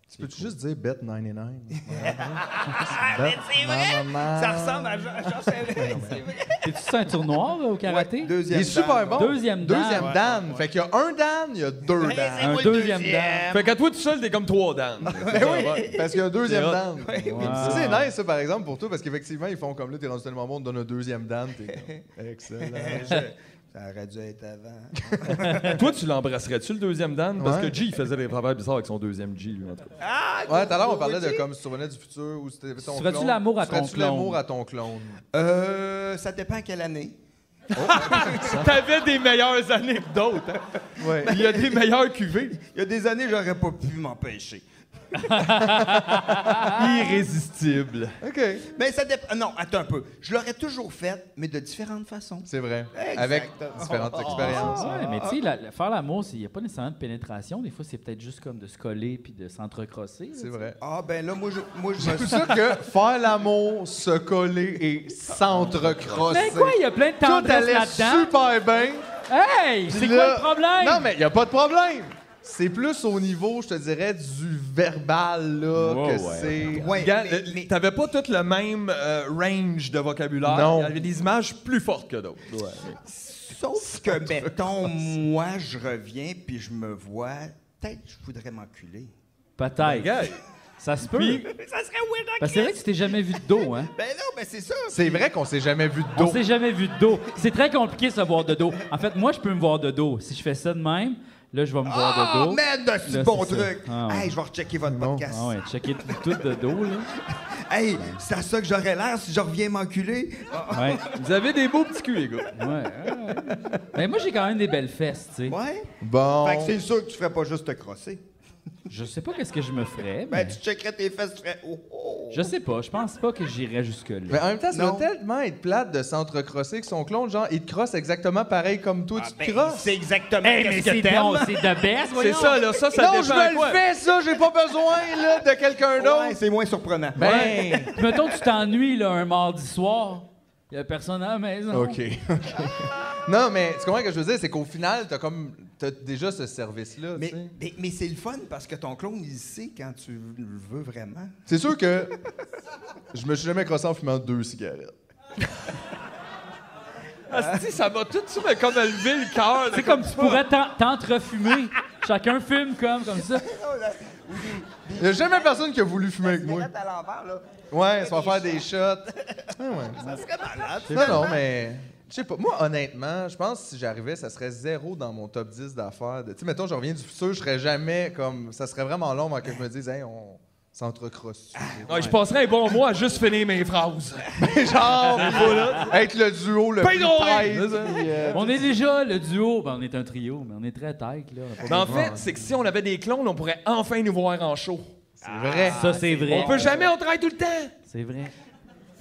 Speaker 3: Tu peux-tu juste dire bet 99?
Speaker 7: Ah, mais c'est vrai!
Speaker 3: Ah.
Speaker 7: Ça ressemble à Jean, à Jean Chalais, c'est vrai.
Speaker 1: T'es-tu ceinture noire là, au karaté?
Speaker 3: Il est super bon.
Speaker 1: Deuxième dan.
Speaker 3: Deuxième dan. Fait qu'il y a un dan, il y a deux
Speaker 7: Mais
Speaker 3: dan.
Speaker 7: c'est moi le
Speaker 1: deuxième
Speaker 7: deuxième.
Speaker 4: Fait qu'à toi tout seul, t'es comme trois dames.
Speaker 3: Parce qu'il y a un deuxième
Speaker 4: C'est hot.
Speaker 3: dan.
Speaker 7: Ouais, oui.
Speaker 3: Ça, C'est nice, ça, par exemple, pour toi, parce qu'effectivement, ils font comme là, t'es rendu tellement bon, on te donne un deuxième dan. T'es comme, excellent.
Speaker 7: Je- Ça aurait dû être avant.
Speaker 4: Toi, tu l'embrasserais-tu, le deuxième Dan? Parce
Speaker 3: Ouais.
Speaker 4: que G, il faisait des travails bizarres avec son deuxième G, lui, en tout cas.
Speaker 7: Ah,
Speaker 3: Ouais, tout à l'heure, on
Speaker 7: oui,
Speaker 3: parlait de
Speaker 7: oui.
Speaker 3: comme si tu revenais du futur ou c'était ton
Speaker 1: ferais-tu
Speaker 3: clone.
Speaker 1: l'amour à ton
Speaker 3: Ferais-tu
Speaker 1: clone?
Speaker 3: l'amour à ton clone?
Speaker 7: Euh, ça dépend quelle année.
Speaker 4: T'avais des meilleures années que d'autres. hein.
Speaker 3: Ouais.
Speaker 4: Il y a des meilleurs cuvées.
Speaker 7: Il y a des années, j'aurais pas pu m'empêcher.
Speaker 4: Irrésistible.
Speaker 3: OK.
Speaker 7: Mais ça dépend. Non, attends un peu. Je l'aurais toujours fait, mais de différentes façons.
Speaker 3: C'est vrai.
Speaker 7: Exactement. Oh.
Speaker 3: Avec différentes expériences.
Speaker 1: Ouais, mais tu sais, la- la- faire l'amour, il n'y a pas nécessairement de pénétration. Des fois, c'est peut-être juste comme de se coller puis de s'entrecrosser. là,
Speaker 3: C'est vrai.
Speaker 7: Ah, ben là, moi, je, moi, je me
Speaker 3: C'est ça que faire l'amour, se coller et s'entrecrosser.
Speaker 1: Mais quoi, il y a plein de
Speaker 3: Tout
Speaker 1: tendresse
Speaker 3: allait
Speaker 1: là-dedans.
Speaker 3: super bien.
Speaker 1: Hey,
Speaker 3: Puis
Speaker 1: c'est
Speaker 3: là-
Speaker 1: quoi le problème?
Speaker 3: Non, mais il n'y a pas de problème. C'est plus au niveau, je te dirais, du verbal, là,
Speaker 4: Wow,
Speaker 3: que
Speaker 4: ouais.
Speaker 3: c'est...
Speaker 7: Ouais,
Speaker 4: Regarde,
Speaker 7: mais-
Speaker 4: le-
Speaker 7: mais-
Speaker 4: euh, T'avais pas tout le même euh, range de vocabulaire.
Speaker 3: Non.
Speaker 4: Il y avait des images plus fortes que d'autres.
Speaker 7: Sauf que, mettons, moi, je reviens, puis je me vois. Peut-être que je voudrais m'enculer.
Speaker 1: Peut-être.
Speaker 4: Regarde,
Speaker 1: Ça se peut.
Speaker 7: Ça serait weird hein,
Speaker 1: Parce que Ben,
Speaker 7: en
Speaker 1: Bah, c'est vrai que
Speaker 7: Christ.
Speaker 1: tu t'es jamais vu de dos, hein?
Speaker 7: Ben non, mais c'est ça.
Speaker 3: C'est vrai qu'on s'est jamais vu de
Speaker 1: On
Speaker 3: dos.
Speaker 1: s'est jamais vu de dos. C'est très compliqué de se voir de dos. En fait, moi, je peux me voir de dos. Si je fais ça de même, là, je vais me voir de
Speaker 7: Ah,
Speaker 1: dos.
Speaker 7: man, de ce
Speaker 1: Là,
Speaker 7: bon
Speaker 1: c'est ça.
Speaker 7: truc.
Speaker 1: Ah, ouais.
Speaker 7: Hey, je vais rechecker votre podcast.
Speaker 1: Ah ouais, checker tout, tout de dos, là.
Speaker 7: Hey, c'est à ça que j'aurais l'air si je reviens m'enculer. Ah,
Speaker 1: Ouais.
Speaker 4: Vous avez des beaux petits culs, les gars.
Speaker 1: Ouais, ouais. Mais moi, j'ai quand même des belles fesses, tu sais.
Speaker 7: Ouais.
Speaker 3: Bon.
Speaker 7: Fait que c'est sûr que tu ferais pas juste te crosser.
Speaker 1: Je sais pas qu'est-ce que je me ferais, mais
Speaker 7: Ben, tu checkerais tes fesses, tu ferais. Oh, oh.
Speaker 1: je sais pas. Je pense pas que j'irais
Speaker 3: Mais
Speaker 1: jusque-là.
Speaker 3: en même temps, ça
Speaker 7: Non.
Speaker 3: doit tellement être plate de s'entrecrosser que son clone, genre, il te crosse exactement pareil comme toi,
Speaker 7: Ah,
Speaker 3: tu te
Speaker 7: ben,
Speaker 3: crosses.
Speaker 7: C'est exactement
Speaker 1: Hey, mais
Speaker 7: qu'est-ce
Speaker 1: c'est
Speaker 7: que t'aimes.
Speaker 1: bon, c'est de baisse,
Speaker 4: C'est
Speaker 1: voyons.
Speaker 4: ça, là. Ça, ça
Speaker 3: non, je
Speaker 4: dépend à
Speaker 3: me
Speaker 4: quoi.
Speaker 3: le fais, ça, j'ai pas besoin là, de quelqu'un d'autre.
Speaker 7: Ouais, c'est moins surprenant.
Speaker 3: ben,
Speaker 1: Mettons, tu t'ennuies, là, un mardi soir. Il y a personne à la maison.
Speaker 3: non, mais tu comprends ce que je veux dire? C'est qu'au final, t'as comme. T'as déjà ce service-là.
Speaker 7: mais,
Speaker 3: tu sais.
Speaker 7: mais, mais c'est le fun parce que ton clone, il sait quand tu le veux vraiment.
Speaker 3: C'est sûr que. Je me suis jamais crossé en fumant deux cigarettes.
Speaker 4: Asti, ça m'a tout de suite comme levé le cœur.
Speaker 1: C'est comme tu pourrais t'en- t'entrefumer. Chacun fume comme, comme ça.
Speaker 3: Il n'y a jamais personne qui a voulu fumer avec moi.
Speaker 7: à l'envers, là.
Speaker 3: Ouais, ils se font faire des shots. Ah ouais. Non, non, mais. Je sais pas. Moi, honnêtement, je pense que si j'arrivais, ça serait zéro dans mon top 10 d'affaires. de- Tu sais, mettons, je reviens du futur, je serais jamais comme. Ça serait vraiment long avant que je me dise, hey, on s'entrecrosse.
Speaker 4: Ouais, je passerais un bon mois à juste finir mes phrases.
Speaker 3: Genre, être le duo,
Speaker 7: Ben
Speaker 3: le plus
Speaker 4: Paye-donc!
Speaker 3: tight,
Speaker 4: C'est ça.
Speaker 3: puis, euh,
Speaker 1: On est déjà le duo. Ben, on est un trio, mais on est très tight, là. On a pas
Speaker 4: Mais en fait, c'est que si on avait des clones, on pourrait enfin nous voir en show.
Speaker 3: C'est vrai.
Speaker 1: Ça, c'est vrai.
Speaker 4: On peut jamais, on travaille tout le temps.
Speaker 1: C'est vrai.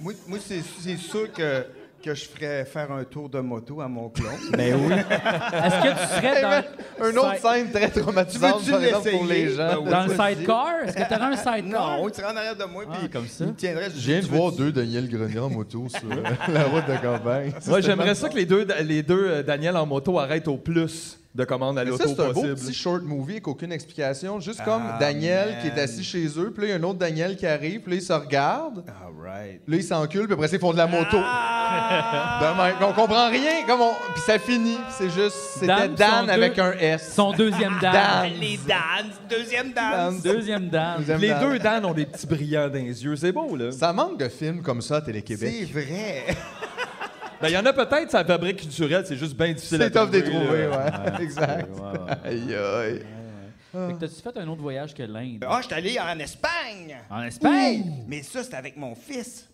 Speaker 7: Moi, moi, c'est c'est sûr que, que je ferais faire un tour de moto à mon clone.
Speaker 1: Est-ce que tu serais dans,
Speaker 3: Un autre scène très traumatisante,
Speaker 7: Tu veux-tu
Speaker 3: par exemple, pour
Speaker 7: l'essayer?
Speaker 3: les gens.
Speaker 1: dans le sidecar? Est-ce que t'aurais un sidecar?
Speaker 7: non, il serait en arrière de moi,
Speaker 1: Ah,
Speaker 7: puis
Speaker 1: comme ça.
Speaker 7: il me tiendrait.
Speaker 3: Je viens de voir deux Daniel Grenier en moto sur euh, la route de campagne.
Speaker 4: Moi, j'aimerais ça que les deux, les deux euh, Daniel en moto arrêtent au plus de commandes à
Speaker 3: Mais
Speaker 4: l'auto
Speaker 3: ça, c'est un beau
Speaker 4: possible.
Speaker 3: petit short movie avec aucune explication. Juste comme Daniel qui est assis chez eux, puis là, il y a un autre Daniel qui arrive, puis là, il se regarde,
Speaker 7: All right.
Speaker 3: puis là, il s'encule, puis après, ça, ils font de la moto.
Speaker 7: Ah!
Speaker 3: De même. Mais on comprend rien. Comme on... Puis ça finit. C'est juste, c'était
Speaker 1: Dan,
Speaker 3: Dan
Speaker 1: son
Speaker 3: avec
Speaker 1: deux-
Speaker 3: un S.
Speaker 1: Son deuxième dame.
Speaker 3: Dan.
Speaker 7: Les danses, deuxième danse.
Speaker 3: Dan.
Speaker 1: Deuxième dame.
Speaker 3: Deuxième
Speaker 4: Les
Speaker 3: Dan.
Speaker 4: deux Dan ont des petits brillants dans les yeux. C'est beau, là.
Speaker 3: Ça manque de films comme ça à Télé-Québec.
Speaker 7: C'est vrai.
Speaker 4: Ben, il y en a peut-être, sa fabrique culturelle, c'est juste bien difficile à
Speaker 3: C'est tough de les
Speaker 4: trouver.
Speaker 3: trouver,
Speaker 4: là.
Speaker 3: ouais. Exact.
Speaker 1: Ouais, ouais.
Speaker 3: Aïe, aïe.
Speaker 1: Fait que t'as-tu fait un autre voyage que l'Inde?
Speaker 7: Ah, je suis allé en Espagne!
Speaker 1: En Espagne?
Speaker 7: Mais ça, c'était avec mon fils.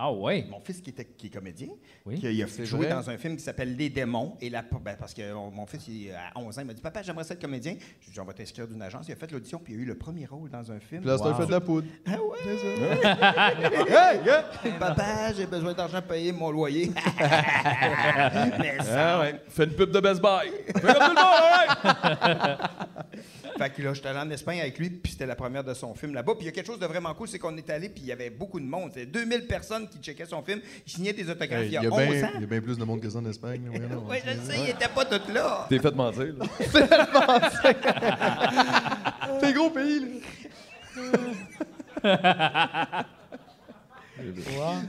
Speaker 1: Ah ouais?
Speaker 7: Mon fils qui, était, qui est comédien,
Speaker 1: Oui.
Speaker 7: qui a- il a
Speaker 1: C'est
Speaker 7: joué
Speaker 1: vrai.
Speaker 7: dans un film qui s'appelle Les démons. Et la, ben, parce que on- mon fils, il, à 11 ans, il m'a dit Papa, j'aimerais ça être comédien. J'ai dit On va t'inscrire d'une agence. Il a fait l'audition, puis il a eu le premier rôle dans un film.
Speaker 3: Puis là, c'est un fait de la poudre.
Speaker 7: Ah ouais? Hey, hey! Papa, j'ai besoin d'argent pour payer mon loyer. Mais ça-
Speaker 4: Ah ouais. Fais une pub de Best Buy. Fais comme tout le monde,
Speaker 7: Fait que là, j'étais allé en Espagne avec lui, puis c'était la première de son film là-bas. Puis il y a quelque chose de vraiment cool, c'est qu'on est allé, puis il y avait beaucoup de monde. C'était 2000 personnes qui checkaient son film. Il signait des autographes.
Speaker 3: Hey,
Speaker 7: il
Speaker 3: Il
Speaker 7: y a,
Speaker 3: y a
Speaker 7: 11
Speaker 3: bien
Speaker 7: ans.
Speaker 3: il y a bien plus de monde que ça en Espagne. là, voyons donc.
Speaker 7: Oui, je le sais, il était pas tout là.
Speaker 4: T'es fait mentir, là.
Speaker 3: C'est un gros pays, là.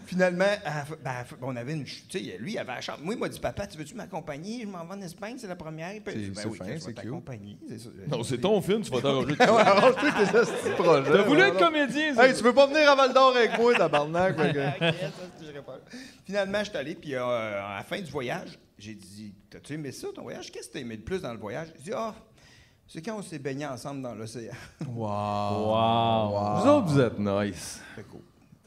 Speaker 7: Finalement, à- ben, à- on avait une. ch- Tu sais, lui, il avait la chambre. Moi, il m'a dit Papa, tu veux-tu m'accompagner Je m'en vais en Espagne, c'est la première. Puis,
Speaker 3: C'est-
Speaker 7: je dis, Ben
Speaker 3: c'est
Speaker 7: oui,
Speaker 3: fin,
Speaker 7: je vais
Speaker 3: c'est cute.
Speaker 7: t'accompagner, c'est sûr.
Speaker 4: Non, c'est ton film, tu vas t'arranger.
Speaker 3: Ouais, Arrange-toi tes astuces projets.
Speaker 4: T'as voulu
Speaker 3: ouais, non.
Speaker 4: être comédien, c'est-
Speaker 3: Hey, tu veux pas venir à Val d'Or avec moi, tabarnak, ouais, gars.
Speaker 7: Ok, ça, c'est- j'aurais peur. Finalement, je suis allé, puis euh, à la fin du voyage, j'ai dit T'as-tu aimé ça, ton voyage Qu'est-ce que t'as aimé le plus dans le voyage J'ai dit Ah, c'est quand on s'est baigné ensemble dans l'océan.
Speaker 3: Wow.
Speaker 1: Wow!
Speaker 4: Vous autres, vous êtes nice.
Speaker 7: C'était cool.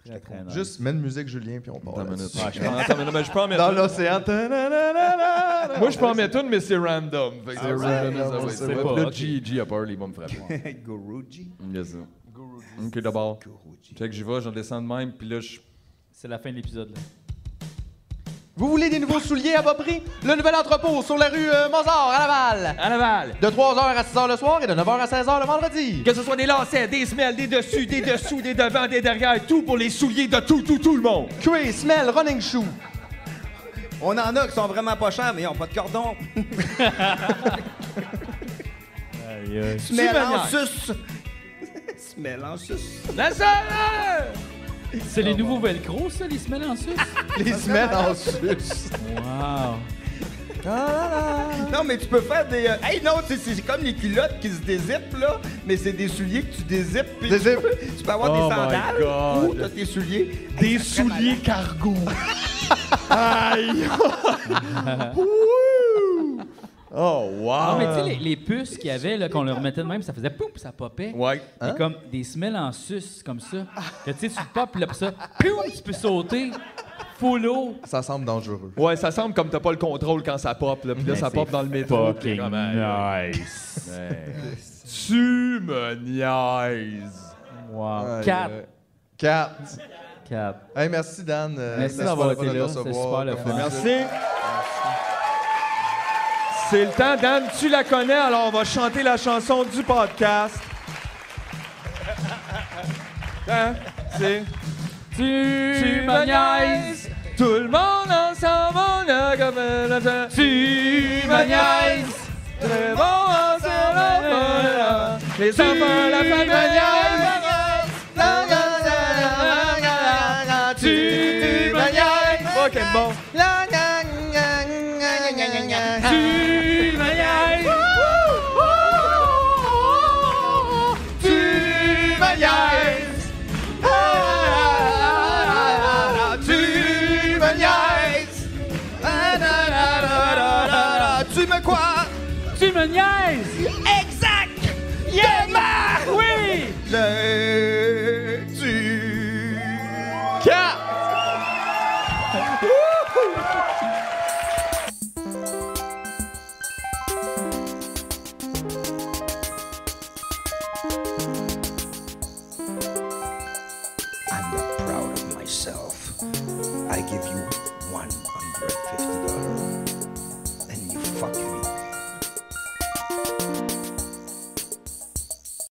Speaker 1: Très, très nice.
Speaker 3: Juste, mets une musique, Julien, puis on part.
Speaker 4: Attends une
Speaker 3: là-dessus.
Speaker 4: minute. Attends, mais non, mais je peux en mettre
Speaker 3: Dans
Speaker 4: une.
Speaker 3: l'océan. Ta-na-na-na-na-na.
Speaker 4: Moi, je peux en mettre une, mais c'est random. Fait que
Speaker 3: Ah
Speaker 4: c'est
Speaker 3: ouais,
Speaker 4: random,
Speaker 3: non, on
Speaker 4: ça va être
Speaker 3: sait
Speaker 4: ça.
Speaker 3: pas,
Speaker 4: Puis là,
Speaker 3: ok.
Speaker 4: Gigi a peur, il va me frapper.
Speaker 7: Guruji.
Speaker 4: Yes, sir. Ok, d'abord.
Speaker 7: Guruji.
Speaker 4: Fait que j'y vais, j'en descends de même, puis là, je.
Speaker 1: C'est la fin de l'épisode, là.
Speaker 3: Vous voulez des nouveaux souliers à bas prix? Le nouvel entrepôt sur la rue euh, Mozart à Laval.
Speaker 4: À Laval!
Speaker 3: De 3h à 6h le soir et de 9h à 16h le vendredi.
Speaker 4: Que ce soit des lacets, des semelles, des dessus, des dessous, des devants, des derrière, tout pour les souliers de tout, tout, tout le monde!
Speaker 3: Cuir, smell, running shoe.
Speaker 7: On en a qui sont vraiment pas chers, mais ils n'ont pas de cordon.
Speaker 4: Tu
Speaker 7: Smell en
Speaker 4: manières.
Speaker 7: sus. Smell en sus.
Speaker 4: La seule!
Speaker 1: C'est les nouveaux velcro, ça, les semelles en sus?
Speaker 3: Les semelles en sus.
Speaker 1: wow!
Speaker 7: Non, mais tu peux faire des. euh, Hey, non, tu sais, c'est comme les culottes qui se dézippent, là, mais c'est des souliers que tu dézippes. puis Tu,
Speaker 3: Dézippe.
Speaker 7: peux- tu peux avoir
Speaker 4: Oh
Speaker 7: des
Speaker 4: my
Speaker 7: sandales ou t'as tes souliers.
Speaker 4: Des souliers cargo! Aïe! oh, wow!
Speaker 1: Non, Ah, mais tu sais, les, les puces qu'il y avait, là, qu'on leur mettait de même, ça faisait poum, ça popait.
Speaker 4: Ouais. Hein?
Speaker 1: C'est comme des semelles en sus, comme ça. Que tu sais, tu le popes, puis là, puis ça, poum, tu peux sauter, full eau.
Speaker 3: Ça semble dangereux.
Speaker 4: Ouais, ça semble comme t'as pas le contrôle quand ça pop, là. Puis là,
Speaker 1: Mais
Speaker 4: ça
Speaker 1: c'est
Speaker 4: pop dans le métro. puis comme, aïe,
Speaker 10: nice.
Speaker 4: aïe. Tu me niaises!
Speaker 1: Wow!
Speaker 3: Aïe,
Speaker 1: Quatre!
Speaker 3: aïe. Quatre.
Speaker 1: Quatre.
Speaker 3: Hey, merci, Dan. euh,
Speaker 1: Merci
Speaker 3: d'être
Speaker 1: d'avoir
Speaker 3: pas
Speaker 1: été
Speaker 3: de
Speaker 1: là,
Speaker 3: recevoir,
Speaker 1: c'est super le
Speaker 3: comme
Speaker 1: fun.
Speaker 3: d'habitude.
Speaker 4: Merci. C'est le temps, Dan, tu la connais, alors on va chanter la chanson du podcast. Hein? C'est.
Speaker 1: Tu,
Speaker 4: Tu me
Speaker 1: me niaises!
Speaker 4: niaises. Tout le monde ensemble, on a comme un.
Speaker 1: Tu me niaises!
Speaker 4: Tout le monde ensemble, on a- Les enfants, la famille,
Speaker 1: Tu me niaises!
Speaker 4: Ok, bon.
Speaker 1: Tu me niaises! Tu me niaises!
Speaker 7: Tu me niaises. Ah, na, na, na, na, na, na. Tu me quoi?
Speaker 1: Tu me niaises!
Speaker 7: Exact! Yeah,
Speaker 1: Oui!
Speaker 7: Je tu. I'm not proud of myself. I give you $150 and you fuck me.